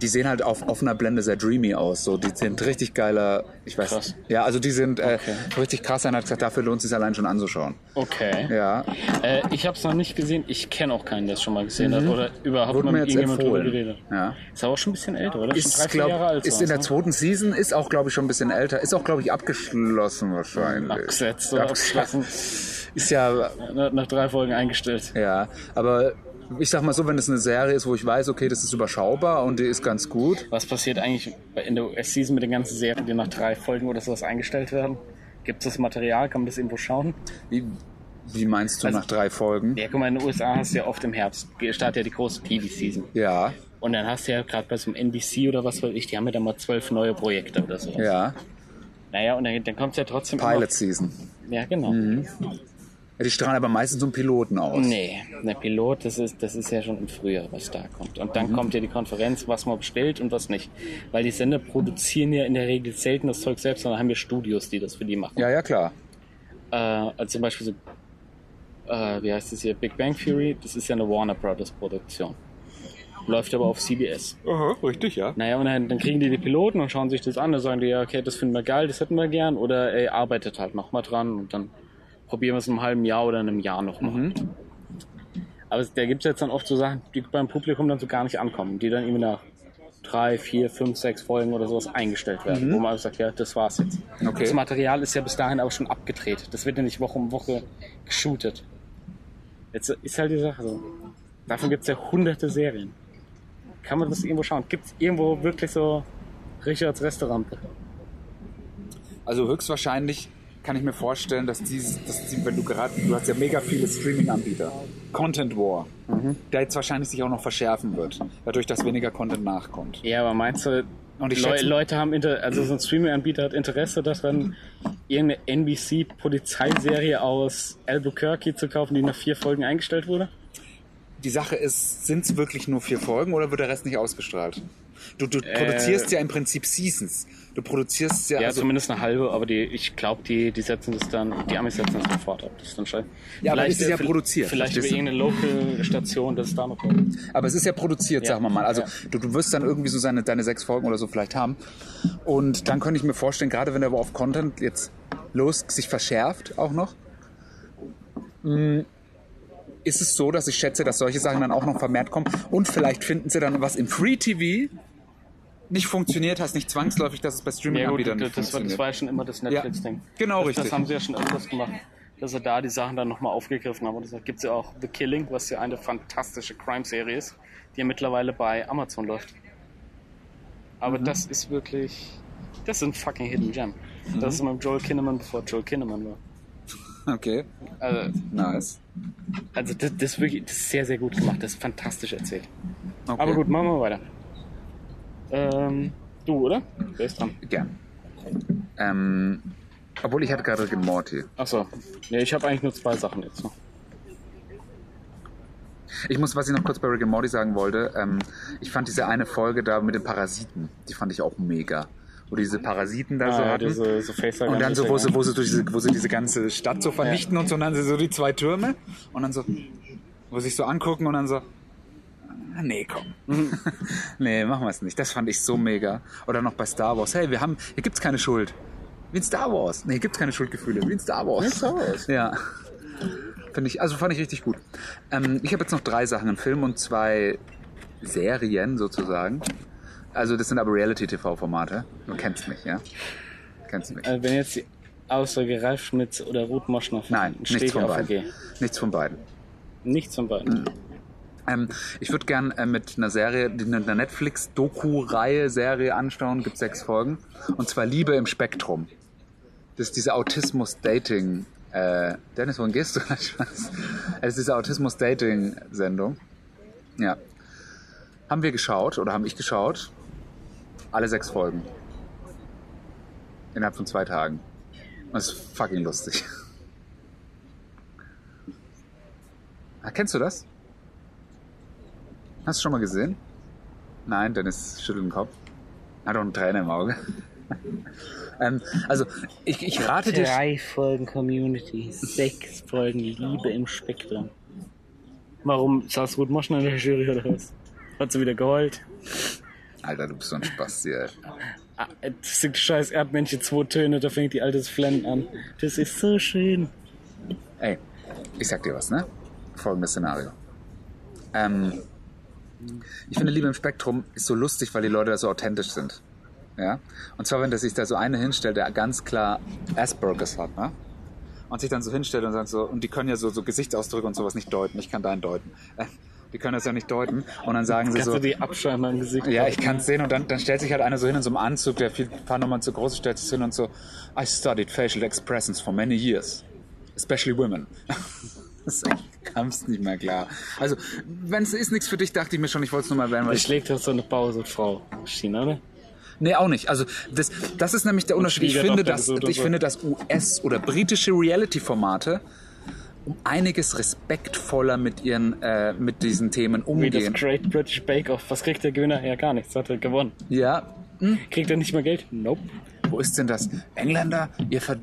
Speaker 3: die sehen halt auf offener Blende sehr dreamy aus. So, die sind richtig geiler, ich weiß
Speaker 2: Krass.
Speaker 3: Ja, also die sind äh, richtig krass. Einer hat gesagt, dafür lohnt es sich allein schon anzuschauen.
Speaker 2: Okay.
Speaker 3: Ja,
Speaker 2: Äh, ich habe es noch nicht gesehen. Ich kenne auch keinen, der es schon mal gesehen hat oder überhaupt
Speaker 3: Mhm. Wurde
Speaker 2: mal
Speaker 3: mir
Speaker 2: mit
Speaker 3: jetzt
Speaker 2: irgendjemand drüber
Speaker 3: empfohlen.
Speaker 2: geredet.
Speaker 3: Ja.
Speaker 2: Ist aber auch schon ein bisschen älter, oder? schon
Speaker 3: ist,
Speaker 2: drei, vier
Speaker 3: glaub,
Speaker 2: Jahre alt.
Speaker 3: ist
Speaker 2: sowas,
Speaker 3: in der
Speaker 2: ne?
Speaker 3: zweiten Season, ist auch, glaube ich, schon ein bisschen älter. Ist auch, glaube ich, abgeschlossen wahrscheinlich.
Speaker 2: Abgesetzt oder abgeschlossen.
Speaker 3: Ist ja,
Speaker 2: Nach nach drei Folgen eingestellt.
Speaker 3: ja, aber ich sag mal so, wenn es eine Serie ist, wo ich weiß, okay, das ist überschaubar und die ist ganz gut.
Speaker 2: Was passiert eigentlich bei- in der US-Season mit den ganzen Serien, die nach drei Folgen oder sowas eingestellt werden? Gibt es das Material? Kann man das irgendwo schauen?
Speaker 3: Wie, wie meinst du
Speaker 2: Also-
Speaker 3: nach drei Folgen?
Speaker 2: Ja, guck mal, in den USA hast du ja oft im Herbst, startet ja die große TV-Season.
Speaker 3: Ja,
Speaker 2: Und dann hast du ja gerade bei so einem NBC oder was weiß ich, die haben ja dann mal zwölf neue Projekte oder sowas.
Speaker 3: ja.
Speaker 2: Naja, und dann, dann kommt es ja trotzdem
Speaker 3: Pilot Season.
Speaker 2: Immer, ja, genau.
Speaker 3: Mhm. Ja, Die strahlen aber meistens so einen Piloten aus.
Speaker 2: Nee, der Pilot, das ist, das ist ja schon im Frühjahr, was da kommt. Und
Speaker 3: Mhm.
Speaker 2: dann kommt ja die Konferenz, was man bestellt und was nicht. Weil die Sender produzieren ja in der Regel selten das Zeug selbst, sondern haben ja Studios, die das für die machen.
Speaker 3: Ja, ja, klar.
Speaker 2: Äh, also zum Beispiel so, äh, wie heißt das hier, Big Bang Theory, das ist ja eine Warner Brothers Produktion. Läuft aber auf CBS.
Speaker 3: Aha, richtig, ja.
Speaker 2: Naja, und dann, dann kriegen die die Piloten und schauen sich das an. Dann sagen die, ja, okay, das finden wir geil, das hätten wir gern. Oder, ey, arbeitet halt nochmal dran und dann probieren wir es in einem halben Jahr oder in einem Jahr nochmal.
Speaker 3: Mhm.
Speaker 2: Aber es- da gibt es jetzt dann oft so Sachen, die beim Publikum dann so gar nicht ankommen, die dann eben nach drei, vier, fünf, sechs Folgen oder sowas eingestellt werden, wo man einfach sagt, ja, das war's jetzt.
Speaker 3: Mhm. Okay.
Speaker 2: Das Material ist ja bis dahin aber schon abgedreht. Das wird ja nicht Woche um Woche geshootet. Jetzt ist halt die Sache so. Davon gibt es ja hunderte Serien. Kann man das irgendwo schauen? Gibt es irgendwo wirklich so Richards Restaurant?
Speaker 3: Also höchstwahrscheinlich kann ich mir vorstellen, dass die, dass die wenn du gerade, du hast ja mega viele Streaming-Anbieter. Content War, der jetzt wahrscheinlich sich auch noch verschärfen wird, dadurch, dass weniger Content nachkommt.
Speaker 2: Ja, aber meinst du,
Speaker 3: Und ich
Speaker 2: Leu
Speaker 3: schätze-
Speaker 2: Leute haben, Inter also so ein Streaming-Anbieter hat Interesse daran, irgendeine NBC-Polizeiserie aus Albuquerque zu kaufen, die nach vier Folgen eingestellt wurde?
Speaker 3: Die Sache ist, sind es wirklich nur vier Folgen oder wird der Rest nicht ausgestrahlt? Du, du produzierst ja im Prinzip Seasons. Du produzierst ja,
Speaker 2: Ja,
Speaker 3: also,
Speaker 2: zumindest eine halbe, aber die, ich glaube, die, die setzen das dann, die Amis setzen das sofort ab. Das ist dann scheiße.
Speaker 3: Ja, aber
Speaker 2: Vielleicht,
Speaker 3: ist es ja
Speaker 2: äh,
Speaker 3: produziert,
Speaker 2: Vielleicht über
Speaker 3: verstehst du?
Speaker 2: irgendeine Local-Station, das ist da noch.
Speaker 3: aber es ist ja produziert,
Speaker 2: Ja.
Speaker 3: sag mal mal. Also
Speaker 2: Ja.
Speaker 3: du, du wirst dann irgendwie so seine, deine sechs Folgen oder so vielleicht haben. Und dann könnte ich mir vorstellen, gerade wenn der War auf Content jetzt los sich verschärft auch noch, mh, ist es so, dass ich schätze, dass solche Sachen dann auch noch vermehrt kommen. Und vielleicht finden sie dann, was im Free TV nicht funktioniert, heißt nicht zwangsläufig, dass es bei
Speaker 2: Ja, gut,
Speaker 3: Streaming-Anbietern
Speaker 2: das,
Speaker 3: nicht
Speaker 2: das, war, das
Speaker 3: funktioniert.
Speaker 2: war ja schon immer das Netflix-Ding.
Speaker 3: genau
Speaker 2: das,
Speaker 3: richtig.
Speaker 2: Das haben sie ja schon öfters gemacht, dass sie da die Sachen dann nochmal aufgegriffen haben. Und deshalb gibt es ja auch The Killing, was ja eine fantastische Crime-Serie ist, die ja mittlerweile bei Amazon läuft. Aber
Speaker 3: Mhm.
Speaker 2: das ist wirklich. Das ist ein fucking Hidden Gem.
Speaker 3: Mhm.
Speaker 2: Das ist mit Joel Kinnaman, bevor Joel Kinnaman war.
Speaker 3: Okay,
Speaker 2: Also,
Speaker 3: nice.
Speaker 2: Also das, das, ist wirklich, das ist sehr, sehr gut gemacht. Das ist fantastisch erzählt.
Speaker 3: Okay.
Speaker 2: Aber gut, machen wir weiter. Ähm, du, oder? Wer ist dran?
Speaker 3: Gern. Ähm, obwohl ich hatte gerade Rick and Morty.
Speaker 2: Achso. Ja, ich habe eigentlich nur zwei Sachen jetzt noch.
Speaker 3: Ich muss, was ich noch kurz bei Rick and Morty sagen wollte, ähm, ich fand diese eine Folge da mit den Parasiten, die fand ich auch mega. Wo diese Parasiten da so
Speaker 2: Ah, ja,
Speaker 3: hatten.
Speaker 2: diese, so Facer
Speaker 3: und dann so, wo sie, wo, sie durch diese, wo sie diese ganze Stadt so vernichten und so, und dann sie so die zwei Türme und dann so, wo sie sich so angucken und dann so, ah, nee, komm. nee, machen wir es nicht. Das fand ich so mega. Oder noch bei Star Wars, hey, wir haben, hier gibt's keine Schuld. Wie in Star Wars. Nee, hier gibt's keine Schuldgefühle. Wie in Star Wars. Ja. Finde ich, also fand ich richtig gut. Ähm, ich habe jetzt noch drei Sachen im Film und zwei Serien sozusagen. Also das sind aber Reality-TV-Formate. Du kennst mich, ja? Kennst mich.
Speaker 2: Äh, wenn jetzt die Aussage Ralf Schmitz oder Ruth Moschner
Speaker 3: Nein,
Speaker 2: steht
Speaker 3: nichts von
Speaker 2: auf
Speaker 3: beiden. Hm.
Speaker 2: AG.
Speaker 3: Nichts von beiden.
Speaker 2: Nichts von beiden.
Speaker 3: Ähm, ich würde gern äh, mit einer Serie, die- mit einer Netflix-Doku-Reihe, Serie anschauen, gibt sechs Folgen. Und zwar Liebe im Spektrum. Das ist diese Autismus-Dating. Äh, Dennis, wohin gehst du? Ich weiß. Es ist diese Autismus-Dating-Sendung. Ja. Haben wir geschaut oder haben ich geschaut? Alle sechs Folgen. Innerhalb von zwei Tagen. Das ist fucking lustig. Ah, Kennst du das? Hast du schon mal gesehen? Nein, Dennis schüttelt den Kopf. Hat auch eine Träne im Auge. ähm, also, ich, ich rate dir.
Speaker 2: Drei Folgen Community, sechs Folgen Liebe im Spektrum. Warum saß Ruth Moschner in der Jury oder was? Hat sie wieder geheult?
Speaker 3: Alter, du bist so ein Spasti, ey.
Speaker 2: Ah, Das sind scheiß Erdmännchen, zwei Töne, da fängt die alte Flennen an. Das ist so schön.
Speaker 3: Ey, ich sag dir was, ne? Folgendes Szenario. Ähm, ich finde, Liebe im Spektrum ist so lustig, weil die Leute da so authentisch sind. Ja? Und zwar, wenn der sich da so eine hinstellt, der ganz klar Asperger's hat, ne? Und sich dann so hinstellt und sagt so, und die können ja so, so Gesichtsausdrücke und sowas nicht deuten. Ich kann deinen deuten. Äh, die können das ja nicht deuten. Und dann sagen sie
Speaker 2: Kannst
Speaker 3: so.
Speaker 2: du die abschreiben am Gesicht?
Speaker 3: Ja, ich kann's sehen und dann, dann stellt sich halt einer so hin in so einem Anzug, der viel, ein paar Nummern zu groß ist, stellt sich hin und so, I studied facial expressions for many years, especially women. so, ich kam's nicht mehr klar. Also, wenn's ist nichts für dich, dachte ich mir schon, ich wollte es nur mal werden, weil
Speaker 2: Ich
Speaker 3: ich,
Speaker 2: schlägt das so eine Pause, Frau China, oder?
Speaker 3: nee, auch nicht. Also, das, das ist nämlich der Unterschied. Ich
Speaker 2: spiegelt
Speaker 3: finde,
Speaker 2: auch deine
Speaker 3: dass,
Speaker 2: Gesundheit
Speaker 3: ich finde, dass US- oder britische Reality-Formate um einiges respektvoller mit ihren, äh, mit diesen Themen
Speaker 2: Wie das
Speaker 3: umgehen.
Speaker 2: Great British Bake Off. Was kriegt der Gewinner? Ja, gar nichts. Hat er gewonnen.
Speaker 3: Ja,
Speaker 2: Kriegt er nicht mal Geld? Nope.
Speaker 3: Wo ist denn das? Engländer? Ihr ver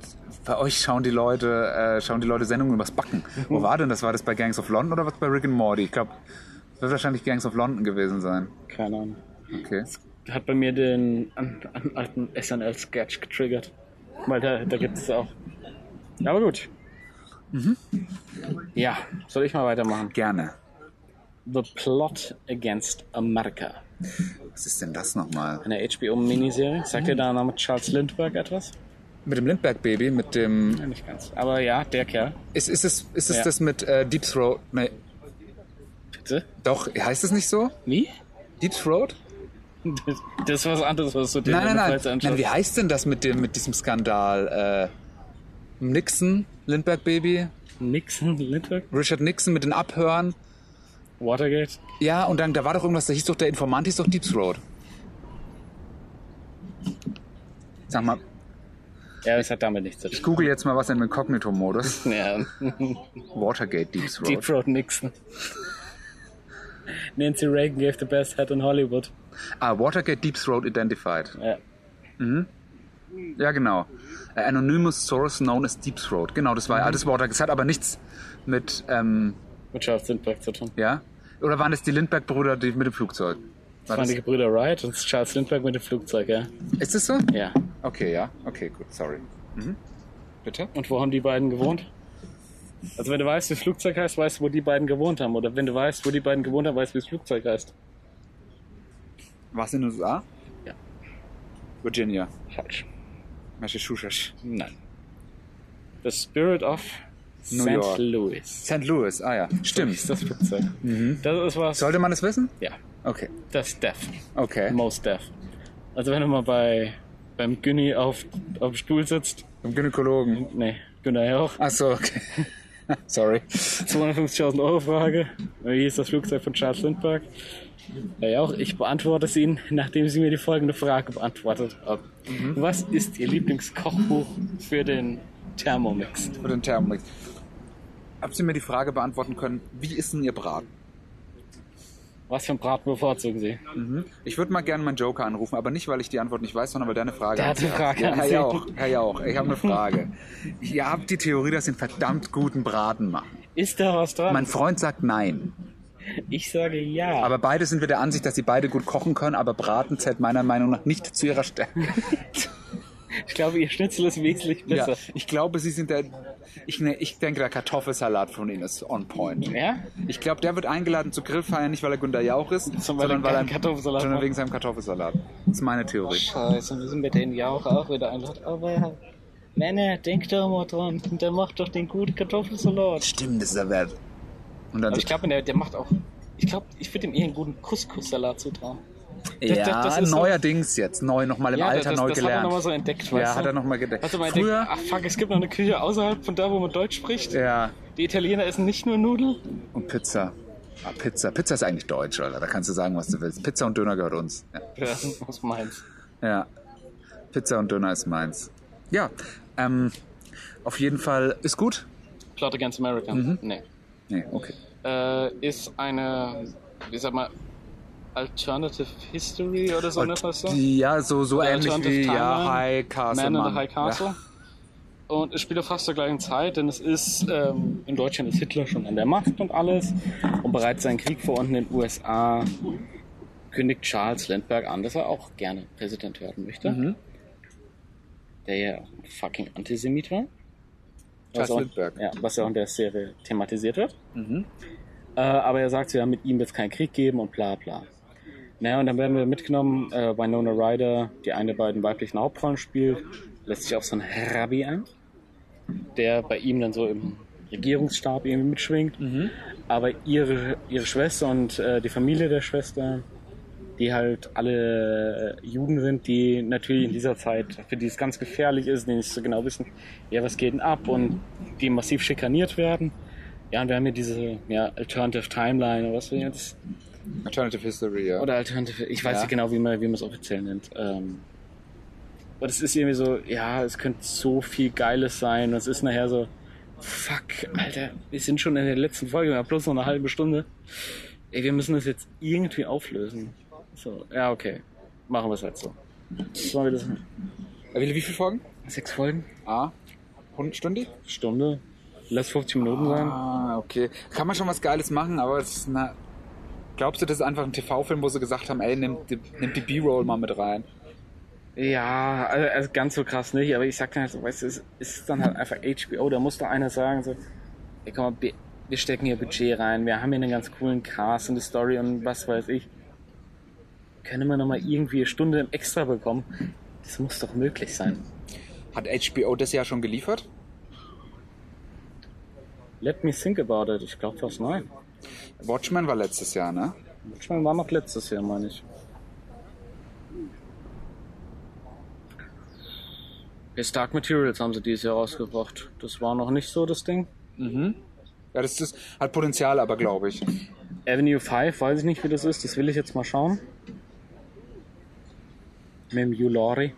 Speaker 3: bei euch schauen die Leute, äh, schauen die Leute Sendungen übers Backen. Wo war denn das? War das bei Gangs of London oder was bei Rick and Morty? Ich glaube, wird wahrscheinlich Gangs of London gewesen sein.
Speaker 2: Keine Ahnung.
Speaker 3: Okay.
Speaker 2: Hat bei mir den an, an alten SNL-Sketch getriggert. Weil da, da gibt es auch. Aber gut.
Speaker 3: Mhm.
Speaker 2: Ja, soll ich mal weitermachen?
Speaker 3: Gerne.
Speaker 2: The Plot Against America.
Speaker 3: Was ist denn das nochmal?
Speaker 2: Eine HBO-Miniserie. Sagt dir der Name Charles Lindbergh etwas?
Speaker 3: Mit dem Lindbergh-Baby, mit dem.
Speaker 2: Ja, nicht ganz. Aber ja, der Kerl.
Speaker 3: Ist, ist es, ist es
Speaker 2: Ja.
Speaker 3: das mit äh, Deep Throat? Nee,
Speaker 2: Bitte?
Speaker 3: doch, heißt es nicht so?
Speaker 2: Wie?
Speaker 3: Deep Throat?
Speaker 2: Das, das ist was anderes, was du dir
Speaker 3: Nein, nein, nein.
Speaker 2: jedenfalls
Speaker 3: nein
Speaker 2: anschaust.
Speaker 3: wie heißt denn das mit, dem, mit diesem Skandal? Äh, Nixon, Lindbergh-Baby,
Speaker 2: Nixon, Lindbergh,
Speaker 3: Richard Nixon mit den Abhören.
Speaker 2: Watergate.
Speaker 3: Ja, und dann, da war doch irgendwas, da hieß doch, der Informant hieß doch Deep Throat. Sag mal,
Speaker 2: Ja, es hat damit nichts zu
Speaker 3: ich
Speaker 2: tun.
Speaker 3: google jetzt mal was im Inkognito-Modus.
Speaker 2: Ja.
Speaker 3: Watergate Deep Throat.
Speaker 2: Deep Throat Nixon. Nancy Reagan gave the best head in Hollywood.
Speaker 3: Ah, Watergate Deep Throat Identified.
Speaker 2: Ja.
Speaker 3: Ja, genau. Äh, Anonymous Source known as Deep Throat. Genau, das war alles Watergate. Das hat aber nichts mit, ähm,
Speaker 2: Mit Charles Lindbergh zu tun.
Speaker 3: ja? Oder waren das die Lindbergh-Brüder die mit dem Flugzeug? War
Speaker 2: Das waren
Speaker 3: das,
Speaker 2: die Gebrüder Wright und Charles Lindbergh mit dem Flugzeug, ja.
Speaker 3: ist das so?
Speaker 2: Ja.
Speaker 3: Okay, ja. Okay, gut, sorry. Mhm. Bitte?
Speaker 2: Und wo haben die beiden gewohnt? Also wenn du weißt, wie das Flugzeug heißt, weißt du, wo die beiden gewohnt haben. Oder wenn du weißt, wo die beiden gewohnt haben, weißt du, wie das Flugzeug heißt.
Speaker 3: Warst du in den USA?
Speaker 2: Ja.
Speaker 3: Virginia.
Speaker 2: Falsch.
Speaker 3: Massachusetts.
Speaker 2: Nein. The Spirit of
Speaker 3: New
Speaker 2: St.
Speaker 3: York.
Speaker 2: Louis.
Speaker 3: St. Louis, ah ja. Stimmt.
Speaker 2: Ist das Flugzeug. Das ist was.
Speaker 3: Sollte man das wissen?
Speaker 2: Ja.
Speaker 3: Okay.
Speaker 2: Das ist Death.
Speaker 3: Okay.
Speaker 2: Most Death. Also wenn du mal bei beim Günni auf, auf dem Stuhl sitzt.
Speaker 3: Im Gynäkologen.
Speaker 2: Nee, Günner ja auch.
Speaker 3: Achso, okay. Sorry.
Speaker 2: 250.000 Euro Frage. Wie ist das Flugzeug von Charles Lindbergh? Ja, ja auch. Ich beantworte es Ihnen, nachdem Sie mir die folgende Frage beantwortet haben. Was ist Ihr Lieblingskochbuch für den Thermomix?
Speaker 3: Für den Thermomix. Habt ihr mir die Frage beantworten können, wie ist denn Ihr Braten?
Speaker 2: Was für ein Braten bevorzugen Sie?
Speaker 3: Ich würde mal gerne meinen Joker anrufen, aber nicht, weil ich die Antwort nicht weiß, sondern weil deine Frage.
Speaker 2: Der hat eine Frage
Speaker 3: Ja,
Speaker 2: an
Speaker 3: Herr
Speaker 2: Sie.
Speaker 3: Jauch, Herr Jauch, ich habe eine Frage. Ihr habt die Theorie, dass Sie einen verdammt guten Braten machen.
Speaker 2: Ist da was dran?
Speaker 3: Mein Freund sagt nein.
Speaker 2: ich sage ja.
Speaker 3: Aber beide sind wir der Ansicht, dass sie beide gut kochen können, aber Braten zählt meiner Meinung nach nicht zu ihrer Stärke.
Speaker 2: ich glaube, Ihr Schnitzel ist wesentlich besser.
Speaker 3: ich glaube, sie sind der. Ich, ne, ich denke, der Kartoffelsalat von ihnen ist on point.
Speaker 2: Ja?
Speaker 3: Ich glaube, der wird eingeladen zu Grillfeiern, nicht weil er Günter Jauch ist,
Speaker 2: weil er
Speaker 3: sondern weil er
Speaker 2: keinen Kartoffelsalat
Speaker 3: sondern
Speaker 2: macht.
Speaker 3: wegen seinem Kartoffelsalat. Das ist meine Theorie.
Speaker 2: Scheiße, müssen wir den Jauch auch wieder einladen. Aber äh, Männer, denkt doch mal dran. Der macht doch den guten Kartoffelsalat.
Speaker 3: Stimmt, das ist der Wert. Und dann
Speaker 2: Aber Also ich glaube, der, der macht auch. Ich glaube, ich würde ihm eher einen guten Couscous-Salat zutrauen.
Speaker 3: ja,
Speaker 2: das- das- das ist so-
Speaker 3: neuerdings jetzt, neu, nochmal im
Speaker 2: ja,
Speaker 3: Alter
Speaker 2: das,
Speaker 3: neu
Speaker 2: das
Speaker 3: gelernt.
Speaker 2: hat er nochmal so entdeckt, weißt
Speaker 3: ja,
Speaker 2: du?
Speaker 3: hat er nochmal gedacht.
Speaker 2: Hat er mal
Speaker 3: Früher,
Speaker 2: entdeckt, ach fuck, es gibt noch eine Küche außerhalb von da, wo man Deutsch spricht.
Speaker 3: ja,
Speaker 2: Die Italiener essen nicht nur Nudeln.
Speaker 3: und Pizza. Ah, Pizza. Pizza ist eigentlich deutsch, Alter. Da kannst du sagen, was du willst. Pizza und Döner gehört uns. Ja.
Speaker 2: Ja, was meinst
Speaker 3: Ja. Pizza und Döner ist meins. Ja. Ähm, auf jeden Fall ist gut.
Speaker 2: Plot Against America.
Speaker 3: Mhm.
Speaker 2: Nee.
Speaker 3: Nee, okay.
Speaker 2: Äh, ist eine, wie sag mal, Alternative History oder so
Speaker 3: Und-
Speaker 2: etwas so?
Speaker 3: Ja, so, so
Speaker 2: Oder
Speaker 3: ähnlich
Speaker 2: Alternative
Speaker 3: wie ja,
Speaker 2: Timeline,
Speaker 3: High Castle.
Speaker 2: Man in
Speaker 3: Mann.
Speaker 2: the High Castle.
Speaker 3: Ja.
Speaker 2: Und es spielt auch fast zur gleichen Zeit, denn es ist, ähm, in Deutschland ist Hitler schon an der Macht und alles und bereitet seinen Krieg vor und in den USA kündigt Charles Lindbergh an, dass er auch gerne Präsident werden möchte.
Speaker 3: Mhm.
Speaker 2: Der ja auch ein fucking Antisemit war.
Speaker 3: Charles
Speaker 2: was auch,
Speaker 3: Lindbergh.
Speaker 2: Ja, was ja auch in der Serie thematisiert wird.
Speaker 3: Mhm.
Speaker 2: Äh, aber er sagt, wir haben mit ihm jetzt keinen Krieg geben und bla bla. Naja, und dann werden wir mitgenommen, äh, Winona Ryder, die eine der beiden weiblichen Hauptrollen spielt, lässt sich auf so einen Rabbi ein, der bei ihm dann so im Regierungsstab irgendwie mitschwingt.
Speaker 3: Mhm.
Speaker 2: Aber ihre, ihre Schwester und äh, die Familie der Schwester, die halt alle äh, Juden sind, die natürlich in dieser Zeit, für die es ganz gefährlich ist, die nicht so genau wissen, ja, was geht denn ab und die massiv schikaniert werden. Ja, und wir haben hier diese ja, Alternative Timeline oder was wir jetzt.
Speaker 3: Alternative History, ja.
Speaker 2: Oder Alternative, ich weiß
Speaker 3: Ja.
Speaker 2: nicht genau, wie man wie man es offiziell nennt. Ähm, aber das ist irgendwie so, ja, es könnte so viel Geiles sein. Und es ist nachher so, fuck, Alter, wir sind schon in der letzten Folge, wir haben bloß noch eine halbe Stunde. Ey, wir müssen das jetzt irgendwie auflösen. So, ja, okay. Machen wir es halt so. Was wollen wir das?
Speaker 3: Wie, wie viele Folgen?
Speaker 2: Sechs Folgen?
Speaker 3: Ah, 100 Stunde?
Speaker 2: Stunde? Lass 50 Minuten sein.
Speaker 3: Ah, okay. Kann man schon was Geiles machen, aber es ist eine... Glaubst du, das ist einfach ein TV-Film, wo sie gesagt haben, ey, nimm die, nimm die B-Roll mal mit rein?
Speaker 2: Ja, also also ganz so krass nicht, aber ich sag dann halt so, weißt du, es ist dann halt einfach HBO, da muss doch einer sagen, so, ey, komm mal, wir- wir stecken hier Budget rein, wir haben hier einen ganz coolen Cast und eine Story und was weiß ich. Können wir nochmal irgendwie eine Stunde extra bekommen? Das muss doch möglich sein.
Speaker 3: Hat HBO das Jahr schon geliefert?
Speaker 2: Let me think about it. Ich glaube fast nein.
Speaker 3: Watchmen war letztes Jahr, ne?
Speaker 2: Watchmen war noch letztes Jahr, meine ich. His Dark Materials haben sie dieses Jahr rausgebracht. Das war noch nicht so das Ding.
Speaker 3: Ja, das ist, hat Potenzial, aber glaube ich.
Speaker 2: Avenue 5, weiß ich nicht, wie das ist. Das will ich jetzt mal schauen. Mit dem Hugh Laurie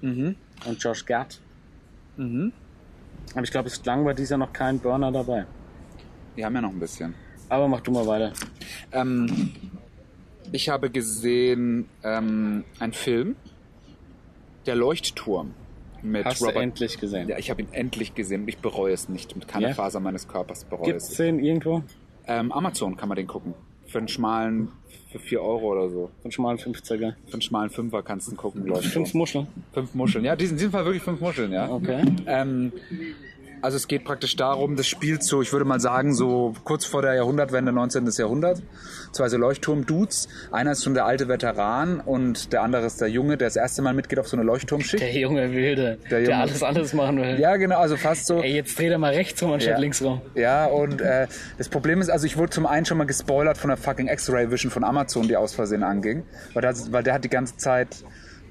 Speaker 3: Mhm.
Speaker 2: und Josh Gad. Aber ich glaube, es klang bei dieser noch kein Burner dabei.
Speaker 3: Die haben ja noch ein bisschen.
Speaker 2: Aber mach du mal weiter.
Speaker 3: Ähm, ich habe gesehen ähm, einen Film, Der Leuchtturm mit
Speaker 2: Hast du
Speaker 3: Robert.
Speaker 2: endlich gesehen.
Speaker 3: Ja, ich habe ihn endlich gesehen und ich bereue es nicht. Mit keiner
Speaker 2: Ja?
Speaker 3: Faser meines Körpers bereue
Speaker 2: Gibt's
Speaker 3: es.
Speaker 2: den irgendwo?
Speaker 3: Ähm, Amazon kann man den gucken. Für einen schmalen, für 4 Euro oder so.
Speaker 2: Von schmalen 50er.
Speaker 3: Für einen schmalen Fünfer kannst du ihn gucken, Leuchtturm.
Speaker 2: Fünf Muscheln.
Speaker 3: Fünf Muscheln. Ja, dies- in diesem Fall wirklich fünf Muscheln, ja.
Speaker 2: Okay.
Speaker 3: Ähm, also es geht praktisch darum, das spielt so, ich würde mal sagen, so kurz vor der Jahrhundertwende, 19. Jahrhundert. Zwei so Leuchtturm-Dudes. Einer ist schon der alte Veteran und der andere ist der Junge, der das erste Mal mitgeht auf so eine Leuchtturmschicht.
Speaker 2: Der junge Wilde, der,
Speaker 3: Junge.
Speaker 2: alles anders machen will.
Speaker 3: Ja, genau, also fast so.
Speaker 2: Ey, jetzt dreht er mal rechts rum anstatt
Speaker 3: Ja.
Speaker 2: links rum.
Speaker 3: Ja, und äh, das Problem ist, also ich wurde zum einen schon mal gespoilert von der fucking X-Ray Vision von Amazon, die aus Versehen anging. Weil, das, weil der hat die ganze Zeit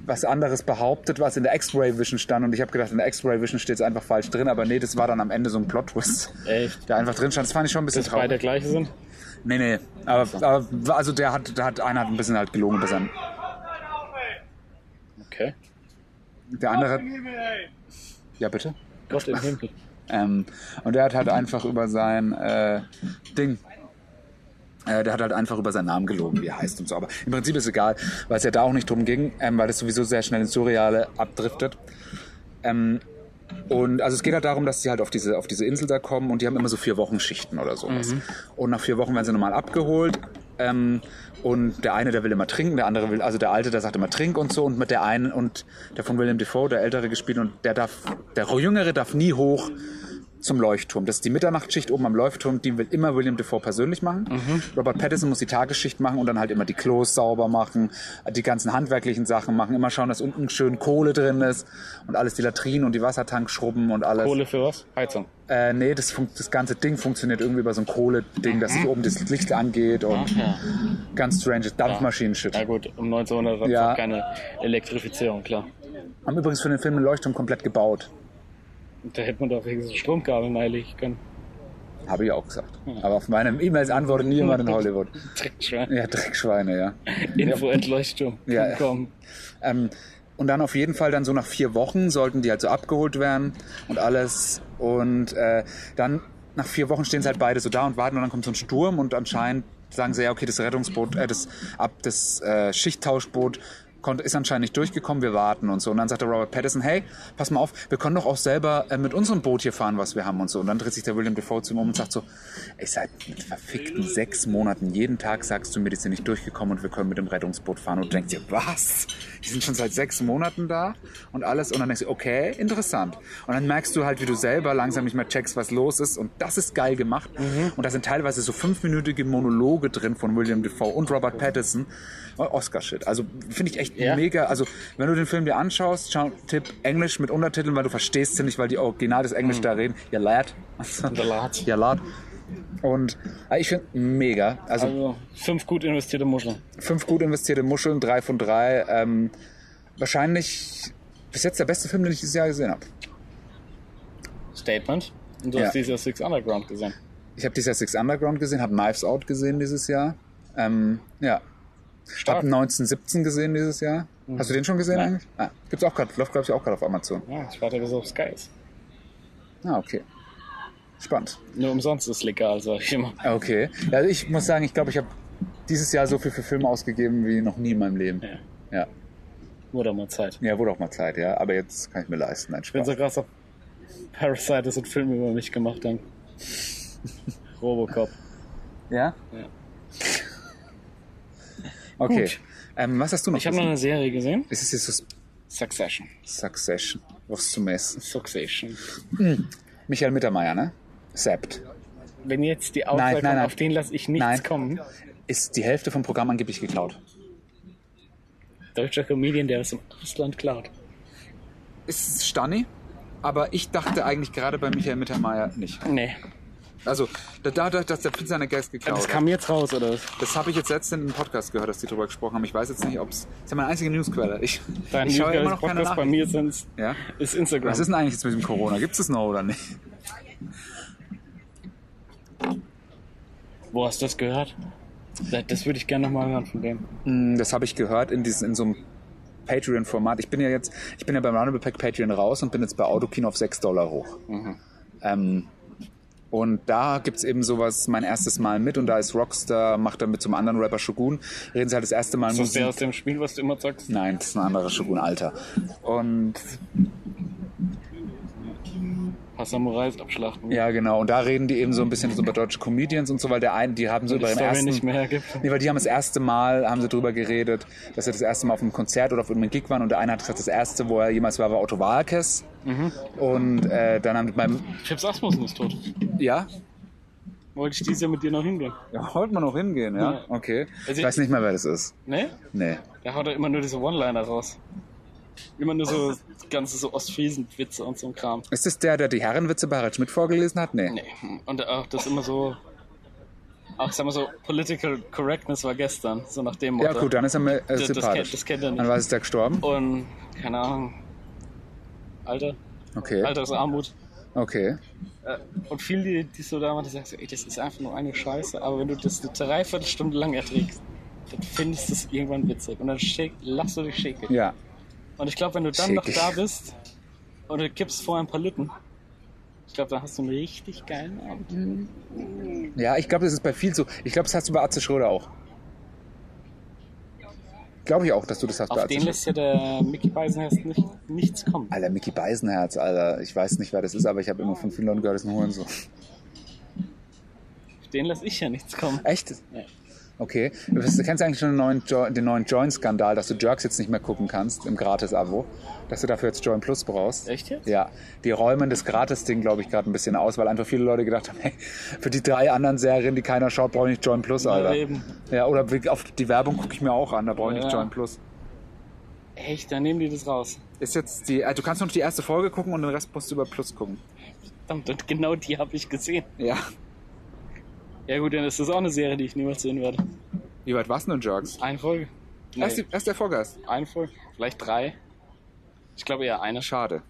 Speaker 3: was anderes behauptet, was in der X-Ray Vision stand. Und ich habe gedacht, in der X-Ray Vision steht es einfach falsch drin. Aber nee, das war dann am Ende so ein Plot-Twist,
Speaker 2: Echt?
Speaker 3: der einfach drin stand. Das fand ich schon ein bisschen
Speaker 2: Dass beide
Speaker 3: traurig.
Speaker 2: gleiche sind?
Speaker 3: Nee, nee. Aber, aber also der hat, der hat, einer hat ein bisschen halt gelogen. bis an-
Speaker 2: Okay.
Speaker 3: Der andere hat... Ja, bitte?
Speaker 2: Gott im Himmel.
Speaker 3: Ähm, und der hat halt einfach über sein äh, Ding. Äh, der hat halt einfach über seinen Namen gelogen, wie er heißt und so. Aber im Prinzip ist egal, weil es ja da auch nicht drum ging, ähm, weil das sowieso sehr schnell ins Surreale abdriftet. Ähm, und also es geht halt darum, dass sie halt auf diese, auf diese Insel da kommen und die haben immer so vier Wochen Schichten oder sowas. Und nach vier Wochen werden sie normal abgeholt. Ähm, und der eine, der will immer trinken, der andere will, also der alte, der sagt immer trink und so. Und mit der einen und der von William Defoe, der ältere gespielt und der darf, der jüngere darf nie hoch zum Leuchtturm. Das ist die Mitternachtsschicht oben am Leuchtturm, die will immer William Defoe persönlich machen. Robert Pattinson muss die Tagesschicht machen und dann halt immer die Klos sauber machen, die ganzen handwerklichen Sachen machen, immer schauen, dass unten schön Kohle drin ist und alles, die Latrinen und die Wassertanks schrubben und alles.
Speaker 2: Kohle für was? Heizung.
Speaker 3: Äh, nee, das, fun- das ganze Ding funktioniert irgendwie über so ein Kohle-Ding, dass sich oben das Licht angeht und
Speaker 2: Ja.
Speaker 3: ganz strange Dampfmaschinen-Shit.
Speaker 2: Ja gut, um 1900 war
Speaker 3: Ja.
Speaker 2: auch keine Elektrifizierung, klar.
Speaker 3: Haben übrigens für den Film einen Leuchtturm komplett gebaut.
Speaker 2: Und da hätte man doch wenigstens eine Stromkabel neilegen können.
Speaker 3: Habe ich auch gesagt. Aber auf meinem E-Mails antwortet niemand in Hollywood.
Speaker 2: Dreckschwein.
Speaker 3: Ja, Dreckschweine, ja.
Speaker 2: Info entleuchtung.
Speaker 3: Ja.
Speaker 2: Komm.
Speaker 3: Ähm, und dann auf jeden Fall dann so nach vier Wochen sollten die halt so abgeholt werden und alles. Und äh, dann nach vier Wochen stehen sie halt beide so da und warten und dann kommt so ein Sturm und anscheinend sagen sie ja, okay, das Rettungsboot, äh, das, ab, das äh, Schichttauschboot konnte, ist anscheinend nicht durchgekommen, wir warten und so. Und dann sagte Robert Pattinson, hey, pass mal auf, wir können doch auch selber äh, mit unserem Boot hier fahren, was wir haben und so. Und dann dreht sich der William Defoe zu ihm um und sagt so, ey, seit verfickten sechs Monaten, jeden Tag sagst du mir, die sind nicht durchgekommen und wir können mit dem Rettungsboot fahren. Und du denkst dir, was? Die sind schon seit sechs Monaten da und alles. Und dann denkst du, okay, interessant. Und dann merkst du halt, wie du selber langsam nicht mehr checkst, was los ist. Und das ist geil gemacht.
Speaker 2: Mhm.
Speaker 3: Und da sind teilweise so fünfminütige Monologe drin von William Defoe und Robert Pattinson. Oscar-Shit. Also finde ich echt
Speaker 2: Ja.
Speaker 3: mega. Also wenn du den Film dir anschaust, schau, Tipp Englisch mit Untertiteln, weil du verstehst sie nicht, weil die Original des Englisch da reden. Ja, lad.
Speaker 2: Mhm. Ja, lad.
Speaker 3: Ja, lad. Und äh, ich finde mega. Also
Speaker 2: Also fünf gut investierte Muscheln.
Speaker 3: fünf gut investierte Muscheln, drei von drei. Ähm, wahrscheinlich bis jetzt der beste Film, den ich dieses Jahr gesehen habe.
Speaker 2: Statement. Und du
Speaker 3: Ja.
Speaker 2: hast dieses Jahr Six Underground gesehen.
Speaker 3: Ich habe dieses Jahr Six Underground gesehen, habe Knives Out gesehen dieses Jahr. Ähm, ja. Hab 1917 gesehen dieses Jahr. Hast du den schon gesehen
Speaker 2: Mhm. Nein.
Speaker 3: eigentlich? Ah, gibt's auch gerade, läuft glaube ich auch gerade auf Amazon.
Speaker 2: Ja, ich warte bis auf Skies.
Speaker 3: Ah, okay. Spannend.
Speaker 2: Nur umsonst ist legal, sag ich immer.
Speaker 3: Okay. Also ich muss sagen, ich glaube, ich habe dieses Jahr so viel für Filme ausgegeben wie noch nie in meinem Leben.
Speaker 2: Ja.
Speaker 3: Ja.
Speaker 2: Wurde mal Zeit.
Speaker 3: Ja, wurde auch mal Zeit, ja. Aber jetzt kann ich mir leisten. Nein,
Speaker 2: Ich bin
Speaker 3: Spaß.
Speaker 2: so krass, ob Parasite ist ein Film über mich gemacht haben. Robocop.
Speaker 3: Ja?
Speaker 2: Ja.
Speaker 3: Okay.
Speaker 2: Gut.
Speaker 3: Ähm, was hast du noch?
Speaker 2: Ich habe noch
Speaker 3: gesehen?
Speaker 2: eine Serie gesehen.
Speaker 3: Ist es jetzt das
Speaker 2: Succession.
Speaker 3: Succession? Was zum Essen?
Speaker 2: Succession.
Speaker 3: Michael Mittermeier, ne? Sept.
Speaker 2: Wenn jetzt die Aussage
Speaker 3: Nein, nein, nein.
Speaker 2: auf den lasse ich nichts
Speaker 3: Nein.
Speaker 2: kommen.
Speaker 3: Ist die Hälfte vom Programm angeblich geklaut.
Speaker 2: Deutscher Comedian, der das im Ausland klaut.
Speaker 3: Ist Stani? Aber ich dachte eigentlich gerade bei Michael Mittermeier nicht.
Speaker 2: Nee.
Speaker 3: Also, dadurch, dass der Pizza seine Geist geklaut
Speaker 2: Das kam jetzt raus, oder was?
Speaker 3: Das habe ich jetzt letztens in einem Podcast gehört, dass die drüber gesprochen haben. Ich weiß jetzt nicht, ob es. Das ist ja meine einzige Newsquelle. Ich,
Speaker 2: Dein
Speaker 3: ich schaue immer noch keine
Speaker 2: Podcast bei
Speaker 3: Nachrichten.
Speaker 2: mir sind's,
Speaker 3: Ja?
Speaker 2: ist Instagram.
Speaker 3: Was ist denn eigentlich jetzt mit dem Corona? Gibt es das noch oder nicht?
Speaker 2: Wo hast du das gehört? Das- Das würde ich gerne nochmal hören von dem.
Speaker 3: Hm, Das habe ich gehört in, diesem, in so einem Patreon-Format. Ich bin ja jetzt, ich bin ja beim Roundabout Pack Patreon raus und bin jetzt bei Autokino auf 6 Dollar hoch.
Speaker 2: Mhm.
Speaker 3: Ähm, und da gibt's eben sowas, mein erstes Mal mit und da ist Rockstar, macht dann mit zum anderen Rapper Shogun, reden sie halt das erste Mal
Speaker 2: Ist das
Speaker 3: Musik.
Speaker 2: der aus dem Spiel, was du immer sagst?
Speaker 3: Nein, das ist ein anderer Shogun, Alter. Und
Speaker 2: Paar Samurais abschlachten.
Speaker 3: Ja, genau. Und da reden die eben so ein bisschen so über deutsche Comedians und so, weil der einen, die haben so
Speaker 2: Die
Speaker 3: über den
Speaker 2: Story
Speaker 3: ersten.
Speaker 2: nicht mehr hergibt.
Speaker 3: Nee, weil die haben das erste Mal, haben sie drüber geredet, dass sie das erste Mal auf einem Konzert oder auf irgendeinem Gig waren und der eine hat gesagt, das erste, wo er jemals war, war Otto Walkes. Und äh, dann haben die beim,
Speaker 2: Chips Asmussen ist tot.
Speaker 3: ja,
Speaker 2: Wollte ich dieses Jahr mit dir noch hingehen.
Speaker 3: ja wollte man noch hingehen, ja,
Speaker 2: Ja.
Speaker 3: okay.
Speaker 2: Also
Speaker 3: ich weiß nicht mehr, wer das ist.
Speaker 2: Ne?
Speaker 3: Nee.
Speaker 2: Da haut er immer nur diese One-Liner raus. Immer nur so ganze so Ostfriesen-Witze und so ein Kram.
Speaker 3: Ist das der, der die Herrenwitze bei Harald Schmidt vorgelesen hat? Nee.
Speaker 2: Nee. Und auch das immer so. Auch sagen wir so, Political Correctness war gestern, so nach dem Motto.
Speaker 3: Ja, gut, dann ist er mir äh,
Speaker 2: das, das,
Speaker 3: sympathisch.
Speaker 2: kennt, das kennt er
Speaker 3: Dann
Speaker 2: nicht.
Speaker 3: war es der gestorben?
Speaker 2: Und keine Ahnung. Oh, Alter.
Speaker 3: Okay.
Speaker 2: Altersarmut.
Speaker 3: Okay.
Speaker 2: Äh, Und viele, die, die so da waren, die sagen so, ey, das ist einfach nur eine Scheiße. Aber wenn du das eine Dreiviertelstunde lang erträgst, dann findest du es irgendwann witzig. Und dann schick, lachst du dich schickig.
Speaker 3: Ja.
Speaker 2: Und ich glaube, wenn du dann
Speaker 3: Schickig.
Speaker 2: noch da bist und du kippst vor ein paar Lütten, ich glaube, dann hast du einen richtig geilen Abend.
Speaker 3: Ja, ich glaube, das ist bei viel so. Ich glaube, das hast du bei Atze Schröder auch. Glaube ich auch, dass du das hast bei
Speaker 2: Auf
Speaker 3: Atze
Speaker 2: den
Speaker 3: Schröder.
Speaker 2: lässt ja der Mickey Beisenherz nicht, nichts kommen.
Speaker 3: Alter, Mickey Beisenherz, Alter. Ich weiß nicht, wer das ist, aber ich habe immer von vielen Leuten gehört, das ist ein Hurensohn.
Speaker 2: Auf den lasse ich ja nichts kommen.
Speaker 3: Echt?
Speaker 2: Ja.
Speaker 3: Okay. Du bist- kennst du eigentlich schon den neuen, jo den neuen Join-Skandal, dass du Jerks jetzt nicht mehr gucken kannst im Gratis-Abo? Dass du dafür jetzt Join Plus brauchst?
Speaker 2: Echt jetzt?
Speaker 3: Ja, die räumen das Gratis-Ding, glaube ich, gerade ein bisschen aus, weil einfach viele Leute gedacht haben, hey, für die drei anderen Serien, die keiner schaut, brauche ich nicht Join Plus, Alter.
Speaker 2: eben.
Speaker 3: Ja, oder wie- auf die Werbung gucke ich mir auch an, da brauche ich nicht
Speaker 2: Ja.
Speaker 3: Join Plus.
Speaker 2: Echt, dann nehmen die das raus.
Speaker 3: Ist jetzt die, äh, du kannst nur noch die erste Folge gucken und den Rest musst du über Plus gucken.
Speaker 2: Verdammt, und genau die habe ich gesehen.
Speaker 3: Ja.
Speaker 2: Ja gut, dann ist das auch eine Serie, die ich niemals sehen werde.
Speaker 3: Wie weit warst du denn, Jerks?
Speaker 2: Eine Folge. Nee,
Speaker 3: Erst, die, erst der Vorgast.
Speaker 2: eine Folge. Vielleicht drei. Ich glaube eher eine.
Speaker 3: Schade.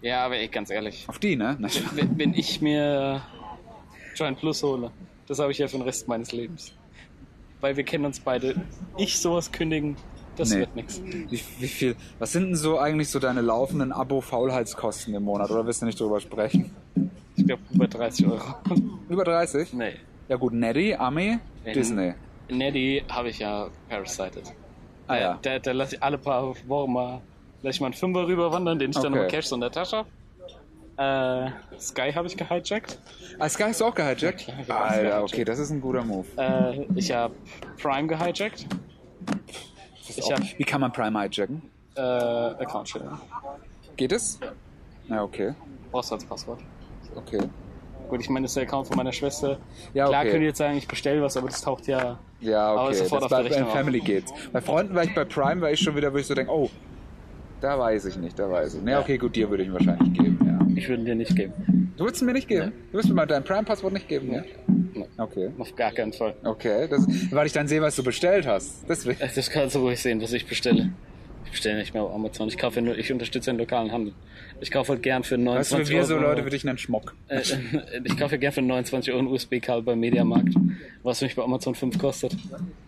Speaker 2: Ja, aber ey, ganz ehrlich.
Speaker 3: Auf die, ne? Nein.
Speaker 2: Wenn, wenn ich mir Join Plus hole, das habe ich ja für den Rest meines Lebens. Weil wir kennen uns beide. Ich sowas kündigen, das
Speaker 3: Nee.
Speaker 2: wird nichts.
Speaker 3: Wie, wie viel? Was sind denn so eigentlich so deine laufenden Abo-Faulheitskosten im Monat? Oder willst du nicht drüber sprechen?
Speaker 2: Ich glaube über 30 Euro.
Speaker 3: Über 30?
Speaker 2: Nee.
Speaker 3: Ja gut, Netty, Ami,
Speaker 2: Wenn-
Speaker 3: Disney.
Speaker 2: Neddy habe ich ja parasited.
Speaker 3: Ah ja.
Speaker 2: Da, da lasse ich alle paar Wochen mal, lasse ich mal einen Fünfer rüberwandern, den ich dann
Speaker 3: Okay.
Speaker 2: nochmal Cash so in der Tasche habe. Äh, Sky habe ich gehijackt.
Speaker 3: Ah, Sky ist auch gehijackt?
Speaker 2: Ja, klar, wir haben Sky
Speaker 3: Alter,
Speaker 2: gehijackt.
Speaker 3: okay, das ist ein guter Move.
Speaker 2: Äh, ich habe Prime gehijackt. Ich habe
Speaker 3: Wie kann man Prime hijacken?
Speaker 2: äh, Account Sharing.
Speaker 3: Geht es? Ja, okay.
Speaker 2: Brauchst du als Passwort.
Speaker 3: Okay.
Speaker 2: Gut, ich meine, das ist der Account von meiner Schwester.
Speaker 3: Ja,
Speaker 2: Klar
Speaker 3: okay.
Speaker 2: könnt ihr jetzt sagen, ich bestelle was, aber das taucht ja.
Speaker 3: Ja, okay.
Speaker 2: Aber ist sofort
Speaker 3: das
Speaker 2: auf
Speaker 3: bei,
Speaker 2: der
Speaker 3: bei
Speaker 2: Rechnung auf.
Speaker 3: Family geht's. Bei Freunden war ich bei Prime, war ich schon wieder, wo ich so denke, oh, da weiß ich nicht, da weiß ich. Na, okay, gut, dir würde ich ihn wahrscheinlich geben, ja.
Speaker 2: Ich würde dir nicht geben.
Speaker 3: Du würdest ihn mir nicht geben? Du wirst mir mal dein Prime-Passwort nicht geben, ja? Okay.
Speaker 2: Auf gar keinen Fall.
Speaker 3: Okay, das, weil ich dann sehe, was du bestellt hast. Deswegen.
Speaker 2: Äh, Das kannst du ruhig sehen, was ich bestelle. Ich bestelle nicht mehr auf Amazon. Ich kaufe nur, ich unterstütze den lokalen Handel. Ich kaufe halt gern für
Speaker 3: Was für
Speaker 2: 29
Speaker 3: wir so
Speaker 2: Euro.
Speaker 3: Leute für dich einen Schmuck.
Speaker 2: äh, äh, ich kaufe gern für 29 Euro ein USB-Kabel beim Mediamarkt, was mich bei Amazon 5 kostet.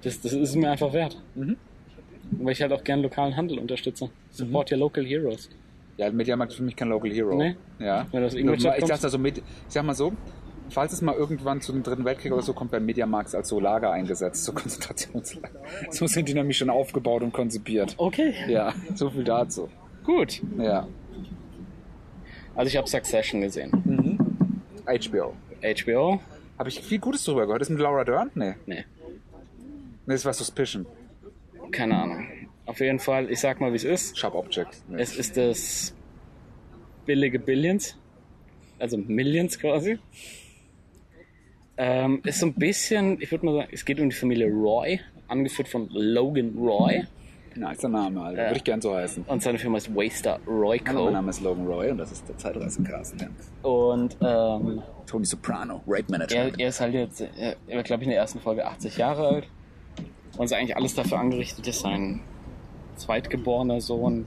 Speaker 2: Das, das ist mir einfach wert.
Speaker 3: Mhm.
Speaker 2: Weil ich halt auch gern lokalen Handel unterstütze. Support
Speaker 3: Mhm.
Speaker 2: your local heroes.
Speaker 3: Ja, Mediamarkt ist für mich kein Local Hero.
Speaker 2: Nee.
Speaker 3: Ja.
Speaker 2: Wenn du aus
Speaker 3: ich
Speaker 2: Ingolstadt kommst.
Speaker 3: dachte so, Medi- ich sag mal so, falls es mal irgendwann zu dem Dritten Weltkrieg oder so kommt, werden Mediamarkts als so Lager eingesetzt, so Konzentrationslager. So sind die nämlich schon aufgebaut und konzipiert.
Speaker 2: Okay.
Speaker 3: Ja, so viel dazu.
Speaker 2: Gut.
Speaker 3: Ja.
Speaker 2: Also ich habe Succession gesehen.
Speaker 3: HBO.
Speaker 2: HBO?
Speaker 3: Habe ich viel Gutes drüber gehört. Ist mit Laura Dern? Nee.
Speaker 2: Nee.
Speaker 3: Nee, das war Suspicion.
Speaker 2: Keine Ahnung. Auf jeden Fall, ich sag mal, wie es ist.
Speaker 3: Sharp Object. Nee.
Speaker 2: Es ist das billige Billions, also Millions quasi. Ähm, ist so ein bisschen, ich würde mal sagen, es geht um die Familie Roy, angeführt von Logan Roy.
Speaker 3: Nicer Name, Alter. Würde ich gern so heißen.
Speaker 2: Und seine Firma ist Waster Roy
Speaker 3: Hallo, mein
Speaker 2: Co.
Speaker 3: Name ist Logan Roy und das ist der Zeitreisecast. Ja.
Speaker 2: Und ähm,
Speaker 3: Tony Soprano, Rape Manager.
Speaker 2: er, er ist halt jetzt, äh, er war glaube ich in der ersten Folge 80 Jahre alt. Und ist eigentlich alles dafür angerichtet, dass sein zweitgeborener Sohn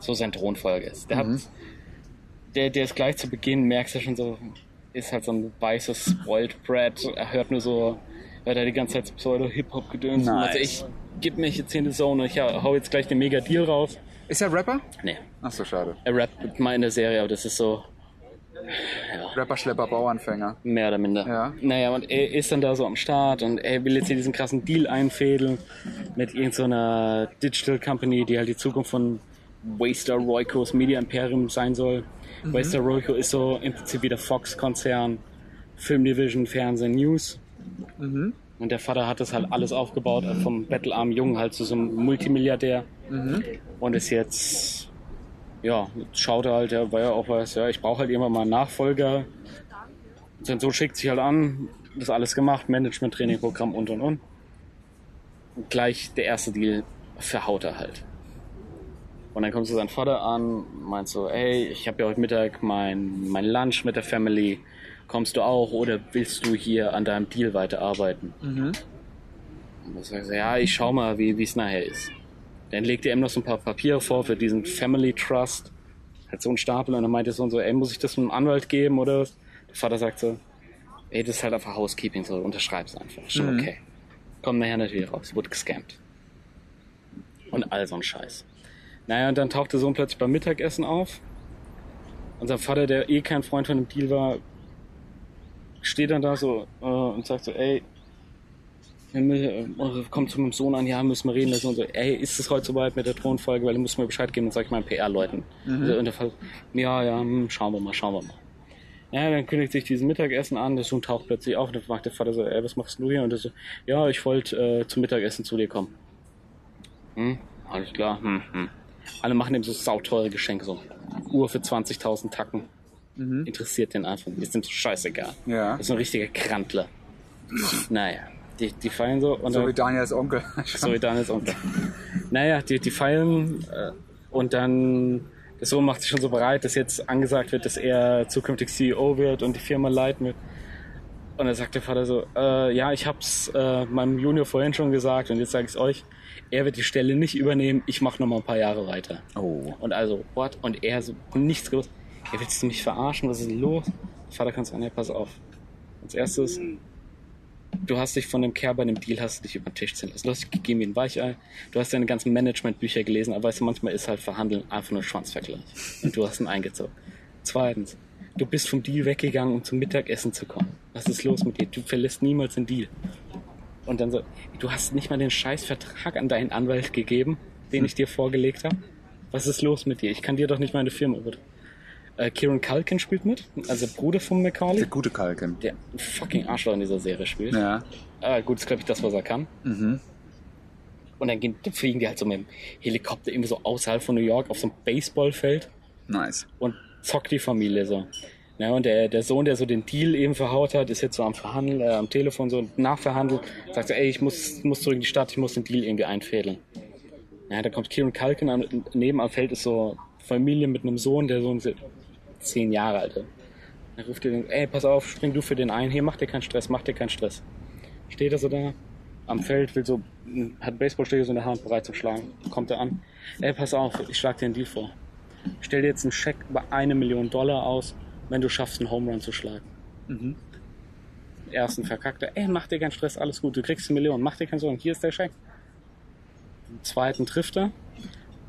Speaker 2: so sein Thronfolger ist. Der hat der, der ist gleich zu Beginn, merkst du schon so, ist halt so ein weißes Spoiled Brat. Er hört nur so, hört er die ganze Zeit so Pseudo-Hip-Hop gedöns.
Speaker 3: Nice.
Speaker 2: Also ich geb mich jetzt hier in die Zone, ich hau jetzt gleich den Mega-Deal raus.
Speaker 3: Ist er Rapper?
Speaker 2: Nee,
Speaker 3: Ach so, schade.
Speaker 2: er rappt mal in der Serie, aber das ist so
Speaker 3: Rapper, Schlepper, Bauanfänger.
Speaker 2: mehr oder minder.
Speaker 3: Ja.
Speaker 2: Naja, und er ist dann da so am Start und er will jetzt hier diesen krassen Deal einfädeln mit irgendeiner Digital Company, die halt die Zukunft von Waster Roycos Media Imperium sein soll. Waster Royco ist so im Prinzip wie der Fox-Konzern, Filmdivision, Fernsehen, News. Und der Vater hat das halt alles aufgebaut, äh, vom bettelarmen Jungen halt zu so einem Multimilliardär. Und ist jetzt, ja, jetzt schaut er halt, ja, weil er auch weiß, ja, ich brauche halt irgendwann mal einen Nachfolger. Sein Sohn schickt sich halt an, das alles gemacht, Management, Training, Programm und und und. und gleich der erste Deal verhaut er halt. Und dann kommt so sein Vater an, meint so, ey, ich habe ja heute Mittag mein, mein Lunch mit der Family. Kommst du auch oder willst du hier an deinem Deal weiterarbeiten? Und dann sagt er, ja, ich schau mal, wie wie es nachher ist. Dann legt er ihm noch so ein paar Papiere vor für diesen Family Trust. Hat so einen Stapel und dann meint er so und so, ey, muss ich das einem Anwalt geben oder was? Der Vater sagt so, ey, das ist halt einfach Housekeeping, so unterschreib's einfach. Schon okay. Kommt nachher natürlich raus, wurde gescampt. Und all so ein Scheiß. Naja, und dann taucht der Sohn plötzlich beim Mittagessen auf. Unser Vater, der eh kein Freund von dem Deal war, steht dann da so äh, und sagt so, ey, wir mü- äh, kommt zu meinem Sohn an, ja, müssen wir reden. Das und so, ey, ist es heute soweit mit der Thronfolge? Weil du musst mir Bescheid geben, dann sag ich meinen PR-Leuten.
Speaker 3: Mhm.
Speaker 2: Also, und der Fall, ja, ja, hm, schauen wir mal, schauen wir mal. Ja, dann kündigt sich dieses Mittagessen an, der Sohn taucht plötzlich auf und dann fragt der Vater so, ey, was machst du hier? Und er so, ja, ich wollte äh, zum Mittagessen zu dir kommen. Hm, alles klar, hm, hm. Alle machen ihm so sauteure Geschenke, so Uhr für 20.000 Tacken. Interessiert den einfach, nicht, ist ihm so scheißegal.
Speaker 3: Mhm. Ja.
Speaker 2: Ist ein richtiger Krantler. naja, die, die feiern so und
Speaker 3: So
Speaker 2: dann-
Speaker 3: wie Daniels Onkel.
Speaker 2: so wie Daniels Onkel. Naja, die, die feilen äh, und dann der Sohn macht sich schon so bereit, dass jetzt angesagt wird, dass er zukünftig CEO wird und die Firma leiten wird. Und dann sagt der Vater so, äh, ja, ich hab's äh, meinem Junior vorhin schon gesagt und jetzt sage ich's euch, er wird die Stelle nicht übernehmen, ich mache noch mal ein paar Jahre weiter.
Speaker 3: Oh.
Speaker 2: Und also, what? Und er so, und nichts gewusst. Ja, willst du mich verarschen? Was ist denn los? Vater kannst du an, ja, pass auf. Als erstes, du hast dich von dem Kerl bei dem Deal, hast du dich über den Tisch ziehen lassen. Du hast gegeben wie ein Weichei. Du hast deine ganzen Managementbücher gelesen, aber weißt du, manchmal ist halt Verhandeln einfach nur ein Schwanzvergleich. Und du hast ihn eingezogen. Zweitens, du bist vom Deal weggegangen, um zum Mittagessen zu kommen. Was ist los mit dir? Du verlässt niemals den Deal. Und dann so, du hast nicht mal den scheiß Vertrag an deinen Anwalt gegeben, den ich dir vorgelegt habe. Was ist los mit dir? Ich kann dir doch nicht meine Firma über. Äh, Kieran Culkin spielt mit, also Bruder von Macaulay,
Speaker 3: Der gute Kalken.
Speaker 2: der fucking Arschloch in dieser Serie spielt.
Speaker 3: Ja.
Speaker 2: Ah, gut, ist glaube ich das, was er kann. Und dann gehen, fliegen die halt so mit dem Helikopter irgendwie so außerhalb von New York auf so ein Baseballfeld
Speaker 3: Nice.
Speaker 2: und zockt die Familie so. Na, und der, der Sohn, der so den Deal eben verhaut hat, ist jetzt so am Verhandeln, äh, am Telefon so nachverhandelt, sagt so, ey, ich muss, muss zurück in die Stadt, ich muss den Deal irgendwie einfädeln. Ja, da kommt Kieran Kalkin an, neben am Feld ist so Familie mit einem Sohn, der Sohn ist zehn Jahre alt. Dann ruft er den, ey, pass auf, spring du für den ein, hier, mach dir keinen Stress, mach dir keinen Stress. Steht er so da, am Feld, will so, hat einen Baseballschläger so in der Hand, bereit zum Schlagen. Kommt er an, ey, pass auf, ich schlag dir einen Deal vor. Ich stell dir jetzt einen Scheck über eine Million Dollar aus, wenn du schaffst, einen Home Run zu schlagen. Ersten verkackte, ey, mach dir keinen Stress, alles gut, du kriegst eine Million, mach dir keine Sorgen, hier ist der Scheck. Den zweiten trifft er,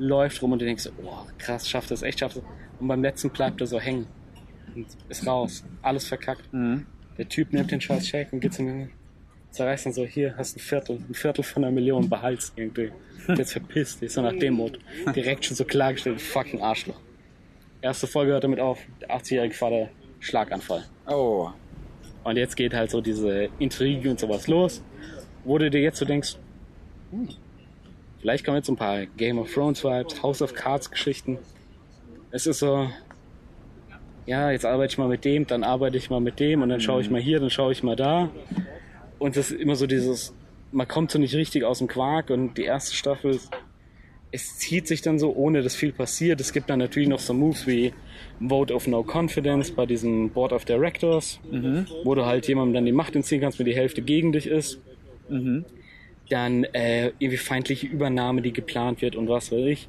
Speaker 2: läuft rum und du denkst, so, oh, krass, schafft das echt, schafft das. Und beim letzten bleibt er so hängen. Und ist raus, alles verkackt. Der Typ nimmt den scheiß Scheck und geht zu mir, zerreißt dann so, hier, hast ein Viertel, ein Viertel von einer Million, behalt's irgendwie. Jetzt verpisst dich, so nach dem Motto. Direkt schon so klargestellt, fucking Arschloch. Erste Folge hört damit auf, der 80-jährige Vater, Schlaganfall.
Speaker 3: Oh.
Speaker 2: Und jetzt geht halt so diese Intrige und sowas los, wo du dir jetzt so denkst, hm, vielleicht kommen jetzt so ein paar Game of Thrones Vibes, House of Cards Geschichten. Es ist so, ja, jetzt arbeite ich mal mit dem, dann arbeite ich mal mit dem und dann schaue ich mal hier, dann schaue ich mal da. Und das ist immer so dieses, man kommt so nicht richtig aus dem Quark und die erste Staffel, ist- es zieht sich dann so, ohne dass viel passiert. Es gibt dann natürlich noch so Moves wie Vote of No Confidence bei diesem Board of Directors, wo du halt jemandem dann die Macht entziehen kannst, wenn die Hälfte gegen dich ist. Dann äh, irgendwie feindliche Übernahme, die geplant wird und was weiß ich.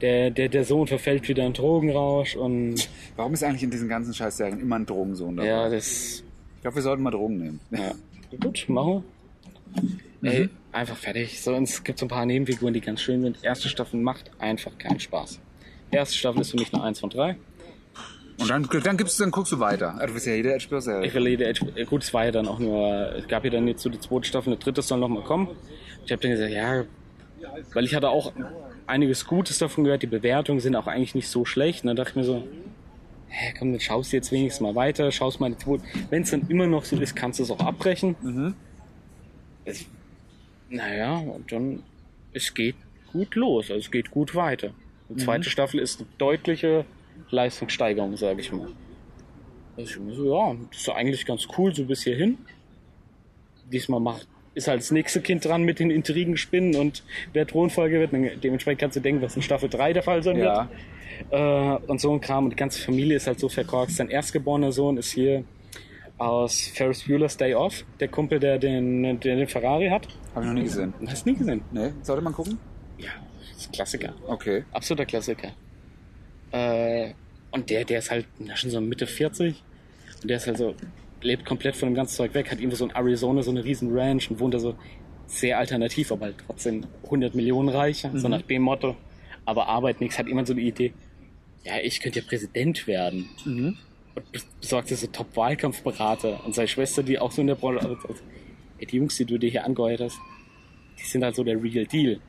Speaker 2: Der, der, der Sohn verfällt wieder in Drogenrausch und
Speaker 3: Warum ist eigentlich in diesen ganzen Scheißserien immer ein Drogensohn dabei?
Speaker 2: ja, das
Speaker 3: Ich glaube, wir sollten mal Drogen nehmen.
Speaker 2: Ja. Gut, machen wir. Ey, einfach fertig. So, und es gibt so ein paar Nebenfiguren, die ganz schön sind. Erste Staffel macht einfach keinen Spaß. Erste Staffel ist für mich eine 1 von 3.
Speaker 3: Und dann, dann, gibst, du- dann guckst du weiter. Ah, Du bist ja jeder Edge-Börse.
Speaker 2: Ich rede, gut, es war ja dann auch nur, es gab ja dann jetzt so die zweite Staffel, eine dritte soll nochmal kommen. Ich habe dann gesagt, ja, weil ich hatte auch einiges Gutes davon gehört, die Bewertungen sind auch eigentlich nicht so schlecht. Und dann dachte ich mir so, hä, komm, dann schaust du jetzt wenigstens mal weiter, schaust mal die zweite. Wenn es dann immer noch so ist, kannst du es auch abbrechen. Es, naja, und dann, es geht gut los, also es geht gut weiter. Die zweite Staffel ist eine deutliche Leistungssteigerung, sage ich mal. Also ich mir so, ja, das ist ja eigentlich ganz cool, so bis hierhin. Diesmal macht, ist halt das nächste Kind dran mit den Intrigen spinnen und wer Thronfolge wird. Dementsprechend kannst du denken, was in Staffel 3 der Fall sein
Speaker 3: Ja.
Speaker 2: wird. Äh, und so ein Kram. Und die ganze Familie ist halt so verkorkst. Sein erstgeborener Sohn ist hier aus Ferris Bueller's Day Off, der Kumpel, der den, der den Ferrari hat.
Speaker 3: Habe ich noch nie gesehen.
Speaker 2: Hast du nie gesehen?
Speaker 3: Ne? Sollte man gucken?
Speaker 2: Ja, das ist ein Klassiker.
Speaker 3: Okay.
Speaker 2: Absoluter Klassiker. Äh, und der, der ist halt na, schon so Mitte 40. Und der ist halt so, lebt komplett von dem ganzen Zeug weg, hat irgendwo so in Arizona so eine riesen Ranch und wohnt da so sehr alternativ, aber halt trotzdem 100 Millionen reich, so nach dem Motto. Aber Arbeit nichts, hat immer so eine Idee, ja, ich könnte ja Präsident werden. Und bes- besorgt sich so Top-Wahlkampfberater. Und seine Schwester, die auch so in der Branche arbeitet, sagt, ey, die Jungs, die du dir hier angeheuert hast, die sind halt so der Real Deal.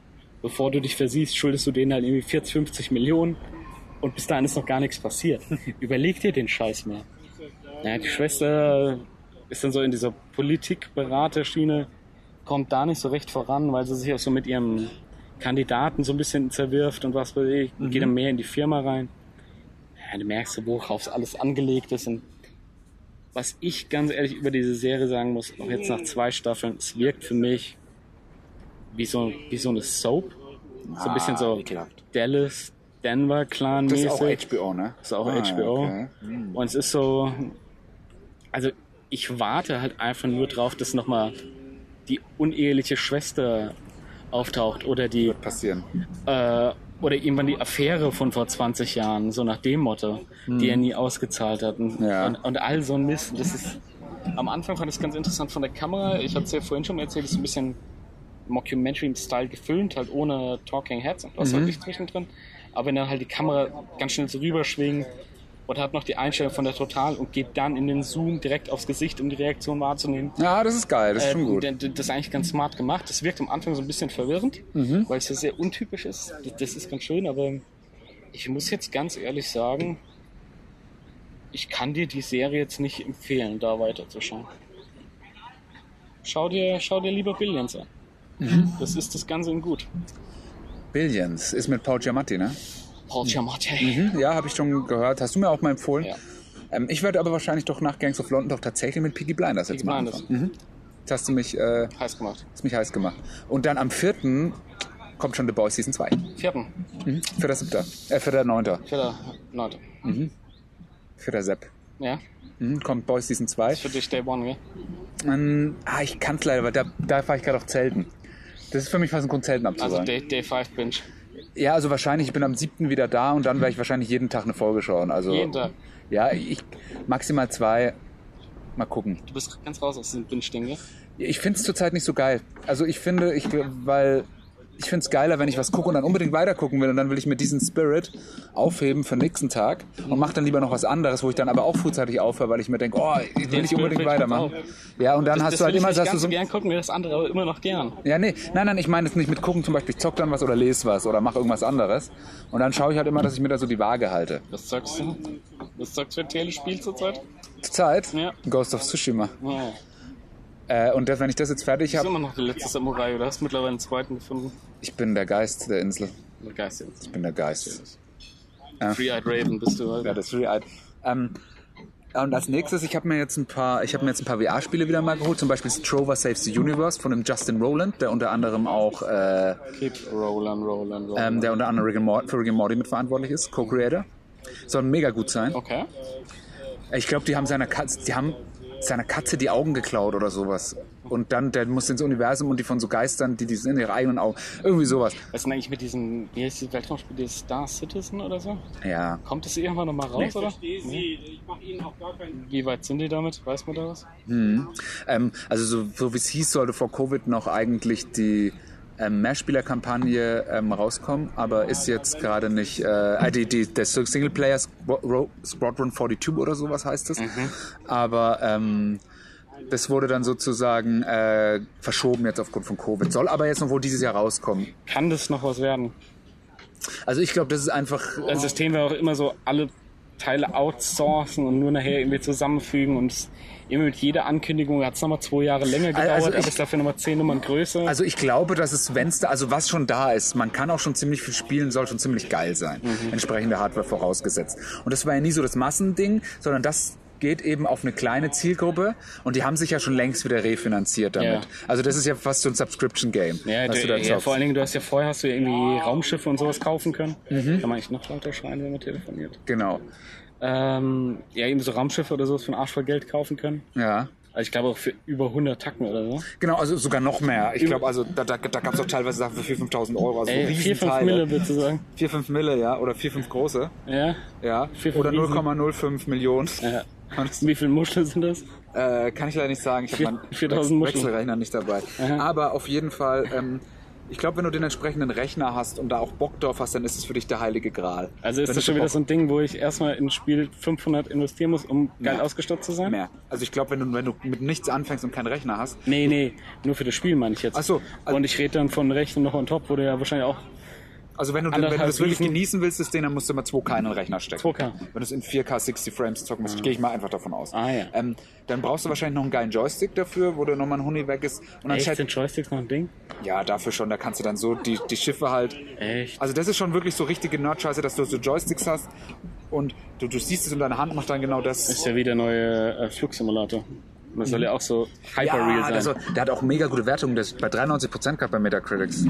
Speaker 2: Bevor du dich versiehst, schuldest du denen halt irgendwie 40, 50 Millionen und bis dahin ist noch gar nichts passiert. Überleg dir den Scheiß mal. Ja, die Schwester ist dann so in dieser Politikberaterschiene, kommt da nicht so recht voran, weil sie sich auch so mit ihrem Kandidaten so ein bisschen zerwirft und was weiß ich, geht
Speaker 3: Mhm.
Speaker 2: dann mehr in die Firma rein. Ja, du merkst so, worauf es alles angelegt ist und was ich ganz ehrlich über diese Serie sagen muss, auch jetzt nach zwei Staffeln, es wirkt für mich wie so, wie so eine Soap. So ein bisschen
Speaker 3: Ah,
Speaker 2: so
Speaker 3: ekelhaft.
Speaker 2: Dallas, Denver Clan
Speaker 3: Das
Speaker 2: mäßig.
Speaker 3: ist auch HBO, ne?
Speaker 2: Ist auch
Speaker 3: Ah,
Speaker 2: HBO.
Speaker 3: okay.
Speaker 2: Und es ist so, also ich warte halt einfach nur drauf, dass nochmal die uneheliche Schwester auftaucht oder die
Speaker 3: Passieren.
Speaker 2: äh, oder irgendwann die Affäre von vor 20 Jahren, so nach dem Motto, die er nie ausgezahlt hat. Und,
Speaker 3: Ja.
Speaker 2: und, und all so ein Mist. Das ist, am Anfang fand ich es ganz interessant von der Kamera. Ich hatte es ja vorhin schon mal erzählt, es ist ein bisschen Mockumentary im Style gefilmt, halt ohne Talking Heads und was weiß ich zwischendrin. Aber wenn dann halt die Kamera ganz schnell so rüberschwingt und hat noch die Einstellung von der Total und geht dann in den Zoom direkt aufs Gesicht, um die Reaktion wahrzunehmen.
Speaker 3: Ja, das ist geil, das ist
Speaker 2: Äh,
Speaker 3: schon gut.
Speaker 2: d- d- Das ist eigentlich ganz smart gemacht. Das wirkt am Anfang so ein bisschen verwirrend,
Speaker 3: Mhm.
Speaker 2: weil es ja sehr untypisch ist. D- Das ist ganz schön, aber ich muss jetzt ganz ehrlich sagen, ich kann dir die Serie jetzt nicht empfehlen, da weiterzuschauen. Schau dir, schau dir lieber Billions an.
Speaker 3: Mhm.
Speaker 2: Das ist das Ganze in gut.
Speaker 3: Billions ist mit Paul Giamatti, ne?
Speaker 2: Paul Giamatti.
Speaker 3: Hm, ja, habe ich schon gehört. Hast du mir auch mal empfohlen.
Speaker 2: Ja.
Speaker 3: Ähm, ich werde aber wahrscheinlich doch nach Gangs of London doch tatsächlich mit Piggy Blinders jetzt
Speaker 2: Peaky
Speaker 3: mal
Speaker 2: Blinders.
Speaker 3: anfangen. Mhm. Das hast du mich, äh,
Speaker 2: Heiß gemacht.
Speaker 3: hast mich heiß gemacht. Und dann am 4. kommt schon The Boys Season 2.
Speaker 2: Vierten.
Speaker 3: Mhm. Für das 7. Äh, für der 9.
Speaker 2: Vierter. Neunter.
Speaker 3: Für der Sepp.
Speaker 2: Ja.
Speaker 3: Mhm. Kommt Boys Season 2.
Speaker 2: Für dich Day One, gell?
Speaker 3: Ähm, ah, ich kann's leider, weil da, da fahre ich gerade auf Zelten. Das ist für mich fast ein Grund, Zelten
Speaker 2: Also
Speaker 3: abzusagen.
Speaker 2: Day, Day 5 Binge.
Speaker 3: ja, also wahrscheinlich, ich bin am 7. wieder da und dann werde ich wahrscheinlich jeden Tag eine Folge schauen. Also,
Speaker 2: Jeden Tag.
Speaker 3: Ja, ich, maximal zwei. Mal gucken.
Speaker 2: Du bist ganz raus aus diesem Binge-Ding, gell?
Speaker 3: Ich find's zurzeit nicht so geil. Also ich finde, ich weil ich find's geiler, wenn ich was gucke und dann unbedingt weitergucken will und dann will ich mir diesen Spirit aufheben für den nächsten Tag und mache dann lieber noch was anderes, wo ich dann aber auch frühzeitig aufhöre, weil ich mir denke, oh, ich will
Speaker 2: Den
Speaker 3: nicht
Speaker 2: Spirit
Speaker 3: unbedingt
Speaker 2: will ich
Speaker 3: weitermachen.
Speaker 2: jetzt
Speaker 3: Ja, und dann
Speaker 2: Das-
Speaker 3: hast
Speaker 2: das
Speaker 3: du halt
Speaker 2: will ich
Speaker 3: immer,
Speaker 2: nicht
Speaker 3: hast du
Speaker 2: ganz
Speaker 3: so,
Speaker 2: so gern gucken mir das andere aber immer noch gern.
Speaker 3: ja nee, nein, nein, ich meine es nicht mit gucken, zum Beispiel ich zock dann was oder lese was oder mache irgendwas anderes und dann schaue ich halt immer, dass ich mir da so die Waage halte.
Speaker 2: Was sagst du? Was sagst du für Telespiel zurzeit?
Speaker 3: Zurzeit
Speaker 2: Ja.
Speaker 3: Ghost of Tsushima.
Speaker 2: Oh,
Speaker 3: Äh, und das, wenn ich das jetzt fertig
Speaker 2: ist
Speaker 3: habe,
Speaker 2: immer noch der letzte Samurai oder hast mittlerweile einen zweiten gefunden?
Speaker 3: ich bin der Geist der Insel.
Speaker 2: Begeistert.
Speaker 3: Ich bin der Geist.
Speaker 2: Three-Eyed Raven bist du
Speaker 3: Ja,
Speaker 2: halt.
Speaker 3: das Three-Eyed. Ähm, und als nächstes, ich habe mir jetzt ein paar, ich habe mir jetzt ein paar VR-Spiele wieder mal geholt, zum Beispiel Trover Saves the Universe von dem Justin Rowland, der unter anderem auch, äh,
Speaker 2: Keep rolling, rolling, rolling.
Speaker 3: ähm, der unter anderem Rick and Morty, für Rick and Morty mitverantwortlich ist, Co-Creator. Soll mega gut sein.
Speaker 2: okay.
Speaker 3: Ich glaube, die haben seiner Katze, die haben seiner Katze die Augen geklaut oder sowas. Und dann, der muss ins Universum und die von so Geistern, die, die sind in ihre eigenen Augen. Irgendwie sowas.
Speaker 2: Was ist denn eigentlich mit diesem, wie heißt dieses Weltraumspiel, dieses Star Citizen oder so?
Speaker 3: Ja.
Speaker 2: Kommt das irgendwann nochmal raus, oder?
Speaker 4: Ich mache Ihnen auch gar keinen
Speaker 2: Wie weit sind die damit? Weiß man da was?
Speaker 3: Ähm, also so, so wie es hieß, sollte vor Covid noch eigentlich die ähm, Mehrspielerkampagne ähm, rauskommen, aber ist jetzt gerade nicht, äh, äh, die, die, der Singleplayer Squ- Ro- Squadron 42 oder sowas heißt es, aber ähm, das wurde dann sozusagen äh, verschoben jetzt aufgrund von Covid, soll aber jetzt noch wohl dieses Jahr rauskommen.
Speaker 2: Kann das noch was werden?
Speaker 3: Also ich glaube, das ist einfach,
Speaker 2: ein System wäre auch immer so, alle Teile outsourcen und nur nachher irgendwie zusammenfügen und es, immer mit jeder Ankündigung hat es nochmal zwei Jahre länger gedauert,
Speaker 3: Also ich-
Speaker 2: aber es ist dafür nochmal zehn Nummern größer.
Speaker 3: also ich glaube, dass es, wenn es da, also was schon da ist, man kann auch schon ziemlich viel spielen, soll schon ziemlich geil sein.
Speaker 2: Mhm.
Speaker 3: Entsprechende Hardware vorausgesetzt. Und das war ja nie so das Massending, sondern das geht eben auf eine kleine Zielgruppe und die haben sich ja schon längst wieder refinanziert damit.
Speaker 2: Ja.
Speaker 3: Also das ist ja fast so ein Subscription-Game.
Speaker 2: ja,
Speaker 3: was
Speaker 2: du,
Speaker 3: da
Speaker 2: ja,
Speaker 3: zockst.
Speaker 2: vor allen Dingen, du hast ja vorher hast du ja irgendwie Raumschiffe und sowas kaufen können.
Speaker 3: Mhm.
Speaker 2: Kann man eigentlich noch lauter schreien, wenn man telefoniert.
Speaker 3: Genau.
Speaker 2: Ähm, ja, eben so Raumschiffe oder sowas für einen Arsch voll Geld kaufen können.
Speaker 3: Ja.
Speaker 2: Also ich glaube auch für über 100 Tacken oder so.
Speaker 3: Genau, also sogar noch mehr. Ich glaube, also da, da, da gab es auch teilweise Sachen für 4.000, 5.000 Euro. Also
Speaker 2: Ey,
Speaker 3: so
Speaker 2: 4, 5
Speaker 3: Riesenteile.
Speaker 2: Mille, würde ich sagen.
Speaker 3: 4, 5 Mille, ja. Oder 4, 5 große.
Speaker 2: Ja.
Speaker 3: Ja.
Speaker 2: Vier, fünf
Speaker 3: Oder
Speaker 2: Riesen.
Speaker 3: 0,05 Millionen.
Speaker 2: ja.
Speaker 3: Und das-
Speaker 2: Wie viele Muscheln sind das?
Speaker 3: Äh, kann ich leider nicht sagen. Ich habe
Speaker 2: Vier-
Speaker 3: meinen
Speaker 2: 4000
Speaker 3: Wechsel-
Speaker 2: Muscheln.
Speaker 3: Wechselrechner nicht dabei. Aber auf jeden Fall, ähm, ich glaube, wenn du den entsprechenden Rechner hast und da auch Bock drauf hast, dann ist es für dich der heilige Gral.
Speaker 2: Also
Speaker 3: wenn
Speaker 2: ist das
Speaker 3: du
Speaker 2: schon wieder
Speaker 3: Bock-
Speaker 2: so ein Ding, wo ich erstmal in ein Spiel 500 investieren muss, um geil
Speaker 3: Ja.
Speaker 2: ausgestattet zu sein?
Speaker 3: mehr. Also ich glaube, wenn du, wenn du mit nichts anfängst und keinen Rechner hast,
Speaker 2: Nee, nee, nur für das Spiel meine ich jetzt.
Speaker 3: Ach so, also-
Speaker 2: und ich rede dann von Rechten noch on top, wo du ja wahrscheinlich auch
Speaker 3: also wenn du, wenn du
Speaker 2: Anderthalb
Speaker 3: das wirklich
Speaker 2: Riesen.
Speaker 3: genießen willst, das Ding, dann musst du mal 2K in den Rechner stecken.
Speaker 2: 2K.
Speaker 3: Wenn du es in 4K 60 Frames zocken musst, gehe ich mal einfach davon aus.
Speaker 2: Ah, ja.
Speaker 3: ähm, dann brauchst du wahrscheinlich noch einen geilen Joystick dafür, wo du nochmal ein Huni weg ist. Und dann
Speaker 2: echt
Speaker 3: chat-
Speaker 2: sind Joysticks noch ein Ding.
Speaker 3: Ja, dafür schon. Da kannst du dann so die, die Schiffe halt.
Speaker 2: Echt?
Speaker 3: Also das ist schon wirklich so richtige Nerd-Scheiße, dass du so Joysticks hast und du, du siehst es und deine Hand macht dann genau das.
Speaker 2: Ist ja wie der neue äh, Flugsimulator. Und Das soll ja auch so Hyperreal
Speaker 3: Mhm. ja,
Speaker 2: sein.
Speaker 3: das soll- der hat auch mega gute Wertungen. Der ist bei 93% gehabt bei Metacritics.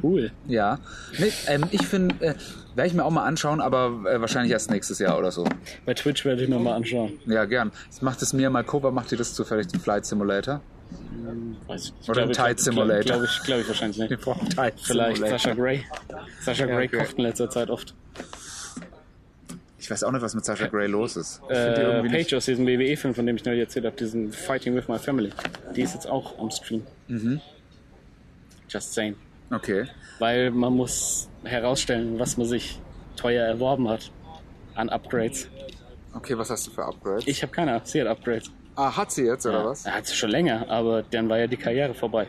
Speaker 2: cool.
Speaker 3: Ja. Nee, ähm, ich finde, äh, werde ich mir auch mal anschauen, aber äh, wahrscheinlich erst nächstes Jahr oder so.
Speaker 2: Bei Twitch werde ich mir mal anschauen.
Speaker 3: Ja, gern. Das macht es mir mal Koba, macht dir das zufällig den Flight Simulator?
Speaker 2: Weiß ich nicht.
Speaker 3: Oder ein
Speaker 2: Glaube ich-
Speaker 3: Tide Simulator.
Speaker 2: Glaube ich, glaube ich wahrscheinlich
Speaker 3: Wir
Speaker 2: nicht.
Speaker 3: brauchen Flight
Speaker 2: Vielleicht
Speaker 3: Simulator.
Speaker 2: Sascha Gray. Sascha
Speaker 3: Ja,
Speaker 2: Gray
Speaker 3: okay.
Speaker 2: kocht in letzter Zeit oft.
Speaker 3: Ich weiß auch nicht, was mit Sascha Gray los ist. Ich find die
Speaker 2: Äh,
Speaker 3: irgendwie nicht-
Speaker 2: Page aus diesem WWE-Film, von dem ich neulich erzählt habe, diesen Fighting with My Family. Die ist jetzt auch am Stream.
Speaker 3: Mhm.
Speaker 2: Just saying.
Speaker 3: Okay.
Speaker 2: Weil man muss herausstellen, was man sich teuer erworben hat. an Upgrades.
Speaker 3: Okay, was hast du für Upgrades?
Speaker 2: Ich habe keine, sie hat Upgrades.
Speaker 3: Ah, hat sie jetzt, oder
Speaker 2: Ja,
Speaker 3: was?
Speaker 2: Hat sie schon länger, aber dann war ja die Karriere vorbei.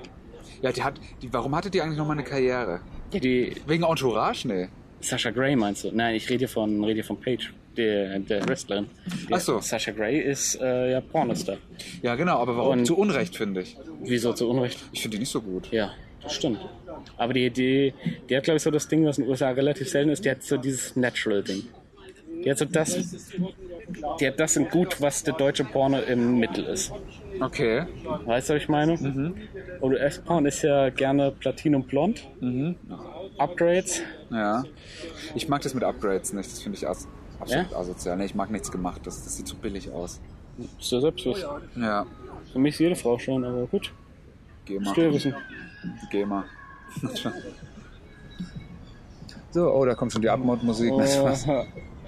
Speaker 3: Ja, die hat. Die, warum hatte die eigentlich nochmal eine Karriere?
Speaker 2: Die
Speaker 3: Wegen Entourage? Nee.
Speaker 2: Sasha Grey meinst du? Nein, ich rede hier von, rede hier von Paige, der, der Wrestlerin. Die-
Speaker 3: Ach so.
Speaker 2: Sasha Grey ist äh, ja Pornostar.
Speaker 3: Ja, genau, aber warum?
Speaker 2: Und-
Speaker 3: Zu Unrecht, finde ich.
Speaker 2: Wieso zu Unrecht?
Speaker 3: Ich finde die nicht so gut.
Speaker 2: Ja, das stimmt. Aber die, die, die hat, glaube ich, so das Ding, was in den USA relativ selten ist, die hat so dieses Natural-Ding. Die hat so das, die hat das in gut, was der deutsche Porno im Mittel ist.
Speaker 3: Okay.
Speaker 2: Weißt du, was ich meine? Oder S-Porn ist ja gerne Platinum Blond. Upgrades.
Speaker 3: Ja. Ich mag das mit Upgrades nicht. Das finde ich as absolut
Speaker 2: Ja?
Speaker 3: asozial. Nee, ich mag nichts gemacht. Das, das sieht zu billig aus.
Speaker 2: Ist ja Selbstbewusst.
Speaker 3: Ja.
Speaker 2: Für mich ist jede Frau schon, aber gut.
Speaker 3: Geh mal.
Speaker 2: Musst du ja wissen.
Speaker 3: Geh mal. so, oh, da kommt schon die Abmordmusik.
Speaker 2: Oh,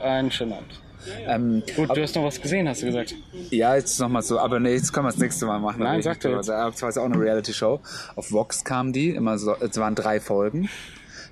Speaker 2: ein schöner Abend.
Speaker 3: Ähm,
Speaker 2: Gut, du hast noch was gesehen, hast du gesagt.
Speaker 3: Ja, jetzt nochmal so, aber nee, jetzt können wir das nächste Mal machen.
Speaker 2: Nein,
Speaker 3: Aber ich-
Speaker 2: sag doch jetzt.
Speaker 3: Da war es auch eine Reality-Show. Auf Vox kam die, immer so, es waren drei Folgen,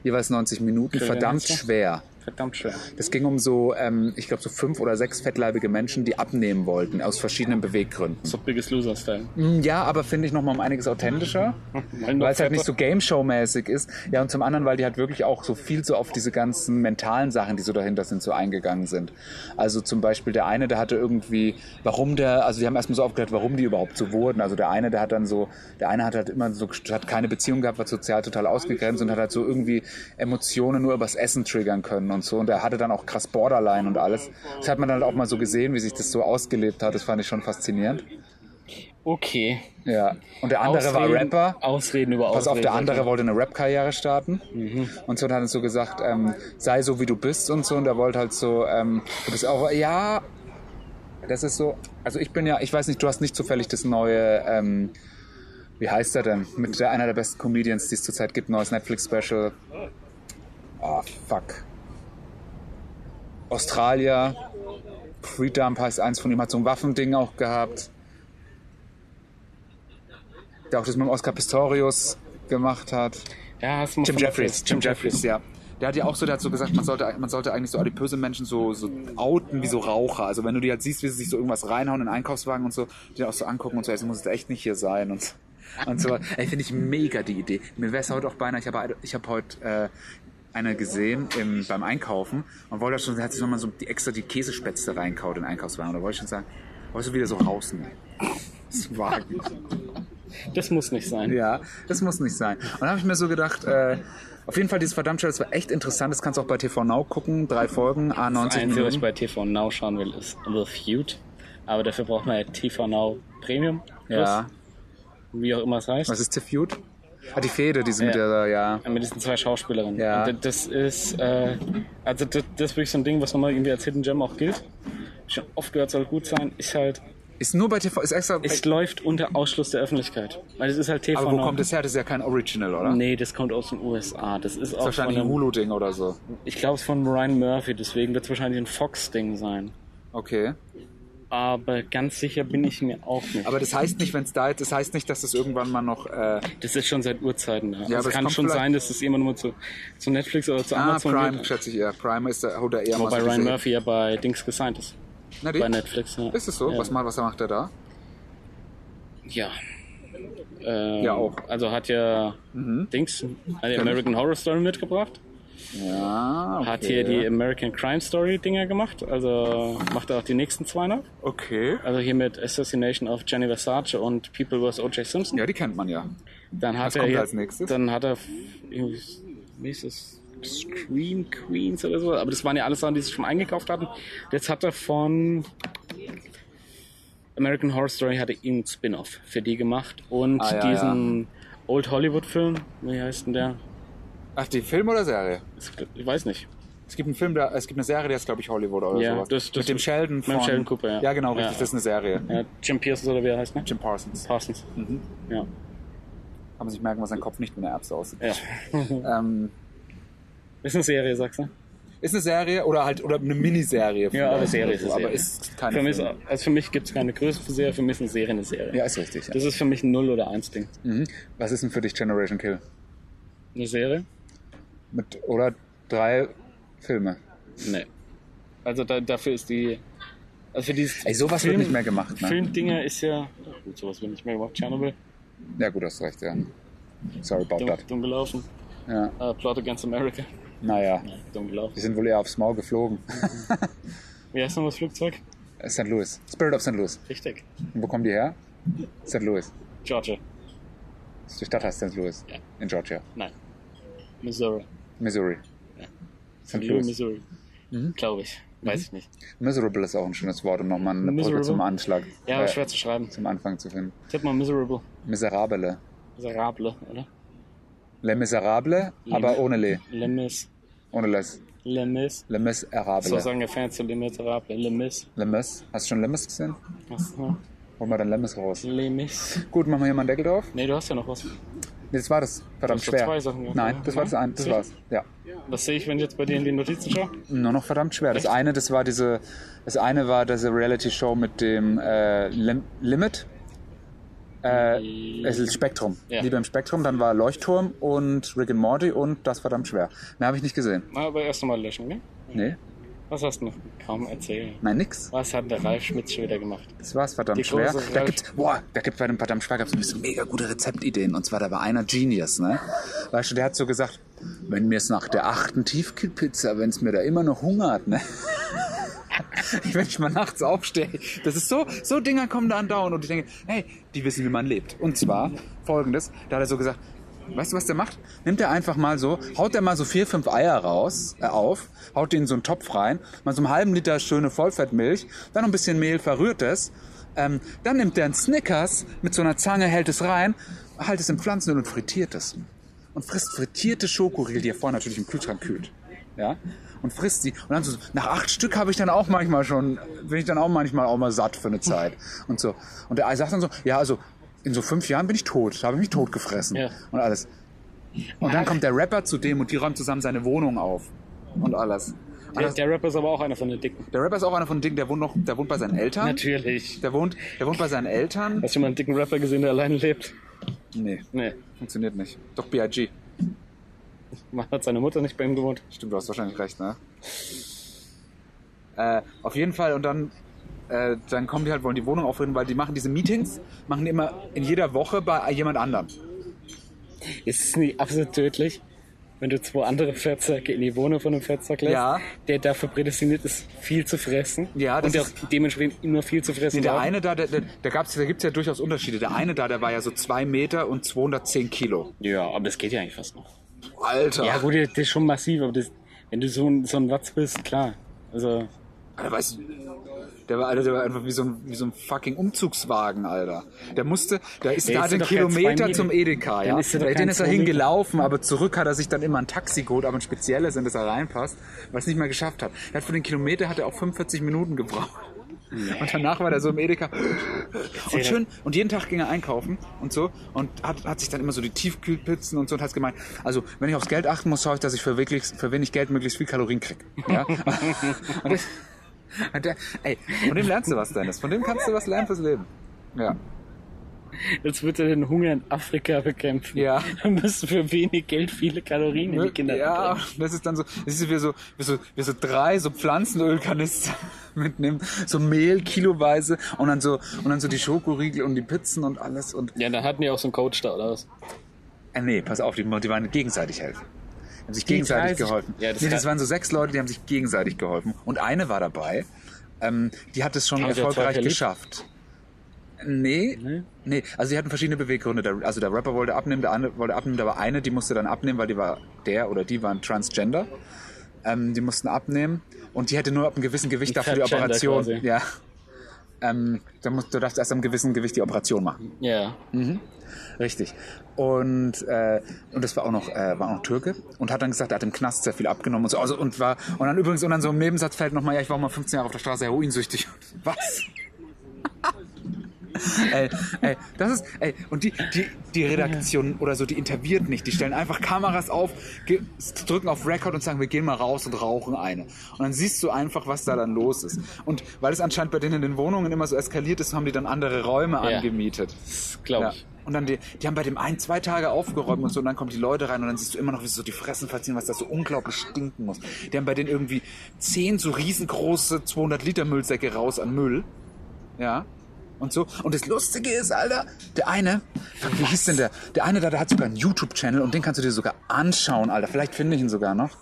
Speaker 3: jeweils 90 Minuten,
Speaker 2: Kriegen wir
Speaker 3: verdammt
Speaker 2: nächste?
Speaker 3: schwer.
Speaker 2: Verdammt schwer.
Speaker 3: Das ging um so, ähm, ich glaube, so fünf oder sechs fettleibige Menschen, die abnehmen wollten, aus verschiedenen Beweggründen.
Speaker 2: So Biggest Loser-Style.
Speaker 3: Mm, Ja, aber finde ich nochmal um einiges authentischer, weil es halt nicht so Game-Show-mäßig ist. Ja, und zum anderen, weil die halt wirklich auch so viel so auf diese ganzen mentalen Sachen, die so dahinter sind, so eingegangen sind. Also zum Beispiel der eine, der hatte irgendwie, warum der, also die haben erstmal so aufgeklärt, warum die überhaupt so wurden. Also der eine, der hat dann so, der eine hat halt immer so, hat keine Beziehung gehabt, war sozial total ausgegrenzt und hat halt so irgendwie Emotionen nur übers Essen triggern können und so. Und er hatte dann auch krass Borderline und alles. Das hat man dann halt auch mal so gesehen, wie sich das so ausgelebt hat. Das fand ich schon faszinierend.
Speaker 2: Okay.
Speaker 3: Ja, und der andere war Rapper.
Speaker 2: Ausreden über
Speaker 3: Pass
Speaker 2: Ausreden.
Speaker 3: auf, der andere wollte eine Rap-Karriere starten. Und so und hat uns so gesagt, ähm, sei so wie du bist und so. Und er wollte halt so, ähm, du bist auch, ja, das ist so. Also ich bin ja, ich weiß nicht, du hast nicht zufällig das neue, ähm, wie heißt er denn? Mit der, einer der besten Comedians, die es zurzeit gibt, neues Netflix-Special. Oh, fuck. Australier. Freedump heißt eins von ihm, hat so ein Waffending auch gehabt. Der auch das mit dem Oscar Pistorius gemacht hat.
Speaker 2: Ja, hast du mal
Speaker 3: Jim
Speaker 2: von der
Speaker 3: Jeffries,
Speaker 2: Fest-
Speaker 3: Jim Jeffries, ja. Der hat ja auch so dazu gesagt, man sollte, man sollte eigentlich so adipöse Menschen so, so outen wie so Raucher. Also wenn du die halt siehst, wie sie sich so irgendwas reinhauen in den Einkaufswagen und so, die auch so angucken und so, ey, das muss jetzt echt nicht hier sein und, und so. Ey, finde ich mega die Idee. Mir wäre es heute auch beinahe, ich habe ich hab heute äh, eine gesehen im, beim Einkaufen und wollte schon, sie hat sich nochmal so die extra die Käsespätzle reinkaut in den Einkaufswagen. Da wollte ich schon sagen, wolltest du wieder so raus, ne? Das Wagen.
Speaker 2: Das muss nicht sein.
Speaker 3: Ja, das muss nicht sein. Und dann habe ich mir so gedacht, äh, auf jeden Fall dieses verdammt das war echt interessant. Das kannst du auch bei TV Now gucken. Drei Folgen,
Speaker 2: Das
Speaker 3: A90
Speaker 2: Einzige, was ich
Speaker 3: Minuten.
Speaker 2: bei TV Now schauen will, ist The Feud. Aber dafür braucht man ja TV Now Premium. Plus,
Speaker 3: Ja.
Speaker 2: Wie auch immer es heißt.
Speaker 3: Was ist The Feud? Ah, die Fehde, die
Speaker 2: Ja.
Speaker 3: sind ja. mit der, ja.
Speaker 2: Mit diesen zwei Schauspielerinnen.
Speaker 3: Ja.
Speaker 2: Und das das ist, äh, also das, das ist wirklich so ein Ding, was nochmal irgendwie als Hidden Gem auch gilt. Schon oft gehört, soll gut sein. Ist halt,
Speaker 3: Ist nur bei TV, ist extra.
Speaker 2: es läuft unter Ausschluss der Öffentlichkeit. Weil es ist halt TV
Speaker 3: aber wo
Speaker 2: Now.
Speaker 3: kommt das her? Das ist ja kein Original, oder?
Speaker 2: Nee, das kommt aus den USA. Das ist, auch
Speaker 3: Das ist wahrscheinlich ein
Speaker 2: von einem,
Speaker 3: Hulu-Ding oder so.
Speaker 2: ich glaube es ist von Ryan Murphy, deswegen wird es wahrscheinlich ein Fox-Ding sein.
Speaker 3: Okay.
Speaker 2: Aber ganz sicher bin ich mir auch nicht.
Speaker 3: Aber das heißt nicht, wenn es da ist, das heißt nicht, dass das irgendwann mal noch. Äh,
Speaker 2: Das ist schon seit Urzeiten da. Also
Speaker 3: aber
Speaker 2: es
Speaker 3: es
Speaker 2: kann
Speaker 3: kommt
Speaker 2: schon
Speaker 3: vielleicht-
Speaker 2: sein, dass es immer nur zu, zu Netflix oder zu
Speaker 3: ah,
Speaker 2: Amazon
Speaker 3: Prime,
Speaker 2: geht.
Speaker 3: schätze ich eher. Prime ist da, oder eher
Speaker 2: Wobei
Speaker 3: mal so
Speaker 2: Ryan
Speaker 3: diese-
Speaker 2: Murphy ja bei Dings gesigned ist.
Speaker 3: Na, die?
Speaker 2: Bei Netflix. Ja.
Speaker 3: Ist es so?
Speaker 2: Ja.
Speaker 3: Was, macht, was macht er da?
Speaker 2: Ja. Ähm,
Speaker 3: Ja, auch. Mhm.
Speaker 2: Also hat ja Dings, hat die American Horror Story mitgebracht.
Speaker 3: Ja. Ah, Okay.
Speaker 2: Hat hier die American Crime Story Dinger gemacht. Also macht er auch die nächsten zwei noch.
Speaker 3: Okay.
Speaker 2: Also hier mit Assassination of Jenny Versace und People vs. O.J. Simpson.
Speaker 3: Ja, die kennt man ja.
Speaker 2: Dann hat
Speaker 3: Was
Speaker 2: er
Speaker 3: kommt
Speaker 2: jetzt,
Speaker 3: als nächstes?
Speaker 2: Dann hat er f- irgendwie, wie ist das? Scream Queens oder so. Aber das waren ja alles Sachen, die sie schon eingekauft hatten. Jetzt hat er von American Horror Story hatte ihn einen Spin-off für die gemacht und
Speaker 3: Ah, ja,
Speaker 2: diesen Old Hollywood Film. Wie heißt denn der?
Speaker 3: Ach, die Film oder Serie?
Speaker 2: Ist- Ich weiß nicht.
Speaker 3: Es gibt einen Film, da, es gibt eine Serie, die heißt, glaube ich, Hollywood oder
Speaker 2: Ja,
Speaker 3: sowas.
Speaker 2: das- das-
Speaker 3: mit dem Sheldon
Speaker 2: mit
Speaker 3: von...
Speaker 2: dem Sheldon Cooper, ja.
Speaker 3: Ja, genau, richtig,
Speaker 2: Ja.
Speaker 3: das ist eine Serie.
Speaker 2: Ja, Jim Pearson oder wie er heißt, ne? Mhm.
Speaker 3: Jim Parsons.
Speaker 2: Parsons. Ja.
Speaker 3: Kann man sich merken, was sein Kopf nicht mit einer Erbse aussieht.
Speaker 2: ja.
Speaker 3: Ähm,
Speaker 2: Ist eine Serie, sagst du?
Speaker 3: ist eine Serie oder halt oder eine Miniserie.
Speaker 2: Ja, aber Serie ist eine
Speaker 3: Aber
Speaker 2: Serie.
Speaker 3: ist keine
Speaker 2: Für mich, ist-
Speaker 3: Film.
Speaker 2: also für mich gibt es keine Größe für Serie, für mich ist eine Serie eine Serie.
Speaker 3: Ja, ist richtig. Ja.
Speaker 2: Das ist für mich ein Null- oder Eins-Ding.
Speaker 3: Mhm. Was ist denn für dich Generation Kill?
Speaker 2: Eine Serie?
Speaker 3: Mit, oder drei Filme?
Speaker 2: Nee. Also da, dafür ist die. Also für dieses
Speaker 3: Ey, sowas wird nicht mehr gemacht, ne?
Speaker 2: Filmdinger ist ja. Gut, sowas wird nicht mehr gemacht. Tschernobyl,
Speaker 3: Ja, gut, hast recht, ja. Sorry about
Speaker 2: dumm,
Speaker 3: that.
Speaker 2: dumm gelaufen.
Speaker 3: Ja.
Speaker 2: Äh, Plot Against America,
Speaker 3: Naja,
Speaker 2: dumm gelaufen.
Speaker 3: die sind wohl eher aufs Maul geflogen.
Speaker 2: Wie heißt nochmal das Flugzeug?
Speaker 3: St. Louis. Spirit of St. Louis.
Speaker 2: Richtig.
Speaker 3: Und wo kommen die her? St. Louis.
Speaker 2: Georgia.
Speaker 3: Die Stadt heißt St. Louis.
Speaker 2: Ja.
Speaker 3: In Georgia.
Speaker 2: Nein. Missouri.
Speaker 3: Missouri. St.
Speaker 2: Louis,
Speaker 3: Louis. Mhm.
Speaker 2: Missouri. Glaube ich. Weiß ich nicht.
Speaker 3: Miserable ist auch ein schönes Wort, um nochmal eine Brücke
Speaker 2: Miserable?
Speaker 3: zum Anschlag.
Speaker 2: Ja, aber
Speaker 3: äh,
Speaker 2: schwer zu schreiben.
Speaker 3: Zum Anfang zu finden.
Speaker 2: Tipp mal miserable.
Speaker 3: Miserabele.
Speaker 2: Miserable, oder?
Speaker 3: Le Miserable,
Speaker 2: Mhm.
Speaker 3: aber ohne Le.
Speaker 2: Les Mis.
Speaker 3: Ohne Les.
Speaker 2: Les Mis.
Speaker 3: Le Miserable.
Speaker 2: So sagen ja Fans zu Les Miserables. Les Mis.
Speaker 3: Le Mis. Hast du schon Le Mis gesehen?
Speaker 2: Was? ne? Ja.
Speaker 3: Hol mal dein Le Mis raus.
Speaker 2: Les Mis.
Speaker 3: Gut, machen wir hier mal einen Deckel drauf.
Speaker 2: Nee, du hast ja noch was.
Speaker 3: Nee, das war das. Verdammt
Speaker 2: hast doch
Speaker 3: schwer.
Speaker 2: zwei Sachen gemacht, ne? Mhm.
Speaker 3: Nein,
Speaker 2: oder?
Speaker 3: das war das eine. Das
Speaker 2: Sicher?
Speaker 3: war's. Ja.
Speaker 2: Was sehe ich, wenn ich jetzt bei dir in die Notizen schaue?
Speaker 3: Nur noch verdammt schwer. Das eine, das war diese, das eine war diese Reality-Show mit dem äh, Lim Limit. Äh, es ist Spektrum.
Speaker 2: Ja.
Speaker 3: Lieber im Spektrum. Dann war Leuchtturm und Rick and Morty und das verdammt schwer. Mehr habe ich nicht gesehen.
Speaker 2: Na, aber erst einmal löschen, gell?
Speaker 3: Nee?
Speaker 2: Was hast du noch? Kaum erzählen.
Speaker 3: Nein, nix.
Speaker 2: Was hat der Ralf Schmitz schon wieder gemacht?
Speaker 3: Das war's verdammt
Speaker 2: Die
Speaker 3: schwer.
Speaker 2: große
Speaker 3: Da
Speaker 2: Fleisch-
Speaker 3: gibt's, boah, da gibt bei dem verdammt schwer gab's so mega gute Rezeptideen. Und zwar da war einer Genius, ne? Weißt du, der hat so gesagt, wenn mir's nach der achten Tiefkühlpizza, wenn's mir da immer noch hungert, ne? wenn ich mal nachts aufstehe. Das ist so, so Dinger kommen da andauernd und ich denke, hey, die wissen, wie man lebt. Und zwar folgendes, da hat er so gesagt, weißt du, was der macht? Nimmt er einfach mal so, haut er mal so vier, fünf Eier raus, äh, auf, haut die in so einen Topf rein, mal so einen halben Liter schöne Vollfettmilch, dann noch ein bisschen Mehl, verrührt es, ähm, dann nimmt er einen Snickers mit so einer Zange, hält es rein, halt es in Pflanzenöl und frittiert es und frisst frittierte Schokoriegel, die er vorher natürlich im Kühlschrank kühlt. Ja? Und frisst sie. Und dann so, nach acht Stück habe ich dann auch manchmal schon, bin ich dann auch manchmal auch mal satt für eine Zeit. Und so. Und der sagt dann so, ja, also in so fünf Jahren bin ich tot. Da habe ich mich tot gefressen.
Speaker 2: Ja.
Speaker 3: Und alles. Und dann kommt der Rapper zu dem und die räumt zusammen seine Wohnung auf. Und alles. Und
Speaker 2: Der,
Speaker 3: das,
Speaker 2: der Rapper ist aber auch einer von den Dicken.
Speaker 3: der Rapper ist auch einer von den Dingen, der wohnt noch, der wohnt bei seinen Eltern.
Speaker 2: Natürlich.
Speaker 3: Der wohnt, der wohnt bei seinen Eltern.
Speaker 2: Hast du schon mal einen dicken Rapper gesehen, der alleine lebt?
Speaker 3: Nee,
Speaker 2: Nee.
Speaker 3: funktioniert nicht. Doch B.I.G.
Speaker 2: Man hat seine Mutter nicht bei ihm gewohnt.
Speaker 3: Stimmt, du hast wahrscheinlich recht, ne? Äh, auf jeden Fall, und dann, äh, dann kommen die halt, wollen die Wohnung aufreden, weil die machen diese Meetings, machen die immer in jeder Woche bei jemand anderem.
Speaker 2: Ist es nicht absolut tödlich, wenn du zwei andere Fettsäcke in die Wohnung von einem Fettsack lässt,
Speaker 3: Ja.
Speaker 2: der dafür prädestiniert ist, viel zu fressen
Speaker 3: Ja, das
Speaker 2: und der
Speaker 3: ist-
Speaker 2: auch dementsprechend immer viel zu fressen
Speaker 3: Nee, der
Speaker 2: braucht?
Speaker 3: eine da, der, der, der gab's, da gibt's ja durchaus Unterschiede. Der eine da, der war ja so 2 Meter und 210 Kilo.
Speaker 2: Ja, aber das geht ja eigentlich fast noch.
Speaker 3: Alter!
Speaker 2: Ja gut, das ist schon massiv, aber das, wenn du so ein, so ein Watz bist, klar. Also,
Speaker 3: Alter, weißt du, der war, Alter, der war einfach wie so, ein, wie so ein fucking Umzugswagen, Alter. Der musste, der ist
Speaker 2: Der
Speaker 3: da
Speaker 2: ist
Speaker 3: den
Speaker 2: doch kein zwei
Speaker 3: Kilometer
Speaker 2: Meter.
Speaker 3: zum Edeka, ja.
Speaker 2: Dann ist er doch
Speaker 3: den
Speaker 2: kein
Speaker 3: ist er
Speaker 2: zwei Meter.
Speaker 3: hingelaufen, aber zurück hat er sich dann immer ein Taxi geholt, aber ein spezielles, in das er reinpasst, weil es nicht mehr geschafft hat. Er hat für den Kilometer hat er auch 45 Minuten gebraucht. Und danach war er so im Edeka. Und schön, und jeden Tag ging er einkaufen und so und hat, hat sich dann immer so die Tiefkühlpizzen und so und hat gemeint, also wenn ich aufs Geld achten muss, schaue ich, dass ich für, wirklich, für wenig Geld möglichst viel Kalorien kriege. Ja? und das, und der, ey, von dem lernst du was, Dennis. Von dem kannst du was lernen fürs Leben. Ja.
Speaker 2: jetzt wird er den Hunger in Afrika bekämpfen.
Speaker 3: Ja.
Speaker 2: Dann müssen für wenig Geld viele Kalorien in die Kinder
Speaker 3: Ne? ja,
Speaker 2: bringen.
Speaker 3: das ist dann so, das ist wie so, wie so, wie so drei so Pflanzenölkanister mitnehmen, so Mehl kiloweise und dann so, und dann so die Schokoriegel und die Pizzen und alles und,
Speaker 2: Ja, dann hatten die auch so einen Coach da, oder was?
Speaker 3: äh, nee, pass auf, die, die waren gegenseitig helfen. Die haben sich gegenseitig
Speaker 2: 30.
Speaker 3: geholfen.
Speaker 2: Ja, das
Speaker 3: nee, das
Speaker 2: kann-
Speaker 3: waren so sechs Leute, die haben sich gegenseitig geholfen und eine war dabei, ähm, die hat es schon
Speaker 2: Haben sie auch zwei
Speaker 3: erfolgreich
Speaker 2: verliebt?
Speaker 3: geschafft. Nee, nee, Also sie hatten verschiedene Beweggründe. Der, also der Rapper wollte abnehmen, der andere wollte abnehmen, aber eine, die musste dann abnehmen, weil die war der oder die waren Transgender. Ähm, die mussten abnehmen und die hätte nur ab einem gewissen Gewicht dafür die
Speaker 2: Transgender
Speaker 3: Operation.
Speaker 2: quasi.
Speaker 3: Ja. Ähm, da musst, du darfst erst am gewissen Gewicht die Operation machen.
Speaker 2: Ja.
Speaker 3: Richtig. Und, äh, und das war auch noch, äh, war auch noch Türke und hat dann gesagt, er hat im Knast sehr viel abgenommen und so. Also, und war, und dann übrigens, und dann so im Nebensatz fällt nochmal, ja, ich war auch mal 15 Jahre auf der Straße heroinsüchtig. Was? ey, ey, das ist, ey, und die, die, die Redaktion oder so, die interviewt nicht. Die stellen einfach Kameras auf, ge- drücken auf Record und sagen, wir gehen mal raus und rauchen eine. Und dann siehst du einfach, was da dann los ist. Und weil es anscheinend bei denen in den Wohnungen immer so eskaliert ist, haben die dann andere Räume
Speaker 2: Ja.
Speaker 3: angemietet.
Speaker 2: glaube ich.
Speaker 3: Ja. Und dann, die, die haben bei dem ein, zwei Tage aufgeräumt und so, und dann kommen die Leute rein und dann siehst du immer noch, wie sie so die Fressen verziehen, was da so unglaublich stinken muss. Die haben bei denen irgendwie zehn so riesengroße 200 Liter Müllsäcke raus an Müll. Ja. Und so. Und das Lustige ist, Alter, der eine, wie hieß denn der? Der eine da, der hat sogar einen YouTube-Channel und den kannst du dir sogar anschauen, Alter. Vielleicht finde ich ihn sogar noch.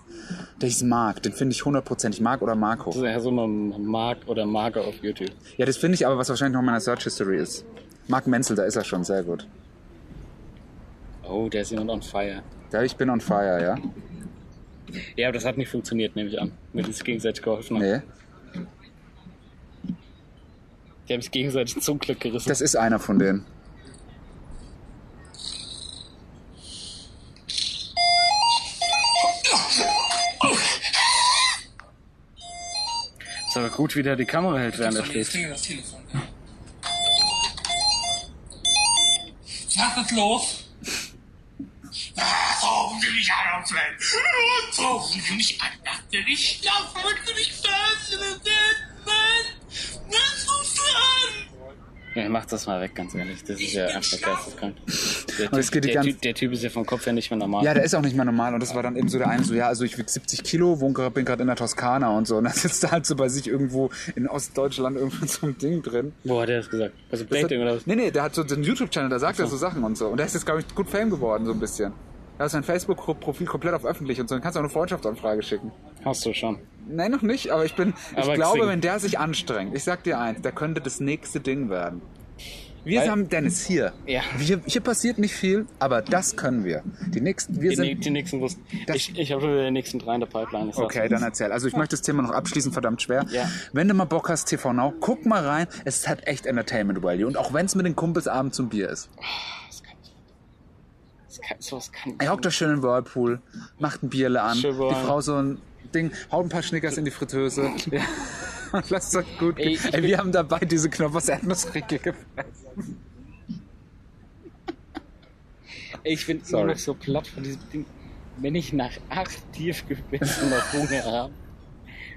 Speaker 3: Der hieß Marc, den finde ich hundertprozentig. Marc oder
Speaker 2: Das
Speaker 3: Marco.
Speaker 2: ist ja so ein Mark oder Marke auf YouTube.
Speaker 3: Ja, das finde ich aber, was wahrscheinlich noch in meiner Search History ist. Marc Menzel, da ist er schon, sehr gut.
Speaker 2: Oh, der ist jemand on fire.
Speaker 3: Da ich bin on fire, ja?
Speaker 2: Ja, aber das hat nicht funktioniert, nehme ich an. Mit uns gegenseitig geholfen haben.
Speaker 3: Nee.
Speaker 2: Die haben sich gegenseitig zum Glück gerissen.
Speaker 3: Das ist einer von denen.
Speaker 2: ist aber gut, wie der die Kamera hält, während er schläft.
Speaker 5: klingelt das Telefon. Ja. Was ist los? Was rufen Sie mich an, Herr Fred? Was rufen Sie mich an? Dass der nicht schlafen wird, will ich verlassen. Was rufst du an?
Speaker 2: Ja, mach das mal weg, ganz ehrlich. Das ist ja einfach geisteskrank. Der,
Speaker 3: Aber es
Speaker 2: typ,
Speaker 3: geht die
Speaker 2: der,
Speaker 3: ganz-
Speaker 2: typ, der Typ ist ja vom Kopf her nicht mehr normal.
Speaker 3: Ja, der ist auch nicht mehr normal. Und das war dann eben so der eine so, ja, also ich wiege 70 Kilo, wohne grad- bin gerade in der Toskana und so. Und dann sitzt er halt so bei sich irgendwo in Ostdeutschland irgendwo in so einem Ding drin.
Speaker 2: Boah, hat er das gesagt? Also
Speaker 3: Das
Speaker 2: Dating
Speaker 3: hat,
Speaker 2: oder was?
Speaker 3: Nee, nee, der hat so den YouTube-Channel, da sagt er so Sachen und so. Und der ist jetzt, glaube ich, gut Fame geworden, so ein bisschen. Er hat sein Facebook-Profil komplett auf öffentlich und so. Dann kannst du auch eine Freundschaftsanfrage schicken.
Speaker 2: Hast du schon.
Speaker 3: Nein, noch nicht, aber ich bin, ich
Speaker 2: Aber
Speaker 3: glaube,
Speaker 2: Xing.
Speaker 3: wenn der sich anstrengt, ich sag dir eins, der könnte das nächste Ding werden. Wir
Speaker 2: Weil-
Speaker 3: haben Dennis hier.
Speaker 2: Ja.
Speaker 3: Wir, hier passiert nicht viel, aber das können wir. Die nächsten, wir
Speaker 2: Die,
Speaker 3: sind
Speaker 2: nä- die nächsten wussten.
Speaker 3: Das-
Speaker 2: Ich, ich habe schon wieder die nächsten drei in der Pipeline. ich sag's
Speaker 3: Okay,
Speaker 2: dir.
Speaker 3: dann erzähl. Also ich möchte das Thema noch abschließen, verdammt schwer.
Speaker 2: Ja.
Speaker 3: Wenn du mal Bock hast, TV Now, guck mal rein. Es hat echt Entertainment Value. Und auch wenn es mit den Kumpels abends zum Bier ist.
Speaker 2: Das kann ich. Das kann, sowas kann
Speaker 3: Ihr hockt da schön im Whirlpool, macht ein Bierle an,
Speaker 2: Schön warm.
Speaker 3: die Frau so ein Ding, haut ein paar Schnickers in die Fritteuse. Ja. Und lasst euch gut
Speaker 2: Ey,
Speaker 3: gehen.
Speaker 2: ich
Speaker 3: Ey,
Speaker 2: bin-
Speaker 3: wir haben dabei diese knoppers erdnussriegel gefressen.
Speaker 2: Ey, Ich bin
Speaker 3: Sorry.
Speaker 2: immer noch so platt von diesem Ding. Wenn ich nach acht Tiefgebissen noch Hunger habe.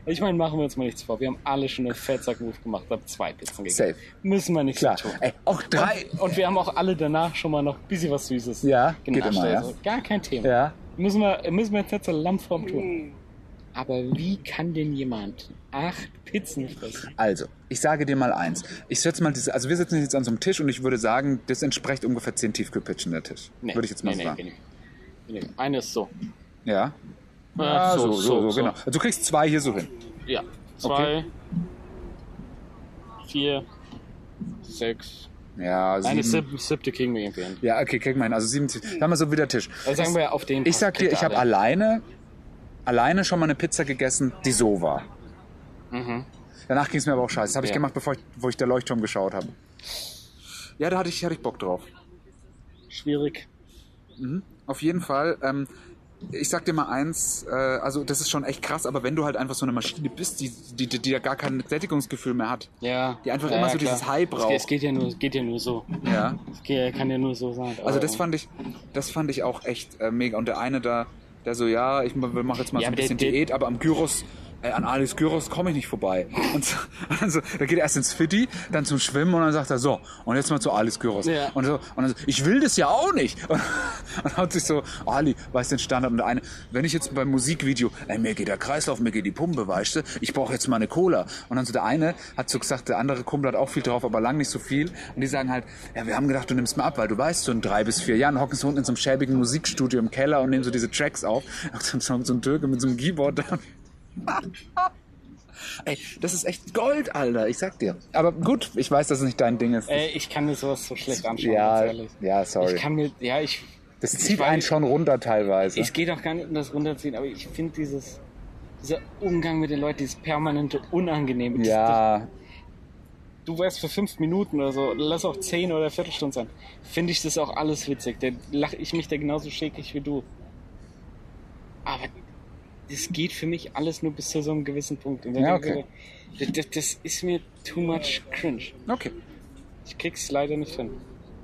Speaker 2: Ich meine, machen wir uns mal nichts vor. Wir haben alle schon einen Fettsack-Move gemacht, haben zwei Pizzen gegessen.
Speaker 3: Safe.
Speaker 2: Müssen wir nichts
Speaker 3: Klar.
Speaker 2: tun.
Speaker 3: Ey, auch drei.
Speaker 2: Und wir haben auch alle danach schon mal noch ein bisschen was Süßes.
Speaker 3: Ja, geht
Speaker 2: genascht.
Speaker 3: immer, ja.
Speaker 2: Also gar kein Thema.
Speaker 3: Ja. Mm.
Speaker 2: Müssen, wir, müssen wir jetzt nicht so Lamm vorm tun. Aber wie kann denn jemand acht Pizzen fressen?
Speaker 3: Also, ich sage dir mal eins. Ich setze mal diese, also wir sitzen jetzt an so einem Tisch und ich würde sagen, das entspricht ungefähr zehn Tiefkühlpitchen der Tisch. Würde ich jetzt mal
Speaker 2: nee,
Speaker 3: sagen.
Speaker 2: Nee, nee, nee. Eine ist so.
Speaker 3: Ja.
Speaker 2: Ah,
Speaker 3: Ah, so, so, so, genau. Also du kriegst zwei hier so hin.
Speaker 2: Ja. Zwei, vier, sechs.
Speaker 3: Ja,
Speaker 2: Eine
Speaker 3: sieben.
Speaker 2: siebte, siebte kriegen wir irgendwie hin.
Speaker 3: Ja, okay, krieg mal hin. Also sieben. Sag mal so wieder Tisch.
Speaker 2: Also sagen wir auf den.
Speaker 3: Ich sag dir, ich habe
Speaker 2: alle.
Speaker 3: alleine, alleine schon mal eine Pizza gegessen, die so war. Mhm. Danach ging es mir aber auch scheiße. Das habe ich
Speaker 2: Ja.
Speaker 3: gemacht, bevor ich, wo ich der Leuchtturm geschaut habe. Ja, da hatte ich, hatte ich Bock drauf.
Speaker 2: Schwierig.
Speaker 3: Auf jeden Fall. Ähm, ich sag dir mal eins, äh, also das ist schon echt krass, aber wenn du halt einfach so eine Maschine bist, die, die, die, die ja gar kein Sättigungsgefühl mehr hat,
Speaker 2: Ja.
Speaker 3: Die einfach
Speaker 2: ja,
Speaker 3: immer
Speaker 2: ja,
Speaker 3: so
Speaker 2: klar.
Speaker 3: dieses High
Speaker 2: Es geht-
Speaker 3: braucht.
Speaker 2: Es geht ja nur, geht ja nur so.
Speaker 3: ja,
Speaker 2: Es geht, kann ja nur so sein.
Speaker 3: Also
Speaker 2: Aber-
Speaker 3: das fand ich, das fand ich auch echt äh, mega. Und der eine da, der so, ja, ich mache jetzt mal
Speaker 2: Ja,
Speaker 3: so ein
Speaker 2: aber der-
Speaker 3: bisschen
Speaker 2: der-
Speaker 3: Diät, aber am Gyros, äh, an Alex Gyros komme ich nicht vorbei. Und so, also, da geht er erst ins Fitti, dann zum Schwimmen und dann sagt er so, und jetzt mal zu Alex Gyros.
Speaker 2: Ja.
Speaker 3: Und, so, und dann so, ich will das ja auch nicht. Und, und haut sich so, Ali, weißt du den Standard? Und der eine, wenn ich jetzt beim Musikvideo, ey, mir geht der Kreislauf, mir geht die Pumpe, weißt du, ich brauche jetzt mal eine Cola. Und dann so der eine hat so gesagt, der andere Kumpel hat auch viel drauf, aber lang nicht so viel. Und die sagen halt, ja, wir haben gedacht, du nimmst mal ab, weil du weißt, so in drei bis vier Jahren hocken sie unten in so einem schäbigen Musikstudio im Keller und nehmen so diese Tracks auf. Und dann kommt so ein Türke mit so einem Keyboard da. Ey, das ist echt Gold, Alter, ich sag dir. Aber gut, ich weiß, dass es nicht dein Ding ist.
Speaker 2: Ey, Äh, ich kann mir sowas so schlecht anschauen.
Speaker 3: Ja,
Speaker 2: ganz ehrlich.
Speaker 3: ja, sorry.
Speaker 2: Ich kann mir, ja, ich,
Speaker 3: das zieht
Speaker 2: ich weiß-
Speaker 3: einen schon runter teilweise.
Speaker 2: es geht auch gar nicht um das Runterziehen, aber ich finde dieses, dieser Umgang mit den Leuten, dieses permanente Unangenehme. das-
Speaker 3: ja,
Speaker 2: das- Du wärst für fünf Minuten oder so, lass auch zehn oder Viertelstunde sein. Finde ich das auch alles witzig. Da lache ich mich da genauso schäkig wie du. Aber das geht für mich alles nur bis zu so einem gewissen Punkt. Und dann
Speaker 3: Ja,
Speaker 2: denke ich
Speaker 3: okay.
Speaker 2: mir, das, das, das ist mir too much cringe.
Speaker 3: okay.
Speaker 2: Ich krieg's leider nicht hin.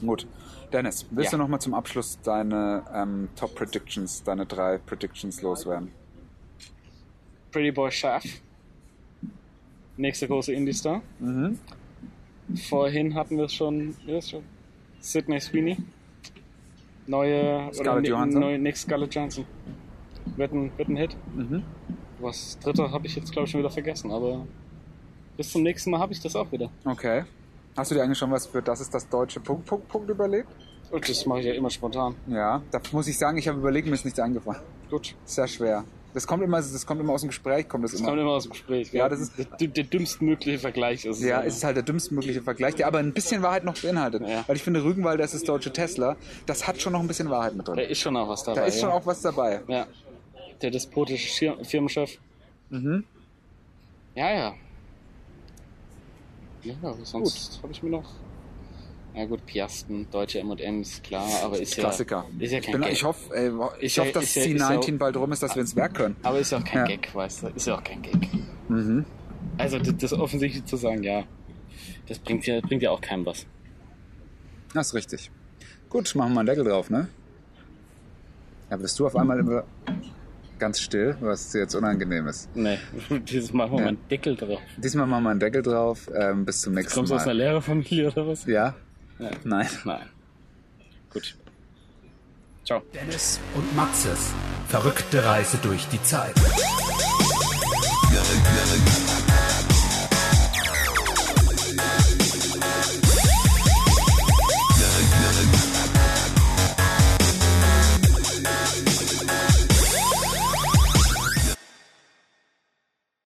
Speaker 3: Gut. Dennis, willst
Speaker 2: Ja.
Speaker 3: du nochmal zum Abschluss deine ähm, Top Predictions, deine drei Predictions loswerden?
Speaker 2: Pretty Boy Schaff. Nächster große Indie-Star.
Speaker 3: Mhm.
Speaker 2: Vorhin hatten wir es schon, ja, ist schon. Sidney Sweeney. Neue,
Speaker 3: Scarlett
Speaker 2: ne-
Speaker 3: Johansson?
Speaker 2: neue Nick Scarlett Johansson. Wird ein, wird ein Hit.
Speaker 3: Mhm.
Speaker 2: Was dritte habe ich jetzt, glaube ich, schon wieder vergessen, aber bis zum nächsten Mal habe ich das auch wieder.
Speaker 3: Okay. Hast du dir eigentlich schon was für das ist das deutsche Punkt, Punkt, Punkt überlegt?
Speaker 2: Und das mache ich ja immer spontan.
Speaker 3: Ja, da muss ich sagen, ich habe überlegt, mir ist nichts eingefallen.
Speaker 2: Gut.
Speaker 3: Sehr schwer. Das kommt immer, das kommt immer aus dem Gespräch, kommt das,
Speaker 2: Das
Speaker 3: immer.
Speaker 2: kommt immer aus dem Gespräch.
Speaker 3: Ja,
Speaker 2: gell?
Speaker 3: das ist-
Speaker 2: der, der dümmstmögliche Vergleich. Ist es
Speaker 3: Ja,
Speaker 2: aber.
Speaker 3: es ist halt der dümmstmögliche Vergleich, der aber ein bisschen Wahrheit noch beinhaltet.
Speaker 2: Ja.
Speaker 3: Weil ich finde, Rügenwalder ist das deutsche Tesla. Das hat schon noch ein bisschen Wahrheit mit
Speaker 2: Da
Speaker 3: drin.
Speaker 2: ist schon auch was dabei.
Speaker 3: Da ist schon
Speaker 2: ja.
Speaker 3: auch was dabei.
Speaker 2: Ja. Der despotische Schir Firmenchef.
Speaker 3: Mhm.
Speaker 2: Ja, ja. Ja, sonst habe ich mir noch. Ja gut, Piasten, deutsche M&M's, klar, aber ist
Speaker 3: Klassiker.
Speaker 2: ja ist ja kein
Speaker 3: ich, bin,
Speaker 2: Gag.
Speaker 3: ich hoffe, ey, ich
Speaker 2: Ist ja-
Speaker 3: hoffe, dass
Speaker 2: ist ja- ist ja
Speaker 3: C19
Speaker 2: auch-
Speaker 3: bald rum ist, dass wir ins Werk können.
Speaker 2: aber ist ja auch kein
Speaker 3: Ja. Mhm.
Speaker 2: Gag, weißt du? Ist ja auch kein Gag. Also das, das offensichtlich zu sagen, ja, das bringt ja bringt ja auch keinem was.
Speaker 3: Das ist richtig. Gut, machen wir einen Deckel drauf, ne? Da bist du auf einmal immer ganz still, was dir jetzt unangenehm ist.
Speaker 2: Nee, dieses Mal machen wir
Speaker 3: Ja.
Speaker 2: mal einen Deckel drauf.
Speaker 3: Diesmal machen wir einen Deckel drauf. Ähm, bis zum nächsten
Speaker 2: Kommst du aus einer
Speaker 3: Mal.
Speaker 2: Lehrerfamilie oder was?
Speaker 3: Ja?
Speaker 2: Ja.
Speaker 3: Nein.
Speaker 2: Nein. Gut. Ciao.
Speaker 1: Dennis und Maxes verrückte Reise durch die Zeit.